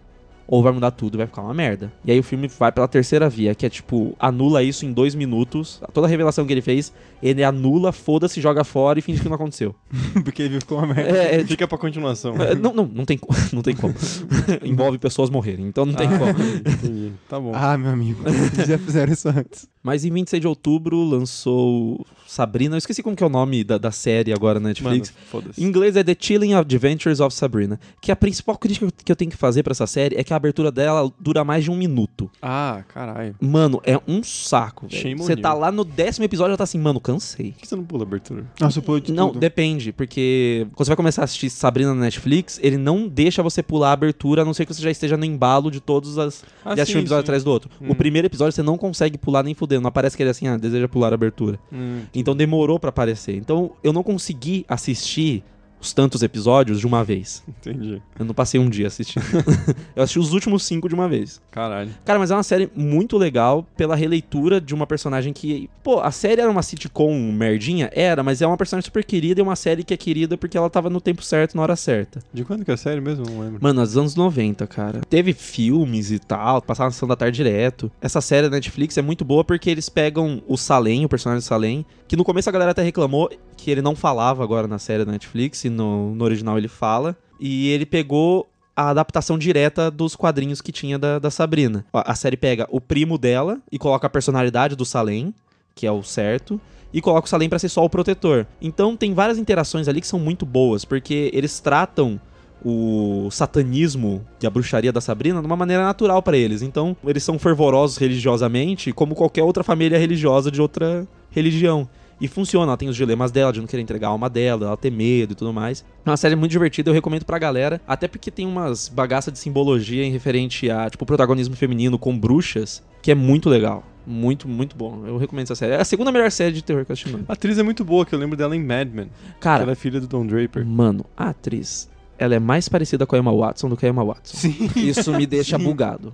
Speaker 3: ou vai mudar tudo e vai ficar uma merda. E aí o filme vai pela terceira via, que é tipo, anula isso em dois minutos. Toda a revelação que ele fez, ele anula, foda-se, joga fora e finge que não aconteceu.
Speaker 1: Porque ele ficou uma merda.
Speaker 3: É, é,
Speaker 2: Fica pra continuação.
Speaker 3: é, não, não, não tem, co- não tem como. Envolve pessoas morrerem, então não tem como.
Speaker 2: Entendi. Tá bom.
Speaker 1: Ah, meu amigo, eles já fizeram isso antes.
Speaker 3: Mas em 26 de outubro lançou Sabrina. Eu esqueci como que é o nome da, da série agora na
Speaker 2: Mano,
Speaker 3: Netflix.
Speaker 2: foda-se.
Speaker 3: Em inglês é The Chilling Adventures of Sabrina. Que a principal crítica que eu tenho que fazer pra essa série é que a abertura dela dura mais de um minuto.
Speaker 2: Ah, caralho.
Speaker 3: Mano, é um saco,
Speaker 2: Shame
Speaker 3: velho.
Speaker 2: on
Speaker 3: Você tá
Speaker 2: you.
Speaker 3: lá no décimo episódio e já tá assim, mano, cansei.
Speaker 2: Por que você não pula a abertura?
Speaker 1: Nossa, eu pulo de
Speaker 3: Não,
Speaker 1: tudo.
Speaker 3: depende, porque quando você vai começar a assistir Sabrina na Netflix, ele não deixa você pular a abertura, a não ser que você já esteja no embalo de todos as.
Speaker 2: Ah,
Speaker 3: de assistir um
Speaker 2: sim,
Speaker 3: episódio
Speaker 2: sim.
Speaker 3: atrás do outro.
Speaker 2: Hum.
Speaker 3: O primeiro episódio você não consegue pular nem fudendo. Não aparece que ele é assim, ah, deseja pular a abertura.
Speaker 2: Hum.
Speaker 3: Então demorou pra aparecer. Então eu não consegui assistir os tantos episódios de uma vez.
Speaker 2: Entendi.
Speaker 3: Eu não passei um dia assistindo. eu assisti os últimos cinco de uma vez.
Speaker 2: Caralho.
Speaker 3: Cara, mas é uma série muito legal pela releitura de uma personagem que. Pô, a série era uma sitcom merdinha? Era, mas é uma personagem super querida e uma série que é querida porque ela tava no tempo certo, na hora certa.
Speaker 2: De quando que é a série mesmo? Não lembro.
Speaker 3: Mano, nos anos 90, cara. Teve filmes e tal, passava na sessão da tarde direto. Essa série da Netflix é muito boa porque eles pegam o Salem, o personagem do Salem, que no começo a galera até reclamou que ele não falava agora na série da Netflix, e no, no original ele fala. E ele pegou a adaptação direta dos quadrinhos que tinha da, da Sabrina. A, a série pega o primo dela e coloca a personalidade do Salem, que é o certo, e coloca o Salem pra ser só o protetor. Então tem várias interações ali que são muito boas, porque eles tratam o satanismo e a bruxaria da Sabrina de uma maneira natural pra eles. Então, eles são fervorosos religiosamente, como qualquer outra família religiosa de outra religião. E funciona, ela tem os dilemas dela, de não querer entregar a alma dela, ela ter medo e tudo mais. É uma série muito divertida, eu recomendo pra galera, até porque tem umas bagaças de simbologia em referente a, tipo, protagonismo feminino com bruxas, que é muito legal. Muito, muito bom. Eu recomendo essa série. É a segunda melhor série de terror que eu assisti. no ano.
Speaker 2: A atriz é muito boa, que eu lembro dela em Mad Men.
Speaker 3: Cara, Uhum.
Speaker 2: Ela é filha do Don Draper.
Speaker 3: Mano, a atriz, ela é mais parecida com a Emma Watson do que a Emma Watson. Sim. Isso me deixa bugado.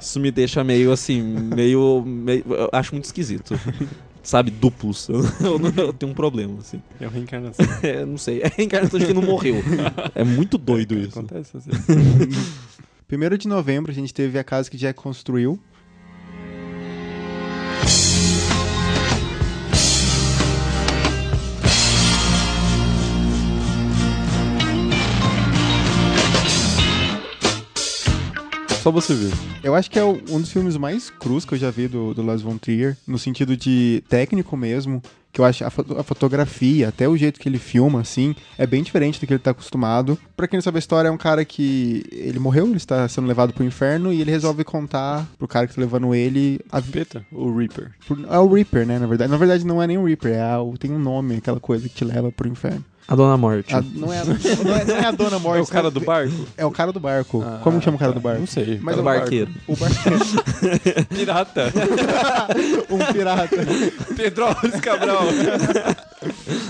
Speaker 3: Isso me deixa meio assim, meio. meio- eu acho muito esquisito. Sabe, duplos. Eu, não- eu tenho um problema, assim.
Speaker 2: É uma reencarnação.
Speaker 3: É, não sei. É a reencarnação de quem não morreu. É muito doido isso.
Speaker 2: Acontece assim. às vezes.
Speaker 1: Primeiro de novembro a gente teve a casa que Jack construiu.
Speaker 2: Só você ver.
Speaker 1: Eu acho que é o- um dos filmes mais crus que eu já vi do, do Lars von Trier, no sentido de técnico mesmo, que eu acho a, foto- a fotografia, até o jeito que ele filma, assim, é bem diferente do que ele tá acostumado. Pra quem não sabe a história, é um cara que ele morreu, ele está sendo levado pro inferno e ele resolve contar pro cara que tá levando ele a vi-
Speaker 2: Peta? O Reaper.
Speaker 1: por- é o Reaper, né, na verdade. Na verdade não é nem o Reaper, é a- o- tem um nome, aquela coisa que te leva pro inferno.
Speaker 3: A Dona Morte.
Speaker 1: A- não, é a, não, é, não é a Dona Morte.
Speaker 2: É o cara do barco?
Speaker 1: É o cara do barco.
Speaker 2: Ah,
Speaker 1: Como que chama o cara
Speaker 2: tá.
Speaker 1: do barco?
Speaker 2: Não sei.
Speaker 1: Mas
Speaker 3: do
Speaker 1: é o barco.
Speaker 3: barqueiro.
Speaker 1: O barqueiro.
Speaker 2: Pirata.
Speaker 1: um pirata.
Speaker 2: Pedrópolis Cabral.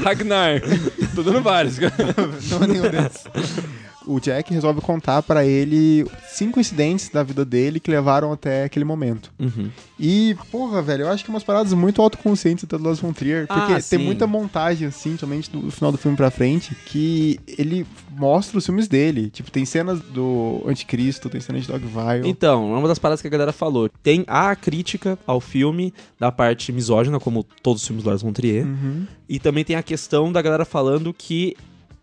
Speaker 2: Ragnar. Tô dando vários, cara.
Speaker 1: Não é nenhum desses. O Jack resolve contar pra ele cinco incidentes da vida dele que levaram até aquele momento.
Speaker 3: Uhum.
Speaker 1: E, porra, velho, eu acho que é umas paradas muito autoconscientes até do Lars von Trier,
Speaker 3: Ah,
Speaker 1: porque
Speaker 3: sim.
Speaker 1: tem muita montagem, assim, somente do final do filme pra frente, que ele mostra os filmes dele. Tipo, tem cenas do Anticristo, tem cenas de Dogville.
Speaker 3: Então, é uma das paradas que a galera falou. Tem a crítica ao filme da parte misógina, como todos os filmes do Lars von Trier.
Speaker 1: Uhum.
Speaker 3: E também tem a questão da galera falando que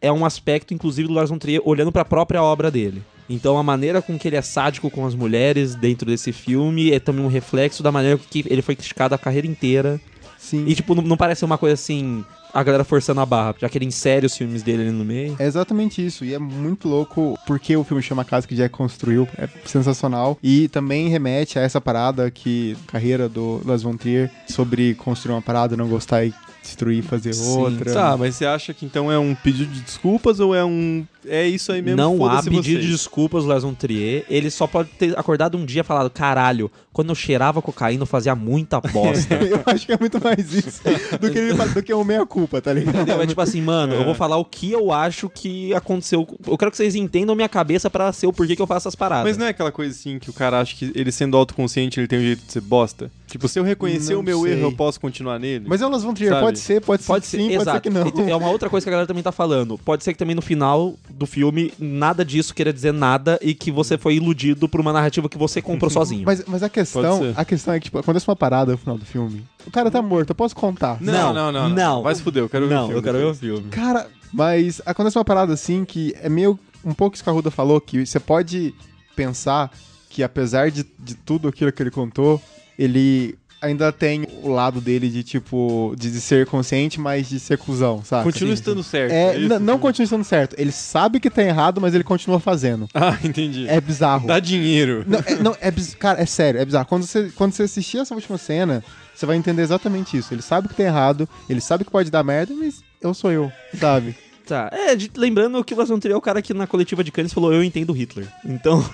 Speaker 3: é um aspecto, inclusive, do Lars von Trier olhando pra própria obra dele. Então a maneira com que ele é sádico com as mulheres dentro desse filme é também um reflexo da maneira que ele foi criticado a carreira inteira.
Speaker 1: Sim.
Speaker 3: E, tipo, não, não parece uma coisa assim, a galera forçando a barra, já que ele insere os filmes dele ali no meio.
Speaker 1: É exatamente isso, e é muito louco porque o filme chama A Casa que Jack Construiu, é sensacional, e também remete a essa parada que, carreira do Lars von Trier, sobre construir uma parada, não gostar e destruir, fazer
Speaker 7: Sim.
Speaker 1: outra.
Speaker 2: Tá, mas você acha que então é um pedido de desculpas ou é um. É isso aí mesmo?
Speaker 3: não há
Speaker 2: foda-se
Speaker 3: pedido
Speaker 2: vocês.
Speaker 3: de desculpas do Leson Trier. Ele só pode ter acordado um dia e falado: caralho, quando eu cheirava cocaína, eu fazia muita bosta.
Speaker 1: Eu acho que é muito mais isso do que, ele, fa- do que um meia-culpa, tá ligado?
Speaker 3: Entendeu? É tipo assim, mano, eu vou falar o que eu acho que aconteceu. Eu quero que vocês entendam minha cabeça pra ser o porquê que eu faço essas paradas.
Speaker 2: Mas não é aquela coisa assim que o cara acha que ele sendo autoconsciente ele tem um jeito de ser bosta? Tipo, se eu reconhecer
Speaker 1: Não
Speaker 2: o meu
Speaker 1: sei.
Speaker 2: erro, eu posso continuar nele?
Speaker 1: Mas é elas vão trier,
Speaker 2: Sabe?
Speaker 1: pode ser, pode,
Speaker 3: Pode
Speaker 1: ser
Speaker 3: ser,
Speaker 1: que sim,
Speaker 3: exato.
Speaker 1: assim pode ser que
Speaker 3: E
Speaker 1: não.
Speaker 3: É uma outra coisa que a galera também tá falando. Pode ser que também no final do filme nada disso queira dizer nada e que você foi iludido por uma narrativa que você comprou sozinho.
Speaker 1: Mas, mas a questão,
Speaker 2: Pode ser.
Speaker 1: a questão é que, tipo, acontece uma parada no final do filme. O cara tá morto, eu posso contar.
Speaker 3: Não, não.
Speaker 2: Vai se fuder, eu quero ver.
Speaker 3: não,
Speaker 2: o
Speaker 3: eu
Speaker 2: filme
Speaker 3: quero ver o
Speaker 2: depois.
Speaker 3: filme.
Speaker 1: Cara, mas acontece uma parada assim que é meio um pouco isso que a Ruda falou, que você pode pensar que apesar de, de tudo aquilo que ele contou, ele ainda tem o lado dele de tipo, de, de ser consciente, mas de ser cuzão, sabe?
Speaker 2: Continua
Speaker 3: Assim.
Speaker 2: estando certo.
Speaker 1: É,
Speaker 2: isso?
Speaker 1: n- não continua estando certo. Ele sabe que tá errado, mas ele continua fazendo.
Speaker 2: Ah, entendi.
Speaker 1: É bizarro.
Speaker 2: Dá dinheiro.
Speaker 1: Não, é, não, é biz- cara, é sério, é bizarro. Quando você, quando você assistir essa última cena, você vai entender exatamente isso. Ele sabe que tá errado, ele sabe que pode dar merda, mas eu sou eu, sabe?
Speaker 3: Tá. É, de- lembrando que o Lars von Trier é o cara que na coletiva de Cannes falou: Eu entendo Hitler. Então,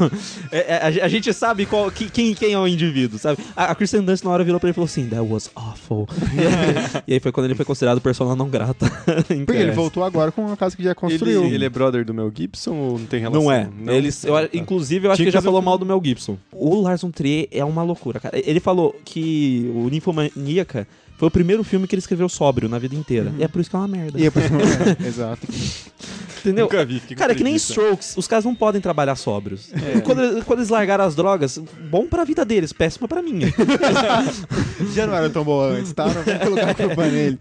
Speaker 3: é- é, a, ge- a gente sabe qual, que- quem, quem é o indivíduo, sabe? A, a Kristen Dunst na hora virou pra ele e falou assim: That was awful. e aí foi quando ele foi considerado persona não grata. em
Speaker 1: Porque ele
Speaker 3: Cannes.
Speaker 1: voltou agora com uma casa que
Speaker 2: É.
Speaker 1: já
Speaker 2: Ele,
Speaker 1: construiu.
Speaker 2: ele é brother do Mel Gibson ou não tem relação?
Speaker 3: um. Não é. Ele, eu,
Speaker 2: Ah, tá.
Speaker 3: Inclusive, eu acho
Speaker 2: Tinha
Speaker 3: que ele já
Speaker 2: que fazer um
Speaker 3: falou
Speaker 2: filme.
Speaker 3: mal do Mel Gibson. O Lars von Trier é uma loucura, cara. Ele falou que o Ninfomaníaca foi o primeiro filme que ele escreveu sóbrio na vida inteira. E é por isso que é uma merda.
Speaker 1: E é por isso que- Exato.
Speaker 3: Entendeu?
Speaker 2: Nunca vi, fiquei com
Speaker 3: Cara, é que nem
Speaker 2: preguiça.
Speaker 3: Strokes, os caras não podem trabalhar sóbrios. Quando, quando eles largaram as drogas, bom pra vida deles, péssima pra minha.
Speaker 1: Já não era tão boa antes, tá? Não vou colocar a culpa nele.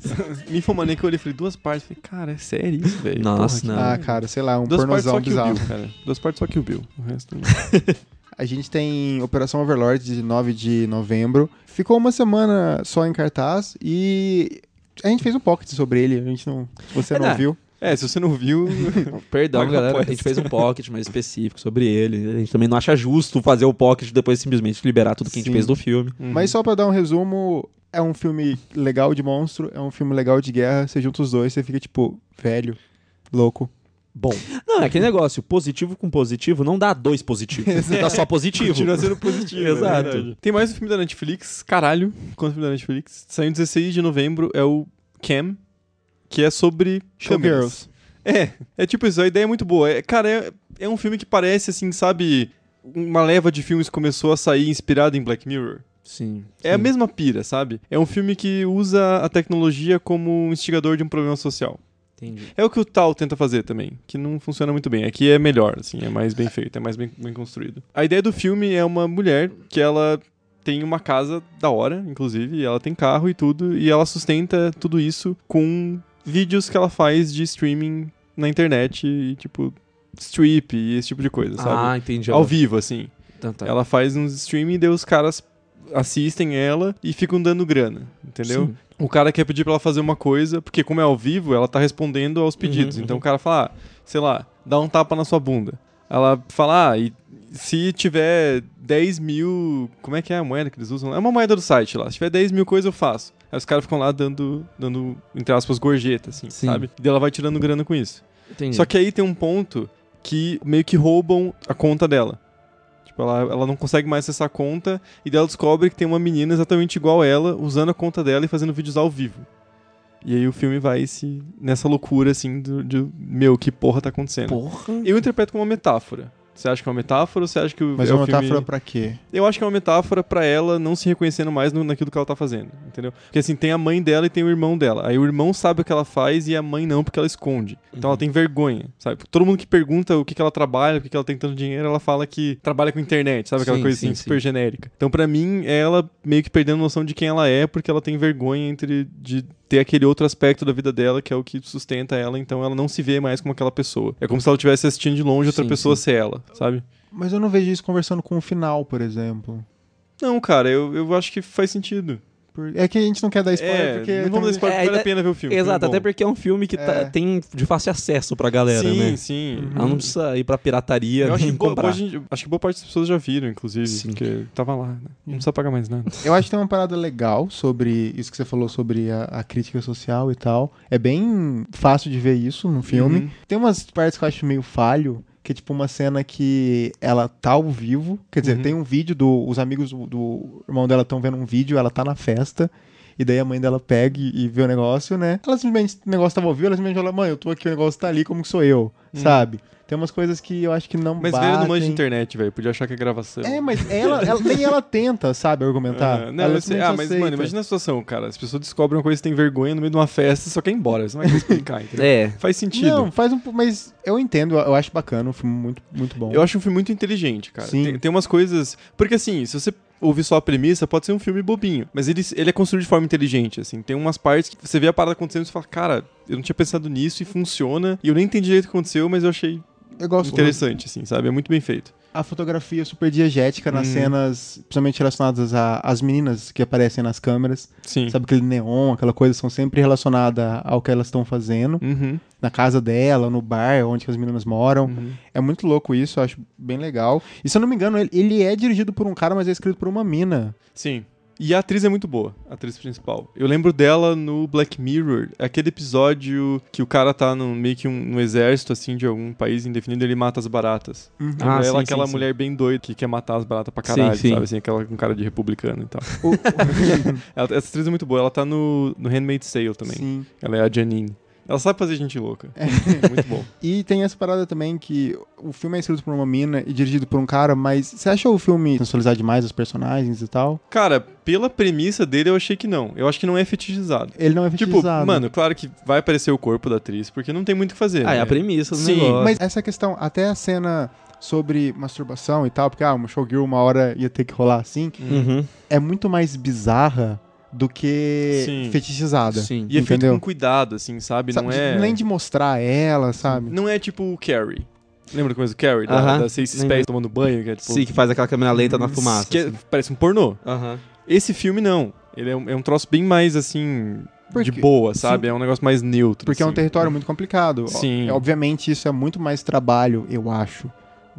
Speaker 2: Me informanei que eu olhei e falei duas partes. Falei, cara, é sério isso, velho?
Speaker 3: Nossa,
Speaker 2: Porra,
Speaker 3: não.
Speaker 1: Ah, cara, sei lá, um
Speaker 2: que- Duas partes só
Speaker 1: pornozão
Speaker 2: que o
Speaker 1: bizarro.
Speaker 2: Bill, cara. Duas partes só que o Bill. O resto não.
Speaker 1: A gente tem Operação Overlord de 9 de novembro. Ficou uma semana só em cartaz e a gente fez um pocket sobre ele. A gente não. se Você não
Speaker 3: Ah,
Speaker 1: viu?
Speaker 2: É, se você não viu.
Speaker 3: Perdão,
Speaker 2: Paga
Speaker 3: galera. A
Speaker 2: aposta.
Speaker 3: gente fez um pocket mais específico sobre ele. A gente também não acha justo fazer o pocket e depois simplesmente liberar tudo que a gente
Speaker 1: Sim.
Speaker 3: fez do filme.
Speaker 2: Uhum.
Speaker 1: Mas só pra dar um resumo, é um filme legal de monstro, é um filme legal de guerra. Você junta os dois, você fica tipo, velho, louco.
Speaker 3: Bom. Não, é aquele negócio, positivo com positivo não dá dois positivos. dá só positivo.
Speaker 2: Continua sendo positivo. é
Speaker 3: Exato.
Speaker 2: verdade. Tem mais um filme da Netflix, caralho. Quanto filme da Netflix? Saiu 16 de novembro, é o Cam, que é sobre
Speaker 1: Showgirls.
Speaker 2: showgirls. É, é tipo isso, a ideia é muito boa. É, cara, é, é um filme que parece, assim, sabe, uma leva de filmes começou a sair inspirado em Black Mirror.
Speaker 3: Sim.
Speaker 2: É a mesma pira, sabe? É um filme que usa a tecnologia como um instigador de um problema social.
Speaker 3: Entendi.
Speaker 2: É o que o Tal tenta fazer também, que não funciona muito bem. Aqui é melhor, assim, é mais bem feito, é mais bem, bem construído. A ideia do filme é uma mulher que ela tem uma casa da hora, inclusive, e ela tem carro e tudo, e ela sustenta tudo isso com vídeos que ela faz de streaming na internet e, tipo, strip e esse tipo de coisa, sabe?
Speaker 3: Ah, entendi.
Speaker 2: Ao vivo, assim.
Speaker 3: Então tá.
Speaker 2: Ela faz uns streaming e daí os caras assistem ela e ficam dando grana, entendeu?
Speaker 3: Sim.
Speaker 2: O cara quer pedir pra ela fazer uma coisa, porque como é ao vivo, ela tá respondendo aos pedidos.
Speaker 3: Uhum,
Speaker 2: então
Speaker 3: uhum.
Speaker 2: o cara fala, ah, sei lá, dá um tapa na sua bunda. Ela fala, ah, e se tiver 10 mil. Como é que é a moeda que eles usam? É uma moeda do site lá. Se tiver 10 mil coisas, eu faço. Aí os caras ficam lá dando, dando, entre aspas, gorjeta, assim,
Speaker 3: Sim.
Speaker 2: sabe? E ela vai tirando grana com isso.
Speaker 3: Entendi.
Speaker 2: Só que aí tem um ponto que meio que roubam a conta dela. Tipo, ela, ela não consegue mais acessar a conta e dela descobre que tem uma menina exatamente igual ela, usando a conta dela e fazendo vídeos ao vivo. E aí o filme vai se nessa loucura assim do, de, meu, que porra tá acontecendo.
Speaker 3: Porra.
Speaker 2: Eu interpreto como uma metáfora. Você acha que é uma metáfora ou você acha que o
Speaker 1: Mas
Speaker 2: é
Speaker 1: é uma
Speaker 2: o filme-
Speaker 1: metáfora pra quê?
Speaker 2: Eu acho que é uma metáfora pra ela não se reconhecendo mais no- naquilo que ela tá fazendo, entendeu? Porque assim, tem a mãe dela e tem o irmão dela. Aí o irmão sabe o que ela faz e a mãe não, porque ela esconde. Então
Speaker 3: Uhum.
Speaker 2: ela tem vergonha, sabe? Todo mundo que pergunta o que, que ela trabalha, por que que ela tem tanto dinheiro, ela fala que trabalha com internet, sabe? Aquela
Speaker 3: Sim,
Speaker 2: coisa
Speaker 3: sim,
Speaker 2: assim,
Speaker 3: sim.
Speaker 2: super genérica. Então pra mim, é ela meio que perdendo noção de quem ela é, porque ela tem vergonha entre de ter aquele outro aspecto da vida dela que é o que sustenta ela, então ela não se vê mais como aquela pessoa. É como se ela estivesse assistindo de longe outra
Speaker 3: Sim,
Speaker 2: pessoa
Speaker 3: sim.
Speaker 2: ser ela, sabe?
Speaker 1: Mas eu não vejo isso conversando com o final, por exemplo.
Speaker 2: Não, cara, eu, eu acho que faz sentido.
Speaker 1: Por- É que a gente não quer dar spoiler
Speaker 2: É,
Speaker 1: porque.
Speaker 2: não vamos dar
Speaker 1: tem-
Speaker 2: spoiler,
Speaker 3: É,
Speaker 2: vale
Speaker 3: ainda-
Speaker 2: a pena ver o filme.
Speaker 3: Exato,
Speaker 2: filme
Speaker 3: até
Speaker 2: bom.
Speaker 3: porque é um filme que tá-
Speaker 1: É.
Speaker 3: tem de fácil acesso pra galera,
Speaker 2: sim,
Speaker 3: né?
Speaker 2: Sim,
Speaker 3: Ela não precisa ir pra pirataria
Speaker 2: Eu acho, que
Speaker 3: nem
Speaker 2: boa,
Speaker 3: comprar.
Speaker 2: hoje em dia- acho que boa parte das pessoas já viram, inclusive,
Speaker 3: Sim.
Speaker 2: porque tava lá, né? Não precisa pagar mais nada.
Speaker 1: Eu acho que tem uma parada legal sobre isso que você falou sobre a, a crítica social e tal. É bem fácil de ver isso no filme.
Speaker 2: Uhum.
Speaker 1: Tem umas partes que eu acho meio falho, que é tipo uma cena que ela tá ao vivo. Quer dizer,
Speaker 2: Uhum.
Speaker 1: tem um vídeo do. Os amigos do, do irmão dela estão vendo um vídeo, ela tá na festa. E daí a mãe dela pega e, e vê o negócio, né? Ela simplesmente, o negócio tava ao vivo, ela simplesmente fala, mãe, eu tô aqui, o negócio tá ali, como que sou eu? Sabe? Tem umas coisas que eu acho que não
Speaker 2: Hum. Mas
Speaker 1: batem.
Speaker 2: velho não manja de internet, velho. Podia achar que é gravação.
Speaker 1: É, mas ela, ela- nem ela tenta, sabe, argumentar.
Speaker 2: Ah, não,
Speaker 1: Ela
Speaker 2: eu sei.
Speaker 1: simplesmente
Speaker 2: Ah, mas, mano,
Speaker 1: aceita.
Speaker 2: imagina a situação, cara. As pessoas descobrem uma coisa que tem vergonha no meio de uma festa e só quer ir embora. Você não vai explicar, entendeu?
Speaker 3: É.
Speaker 2: Faz sentido.
Speaker 1: Não, faz um. po- Mas eu entendo, eu acho bacana, um filme muito, muito bom.
Speaker 2: Eu acho um filme muito inteligente, cara.
Speaker 1: Sim.
Speaker 2: Tem, tem umas coisas. Porque assim, se você ouvir só a premissa, pode ser um filme bobinho. Mas ele, ele é construído de forma inteligente, assim. Tem umas partes que você vê a parada acontecendo e você fala, cara, eu não tinha pensado nisso e funciona. E eu nem entendi direito o que aconteceu, mas eu achei
Speaker 1: Eu gosto
Speaker 2: interessante, assim, sabe? É muito bem feito.
Speaker 1: A fotografia super diegética nas
Speaker 2: Hum.
Speaker 1: cenas, principalmente relacionadas a- às meninas que aparecem nas câmeras.
Speaker 2: Sim.
Speaker 1: Sabe aquele neon, aquela coisa, são sempre relacionadas ao que elas estão fazendo.
Speaker 2: Uhum,
Speaker 1: Na casa dela, no bar, onde que as meninas moram.
Speaker 2: uhum.
Speaker 1: É muito louco isso, eu acho bem legal. E se eu não me engano, ele, ele é dirigido por um cara, mas é escrito por uma mina.
Speaker 2: Sim. E a atriz é muito boa, a atriz principal. Eu lembro dela no Black Mirror, aquele episódio que o cara tá num, meio que um, no exército, assim, de algum país indefinido e ele mata as baratas.
Speaker 3: Ah,
Speaker 2: ela
Speaker 3: sim,
Speaker 2: é
Speaker 3: sim,
Speaker 2: aquela
Speaker 3: sim.
Speaker 2: mulher bem doida que quer matar as baratas pra caralho,
Speaker 3: Sim, sim.
Speaker 2: sabe? Assim, aquela com cara de republicano e tal.
Speaker 1: O-
Speaker 2: Ela- essa atriz é muito boa, ela tá no, no Handmaid's Sale também.
Speaker 1: Sim.
Speaker 2: Ela é a Janine. Ela sabe fazer gente louca. É. Muito bom.
Speaker 1: E tem essa parada também que o filme é escrito por uma mina e dirigido por um cara, mas você acha o filme sensualizar demais os personagens e tal?
Speaker 2: Cara, pela premissa dele, eu achei que não. Eu acho que não é fetichizado.
Speaker 1: Ele não é
Speaker 2: Tipo,
Speaker 1: fetichizado.
Speaker 2: mano, claro que vai aparecer o corpo da atriz, porque não tem muito o que fazer.
Speaker 3: Ah, é
Speaker 2: né?
Speaker 3: a premissa do
Speaker 2: Sim,
Speaker 3: negócio.
Speaker 1: Mas essa questão, até a cena sobre masturbação e tal, porque ah, um showgirl uma hora ia ter que rolar assim,
Speaker 2: Hum.
Speaker 3: Uhum.
Speaker 1: é muito mais bizarra do que
Speaker 2: Sim.
Speaker 1: fetichizada.
Speaker 3: Sim.
Speaker 2: E é feito
Speaker 1: Entendeu?
Speaker 2: com cuidado, assim, sabe?
Speaker 1: Sabe,
Speaker 2: não
Speaker 1: de-
Speaker 2: é.
Speaker 1: Nem de mostrar ela, sabe?
Speaker 2: Não é tipo o Carrie. Lembra como é o Carrie? Da,
Speaker 3: Aham.
Speaker 2: da Seis
Speaker 3: Lembro.
Speaker 2: Pés tomando banho, que é tipo.
Speaker 3: Sim, que faz aquela câmera lenta na fumaça.
Speaker 2: que é-
Speaker 3: assim.
Speaker 2: Parece um pornô.
Speaker 3: Uhum. Aham.
Speaker 2: Esse filme não. Ele é um, é um troço bem mais assim.
Speaker 1: Por
Speaker 2: de
Speaker 1: quê?
Speaker 2: boa, sabe? É um negócio mais neutro.
Speaker 1: Porque é um
Speaker 2: assim.
Speaker 1: território muito complicado.
Speaker 2: Sim.
Speaker 1: É, Obviamente, isso é muito mais trabalho, eu acho,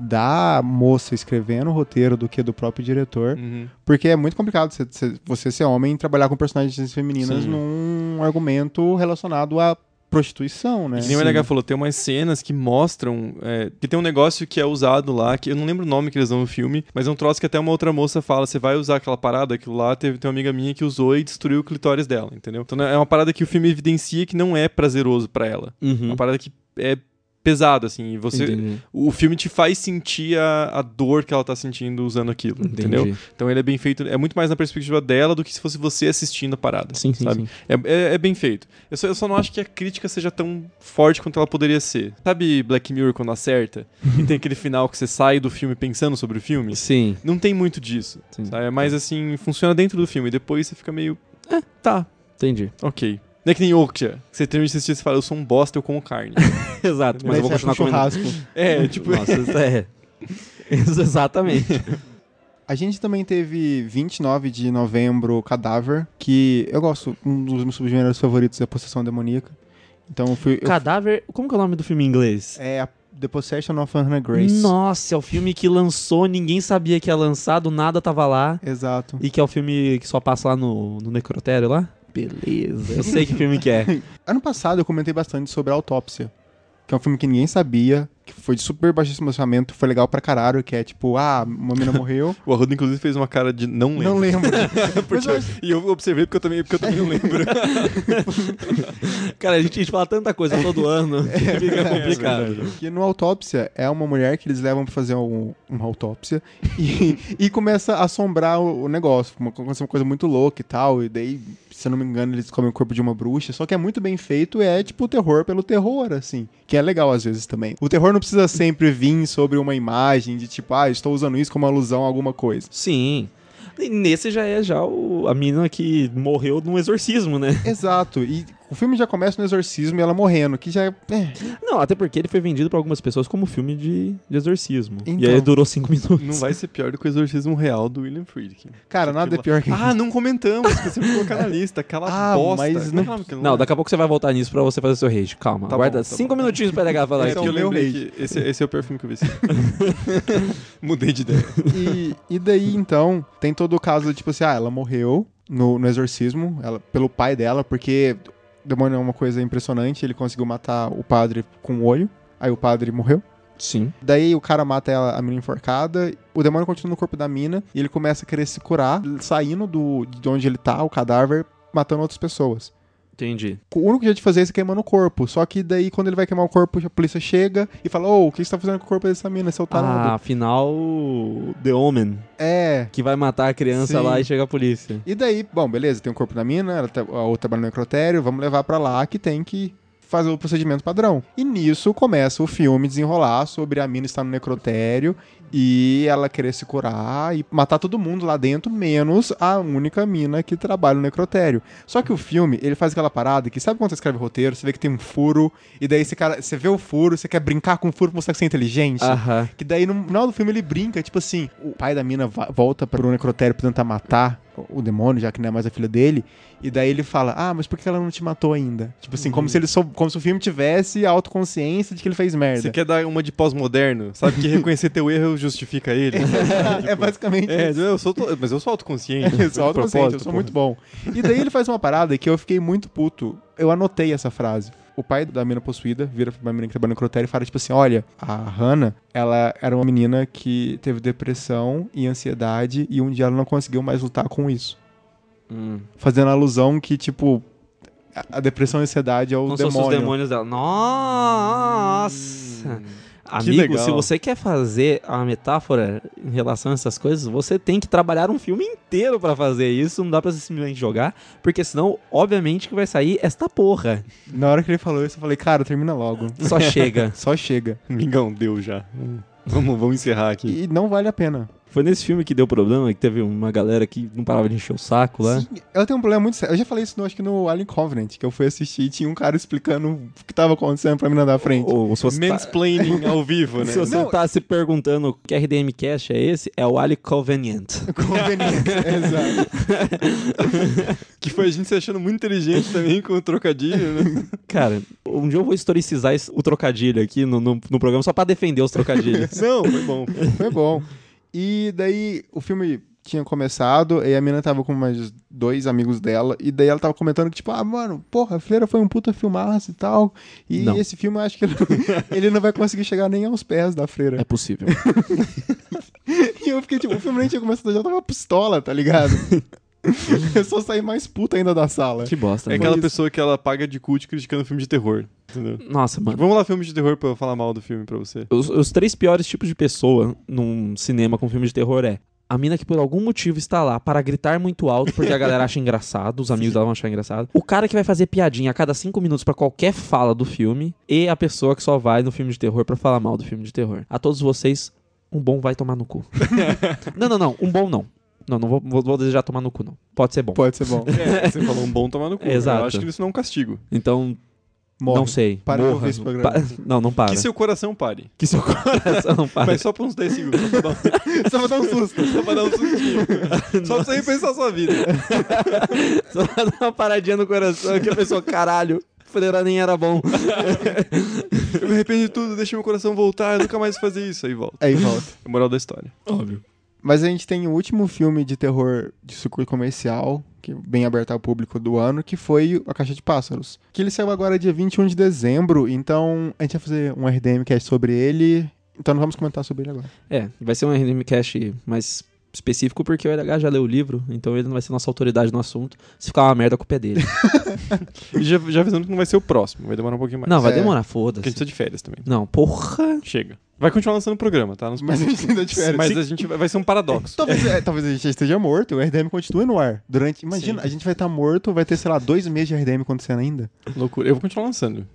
Speaker 1: da moça escrevendo o roteiro do que do próprio diretor.
Speaker 2: Uhum.
Speaker 1: Porque é muito complicado você, você- você ser homem e trabalhar com personagens femininas
Speaker 2: Sim.
Speaker 1: num argumento relacionado à prostituição, né?
Speaker 2: E que nem o NH falou, tem umas cenas que mostram. é, que tem um negócio que é usado lá, que eu não lembro o nome que eles dão no filme, mas é um troço que até uma outra moça fala: você vai usar aquela parada, aquilo lá, teve, tem uma amiga minha que usou e destruiu o clitóris dela, entendeu? Então é uma parada que o filme evidencia que não é prazeroso pra ela. É
Speaker 3: Uhum.
Speaker 2: uma parada que é pesado, assim, e você.
Speaker 3: Entendi.
Speaker 2: O filme te faz sentir a, a dor que ela tá sentindo usando aquilo, entendeu?
Speaker 3: Entendi.
Speaker 2: Então ele é bem feito, é muito mais na perspectiva dela do que se fosse você assistindo a parada.
Speaker 3: Sim, sim,
Speaker 2: sabe?
Speaker 3: sim.
Speaker 2: É, é- é bem feito. Eu só, eu só não acho que a crítica seja tão forte quanto ela poderia ser. Sabe Black Mirror quando acerta? e tem aquele final que você sai do filme pensando sobre o filme?
Speaker 3: Sim.
Speaker 2: Não tem muito disso.
Speaker 3: Sim.
Speaker 2: Sabe? É mais assim, funciona dentro do filme. E depois você fica meio. É, tá,
Speaker 3: Entendi.
Speaker 2: ok. Não é que nem Okja, que você termina de assistir e você fala, eu sou um bosta, eu como carne.
Speaker 3: Exato, mas eu vou
Speaker 1: você acha um
Speaker 3: continuar comendo.
Speaker 1: churrasco.
Speaker 2: é, tipo.
Speaker 3: Nossa, isso é. Isso, exatamente.
Speaker 1: A gente também teve 29 de novembro Cadáver, que eu gosto, um dos meus subgêneros favoritos é Possessão Demoníaca. Então eu fui. eu-
Speaker 3: Cadáver. Como que é o nome do filme em inglês?
Speaker 1: é a The Possession of Hannah Grace.
Speaker 3: Nossa, é o filme que lançou, ninguém sabia que ia lançar, do nada tava lá.
Speaker 1: Exato.
Speaker 3: E que é o filme que só passa lá no, no necrotério lá? Beleza. Eu sei que filme que é.
Speaker 1: Ano passado eu comentei bastante sobre a Autópsia, que é um filme que ninguém sabia, que foi de super baixíssimo orçamento, foi legal pra caralho, que é tipo, ah, uma mina morreu,
Speaker 2: O Arruda, inclusive, fez uma cara de não lembro.
Speaker 1: não lembro.
Speaker 2: Porque eu- e eu observei porque eu também, porque eu também não lembro.
Speaker 3: Cara, a gente, a gente fala tanta coisa todo ano que fica complicado.
Speaker 1: que no Autópsia é uma mulher que eles levam pra fazer um- uma autópsia e, e começa a assombrar o, o negócio, uma, co- acontece uma coisa muito louca e tal, e daí, se eu não me engano, eles comem o corpo de uma bruxa, só que é muito bem feito, é tipo o terror pelo terror, assim, que é legal às vezes também. O terror não precisa sempre vir sobre uma imagem de tipo, ah, estou usando isso como alusão a alguma coisa.
Speaker 3: Sim. E nesse já é já o, a menina que morreu num exorcismo, né?
Speaker 1: Exato. E O filme já começa no exorcismo e ela morrendo, que já é. é,
Speaker 3: Não, até porque ele foi vendido pra algumas pessoas como filme de, de exorcismo. E
Speaker 1: Então.
Speaker 3: aí durou cinco minutos.
Speaker 2: Não vai ser pior do que o exorcismo real do William Friedkin.
Speaker 1: Cara, nada é pior que
Speaker 2: Ah, não comentamos, esqueci de colocar na lista. Aquela
Speaker 1: Ah,
Speaker 2: bosta.
Speaker 1: mas
Speaker 2: Como é que é
Speaker 1: não-
Speaker 2: o nome daquele
Speaker 3: Não,
Speaker 2: lugar?
Speaker 3: daqui a pouco você vai voltar nisso pra você fazer seu rage. Calma,
Speaker 2: Tá
Speaker 3: aguarda
Speaker 2: bom, tá
Speaker 3: cinfalar cinco minutinhos pra pegar falar
Speaker 2: É
Speaker 3: isso.
Speaker 2: que eu
Speaker 1: o meu
Speaker 2: lembrei
Speaker 1: rage.
Speaker 2: que esse, esse é o perfume que eu vesti. Mudei de ideia.
Speaker 1: E, e daí, então, tem todo o caso, tipo assim, ah, ela morreu no, no exorcismo, ela, pelo pai dela, porque o demônio é uma coisa impressionante, ele conseguiu matar o padre com o olho, aí o padre morreu.
Speaker 3: Sim.
Speaker 1: Daí o cara mata ela, a mina enforcada, o demônio continua no corpo da mina, e ele começa a querer se curar, saindo do, de onde ele tá, o cadáver, matando outras pessoas.
Speaker 3: Entendi.
Speaker 1: O único jeito de fazer é se queimando o corpo. Só que daí, quando ele vai queimar o corpo, a polícia chega e fala: Ô, o que você tá fazendo com o corpo dessa mina, seu
Speaker 3: Ah,
Speaker 1: tarado?
Speaker 3: afinal, The Omen,
Speaker 1: É.
Speaker 3: que vai matar a criança
Speaker 1: Sim.
Speaker 3: lá e chega a polícia.
Speaker 1: E daí, bom, beleza, tem o corpo da mina, ela tá, a outra trabalha no necrotério, vamos levar pra lá que tem que fazer o procedimento padrão. E nisso começa o filme desenrolar sobre a mina estar no necrotério e ela querer se curar e matar todo mundo lá dentro, menos a única mina que trabalha no necrotério. Só que o filme, ele faz aquela parada que sabe quando você escreve roteiro, você vê que tem um furo, e daí você, cara, você vê o furo, você quer brincar com o furo pra mostrar que você é inteligente.
Speaker 3: Aham.
Speaker 1: Que daí no final do filme ele brinca, tipo assim, o pai da mina va- volta pro necrotério pra tentar matar o o demônio, já que não é mais a filha dele, e daí ele fala: "Ah, mas por que ela não te matou ainda?" Tipo assim,
Speaker 2: Uhum.
Speaker 1: como se ele sou- como se o filme tivesse a autoconsciência de que ele fez merda.
Speaker 2: Você quer dar uma de pós-moderno? Sabe que reconhecer teu erro justifica ele?
Speaker 1: é basicamente
Speaker 2: É,
Speaker 1: isso.
Speaker 2: eu sou to- mas eu sou autoconsciente.
Speaker 1: Eu sou
Speaker 2: de
Speaker 1: autoconsciente, eu
Speaker 2: propósito,
Speaker 1: sou
Speaker 2: pô.
Speaker 1: muito bom. E daí ele faz uma parada que eu fiquei muito puto. Eu anotei essa frase. O pai da mina possuída vira pra mina que trabalha no crotério e fala, tipo assim, olha, a Hannah, ela era uma menina que teve depressão e ansiedade e um dia ela não conseguiu mais lutar com isso.
Speaker 3: Hum.
Speaker 1: Fazendo alusão que, tipo, a a depressão e a ansiedade é o
Speaker 3: Como se fossem os
Speaker 1: demônio.
Speaker 3: demônios Hum, dela. Nossa!
Speaker 2: que
Speaker 3: Amigo,
Speaker 2: legal.
Speaker 3: se você quer fazer a metáfora em relação a essas coisas, você tem que trabalhar um filme inteiro pra fazer isso. Não dá pra você simplesmente jogar, porque senão, obviamente, que vai sair esta porra.
Speaker 1: Na hora que ele falou isso, eu falei, cara, termina logo.
Speaker 3: Só chega.
Speaker 1: Só chega.
Speaker 2: Mingão, deu já. Vamos, vamos encerrar aqui.
Speaker 1: E não vale a pena.
Speaker 3: Foi nesse filme que deu problema, que teve uma galera que não parava de encher o saco lá.
Speaker 1: Sim, eu tenho um problema muito sério. Eu já falei isso, no, acho que no Alien Covenant, que eu fui assistir e tinha um cara explicando o que tava acontecendo pra mim na da frente.
Speaker 3: Ou se você tá-
Speaker 2: Mansplaining ao vivo, né?
Speaker 3: Se você
Speaker 1: Não.
Speaker 3: tá se perguntando que RDM Cash é esse, é o Ali Covenant.
Speaker 1: Conveniência, exato.
Speaker 2: Que foi a gente se achando muito inteligente também com o trocadilho, né?
Speaker 3: Cara, um dia eu vou historicizar esse- o trocadilho aqui no, no, no programa só pra defender os trocadilhos.
Speaker 2: Não, foi bom.
Speaker 1: Foi bom. E daí o filme tinha começado e a mina tava com mais dois amigos dela e daí ela tava comentando que tipo, ah, mano, porra, a Freira foi um puta filmaço e tal. E
Speaker 3: Não.
Speaker 1: esse filme eu acho que ele, ele não vai conseguir chegar nem aos pés da Freira.
Speaker 3: é possível.
Speaker 1: E eu fiquei tipo, o filme nem tinha começado, eu já tava pistola, tá ligado? Eu só saí mais puta ainda da sala.
Speaker 3: Que bosta,
Speaker 2: É
Speaker 3: né?
Speaker 2: aquela
Speaker 1: isso.
Speaker 2: pessoa que ela paga de culto criticando filme de terror. Entendeu?
Speaker 3: Nossa, mano.
Speaker 2: Vamos lá, filme de terror, pra eu falar mal do filme pra você.
Speaker 3: Os, os três piores tipos de pessoa num cinema com filme de terror é a mina que por algum motivo está lá para gritar muito alto porque a galera acha engraçado, os amigos dela vão achar engraçado. O cara que vai fazer piadinha a cada cinco minutos pra qualquer fala do filme e a pessoa que só vai no filme de terror pra falar mal do filme de terror. A todos vocês, um bom vai tomar no cu. não, não, não. Um bom não. Não, não vou, vou, vou desejar tomar no cu, não. Pode ser bom.
Speaker 1: Pode ser bom.
Speaker 2: É, você falou um bom tomar no cu.
Speaker 3: Exato.
Speaker 2: Eu acho que isso não é um castigo.
Speaker 3: Então,
Speaker 1: Morre.
Speaker 3: não sei.
Speaker 1: Para de
Speaker 3: Morra.
Speaker 1: ouvir esse programa.
Speaker 3: Pa- Não, não para.
Speaker 2: Que seu coração pare.
Speaker 3: Que seu coração para.
Speaker 2: Mas só por uns 10 segundos. Só pra dar
Speaker 1: Só pra dar um susto.
Speaker 2: um, só pra dar um sustinho. Só pra você repensar a sua vida.
Speaker 3: Só dá uma paradinha no coração que a pessoa, caralho, freira nem era bom.
Speaker 2: Eu me arrependo de tudo, deixa meu coração voltar, eu nunca mais fazer isso. Aí volta.
Speaker 1: Aí volta.
Speaker 2: Moral da história.
Speaker 3: Óbvio.
Speaker 1: Mas a gente tem o último filme de terror de sucuri comercial, que é bem aberto ao público do ano, que foi A Caixa de Pássaros. Que ele saiu agora dia 21 de dezembro, então a gente vai fazer um RDM que é sobre ele. Então não vamos comentar sobre ele agora.
Speaker 3: É, vai ser um RDM Cash mais específico porque o LH já leu o livro, então ele não vai ser nossa autoridade no assunto. Se ficar uma merda, a culpa é dele.
Speaker 2: E já, já avisando que não vai ser o próximo, vai demorar um pouquinho mais.
Speaker 3: Não, vai
Speaker 1: É.
Speaker 3: demorar,
Speaker 2: Porque a gente
Speaker 3: foda-se.
Speaker 2: precisa de férias também.
Speaker 3: Não, porra.
Speaker 2: Chega. Vai continuar lançando o programa, tá? Nos
Speaker 1: Mas a gente ainda tiver.
Speaker 2: Mas a gente vai, vai ser um paradoxo.
Speaker 1: Talvez, é, talvez a gente já esteja morto, o RDM continue no ar. Durante. Imagina,
Speaker 2: Sim.
Speaker 1: a gente vai estar morto, vai ter, sei lá, dois meses de RDM acontecendo ainda.
Speaker 2: Loucura. Eu vou continuar lançando.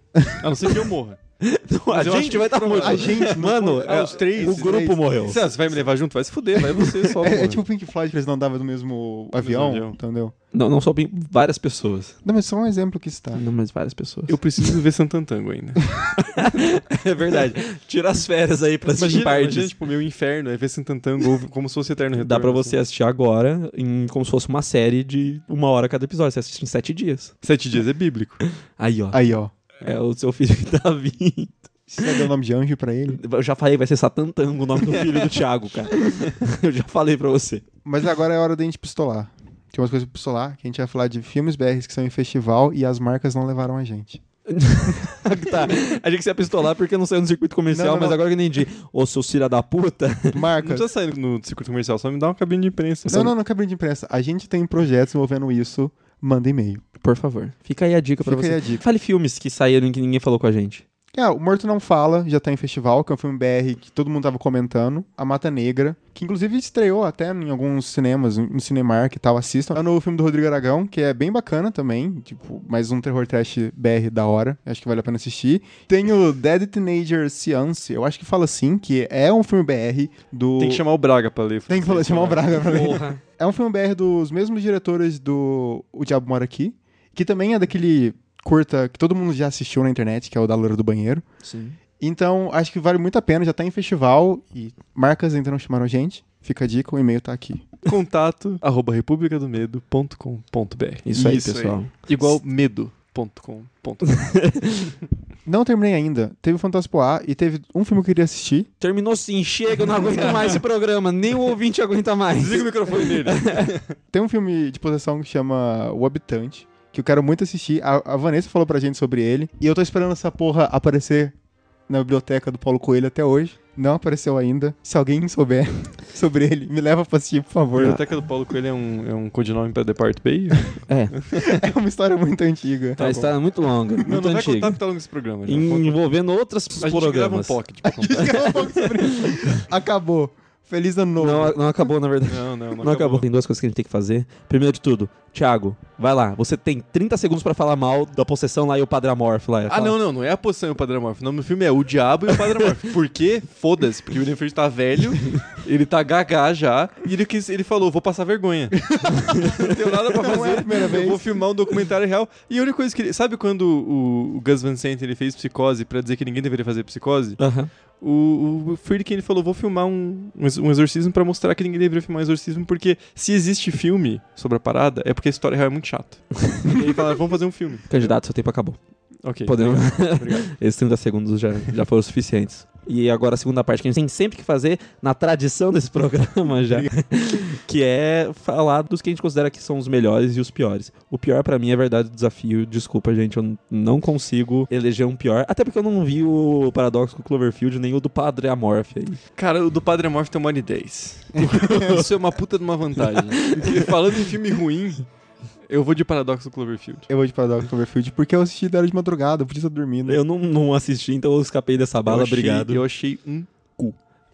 Speaker 2: A não ser que eu morra.
Speaker 3: Não, a
Speaker 2: Mas eu acho
Speaker 3: gente
Speaker 2: que
Speaker 3: vai dar muito.
Speaker 2: a
Speaker 1: gente-
Speaker 3: Mano,
Speaker 2: É, os três,
Speaker 3: O
Speaker 2: os
Speaker 3: grupo
Speaker 1: Ah, três.
Speaker 3: morreu.
Speaker 2: Você, você vai me levar junto? Vai se fuder, vai você só.
Speaker 1: É,
Speaker 2: mano.
Speaker 1: é tipo o Pink Floyd, que eles não andavam no mesmo avião,
Speaker 2: avião.
Speaker 1: entendeu?
Speaker 3: Não, não só bem- várias pessoas.
Speaker 1: Não, mas só um exemplo que está.
Speaker 3: Não, mas várias pessoas.
Speaker 2: Eu preciso ver Santantango ainda.
Speaker 3: É verdade. Tira as férias aí pra assistir
Speaker 2: Imagina,
Speaker 3: partes.
Speaker 2: imagina, tipo, meu inferno é ver Santantango ou como se fosse Eterno Retorno.
Speaker 3: Dá pra
Speaker 2: assim.
Speaker 3: você assistir agora, em, como se fosse uma série de uma hora cada episódio. Você assiste em sete dias.
Speaker 2: Sete dias é bíblico.
Speaker 3: Aí, ó.
Speaker 1: Aí, ó.
Speaker 3: É o seu filho Davi.
Speaker 1: Você deu o nome de anjo pra ele?
Speaker 3: Eu já falei, vai ser Satantango o nome do filho do Thiago, cara. Eu já falei pra você.
Speaker 1: Mas agora é hora da gente pistolar. Tem umas coisas pra pistolar, que a gente vai falar de filmes BRs que são em festival e as marcas não levaram a gente.
Speaker 3: tá. A gente que se ia pistolar porque não saiu no circuito comercial,
Speaker 1: Não, não,
Speaker 3: mas
Speaker 1: não.
Speaker 3: agora que eu entendi. Ô, seu filho da puta.
Speaker 2: Não
Speaker 1: Marca.
Speaker 2: precisa
Speaker 3: É.
Speaker 2: sair no circuito comercial, só me dá uma cabine de imprensa.
Speaker 1: Não, não, não cabine de imprensa. A gente tem projetos envolvendo isso. Manda e-mail.
Speaker 3: Por favor, fica aí a dica pra
Speaker 1: Fica
Speaker 3: você.
Speaker 1: aí a dica.
Speaker 3: Fale filmes que saíram e que ninguém falou com a gente.
Speaker 1: Ah, o Morto Não Fala já tá em festival, que é um filme BR que todo mundo tava comentando. A Mata Negra, que inclusive estreou até em alguns cinemas, no Cinemark e tal, assistam. É o novo filme do Rodrigo Aragão, que é bem bacana também, tipo, mais um terror trash BR da hora, acho que vale a pena assistir. Tem o Dead Teenager Seance, eu acho que fala assim, que é um filme BR do...
Speaker 2: Tem que chamar o Braga pra ler.
Speaker 1: Tem que falar, chamar o Braga pra mim.
Speaker 3: Porra.
Speaker 1: É um filme BR dos mesmos diretores do O Diabo Mora Aqui, que também é daquele curta que todo mundo já assistiu na internet, que é o da Loura do Banheiro.
Speaker 3: Sim.
Speaker 1: Então, acho que vale muito a pena, já tá em festival e marcas ainda não chamaram a gente. Fica a dica, o e-mail tá aqui.
Speaker 2: Contato arroba republicadomedo.com.br
Speaker 3: Isso, aí,
Speaker 1: Isso aí.
Speaker 3: pessoal.
Speaker 2: Igual medo.com.br
Speaker 1: Não terminei ainda. Teve o Fantaspoá e teve um filme que eu queria assistir.
Speaker 3: Terminou sim, chega, eu não aguento mais esse programa. Nem o ouvinte aguenta mais.
Speaker 2: Desliga o microfone dele.
Speaker 1: Tem um filme de possessão que chama O Habitante, que eu quero muito assistir. A, a Vanessa falou pra gente sobre ele. E eu tô esperando essa porra aparecer na biblioteca do Paulo Coelho até hoje. Não apareceu ainda. Se alguém souber sobre ele, me leva pra assistir, por favor.
Speaker 2: Biblioteca do Paulo Coelho é um, é um codinome pra Depart Bay?
Speaker 3: É,
Speaker 1: É uma história muito antiga.
Speaker 3: tá, está muito longa,
Speaker 2: Não,
Speaker 3: muito
Speaker 2: não vai contar
Speaker 3: antiga.
Speaker 2: porque tá longo esse programa. Já. Conta-
Speaker 3: Envolvendo outras
Speaker 2: A gente grava um
Speaker 3: programas.
Speaker 2: pocket pra contar.
Speaker 1: Esquece um pouco sobre isso. Acabou. Feliz ano novo.
Speaker 3: não, não acabou, na verdade.
Speaker 2: Não, não, não,
Speaker 3: Não acabou. Tem duas coisas que a gente tem que fazer. Primeiro de tudo, Thiago, vai lá. Você tem 30 segundos pra falar mal da possessão lá e o Padre Amorfo lá.
Speaker 2: Ah, não, não, não é a poção e o Padre Amorfo. O nome do filme é O Diabo e o Padre Amorfo. Por quê? Foda-se, porque o William Frisch tá velho, ele tá gaga já, e ele, quis, ele falou, vou passar vergonha. não tenho nada pra fazer,
Speaker 1: Não é a primeira
Speaker 2: eu
Speaker 1: vez.
Speaker 2: vou filmar um documentário real. E a única coisa que ele... Sabe quando o, o Gus Van Sant, ele fez Psicose pra dizer que ninguém deveria fazer Psicose?
Speaker 3: Aham.
Speaker 2: O, o Friedkin, ele falou, vou filmar um, um ex- um exorcismo pra mostrar que ninguém deveria filmar um exorcismo, porque se existe filme sobre a parada, é porque a história real é muito chata. e ele falaram, vamos fazer um filme.
Speaker 3: Candidato, seu tempo acabou.
Speaker 2: Ok. Então,
Speaker 3: Podemos.
Speaker 2: Obrigado.
Speaker 3: Esses 30 segundos já, já foram suficientes. E agora a segunda parte que a gente tem sempre que fazer na tradição desse programa já, que é falar dos que a gente considera que são os melhores e os piores. O pior pra mim é verdade o desafio. Desculpa, gente, eu n- não consigo eleger um pior, até porque eu não vi o paradoxo do Cloverfield nem o do Padre Amorf aí.
Speaker 2: Cara, o do Padre Amorf tem uma hora e 10. Isso é uma puta de uma vantagem. Porque falando em filme ruim, eu vou de Paradoxo do Cloverfield.
Speaker 1: Eu vou de Paradox Coverfield porque eu assisti da hora de madrugada, eu podia estar dormindo.
Speaker 3: Eu não, não assisti, então eu escapei dessa bala,
Speaker 2: eu achei,
Speaker 3: obrigado.
Speaker 2: Eu achei um.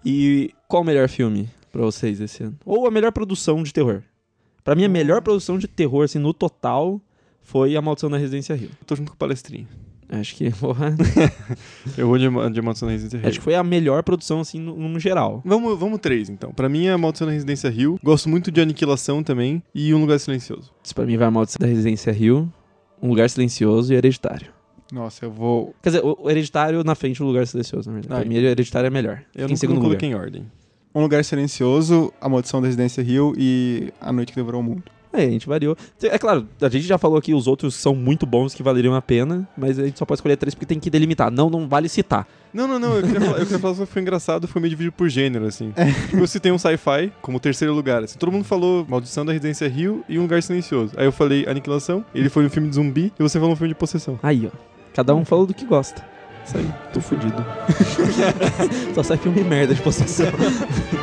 Speaker 3: E qual o melhor filme pra vocês esse ano? Ou a melhor produção de terror? Pra mim, a melhor produção de terror, assim, no total, foi A Maldição da Residência Rio.
Speaker 2: Tô junto com o palestrinho.
Speaker 3: Acho que, porra, né?
Speaker 2: Eu vou de, Ma- de Maldição na Residência
Speaker 3: acho que
Speaker 2: Hill.
Speaker 3: foi a melhor produção, assim, no, no geral.
Speaker 2: Vamos, vamos três, então. Pra mim é Maldição na Residência Hill. Gosto muito de Aniquilação também. E Um Lugar Silencioso.
Speaker 3: Isso pra mim vai A Maldição da Residência Rio, Um Lugar Silencioso e Hereditário.
Speaker 1: Nossa, eu vou.
Speaker 3: Quer dizer, o, o Hereditário na frente do Lugar Silencioso, na verdade.
Speaker 2: Ah,
Speaker 3: pra mim, o Hereditário é melhor. Fica
Speaker 2: Eu
Speaker 3: em
Speaker 2: não,
Speaker 3: segundo
Speaker 2: não
Speaker 3: lugar.
Speaker 2: coloquei em ordem.
Speaker 1: Um Lugar Silencioso, A Maldição da Residência Hill e A Noite que Devorou o Mundo.
Speaker 3: É, a gente variou. É claro, a gente já falou aqui, os outros são muito bons, que valeriam a pena, mas a gente só pode escolher três porque tem que delimitar. Não, não vale citar.
Speaker 2: Não, não, não. Eu queria falar, eu queria falar só que foi engraçado, foi meio dividido por gênero, assim. Tipo, eu citei um sci-fi como terceiro lugar. Assim, todo mundo falou Maldição da Residência Rio e Um Lugar Silencioso. Aí eu falei Aniquilação, ele foi um filme de zumbi e você falou um filme de possessão.
Speaker 3: Aí, ó. Cada um falou do que gosta.
Speaker 2: Isso aí.
Speaker 3: Tô fudido. Só sai filme merda de possessão.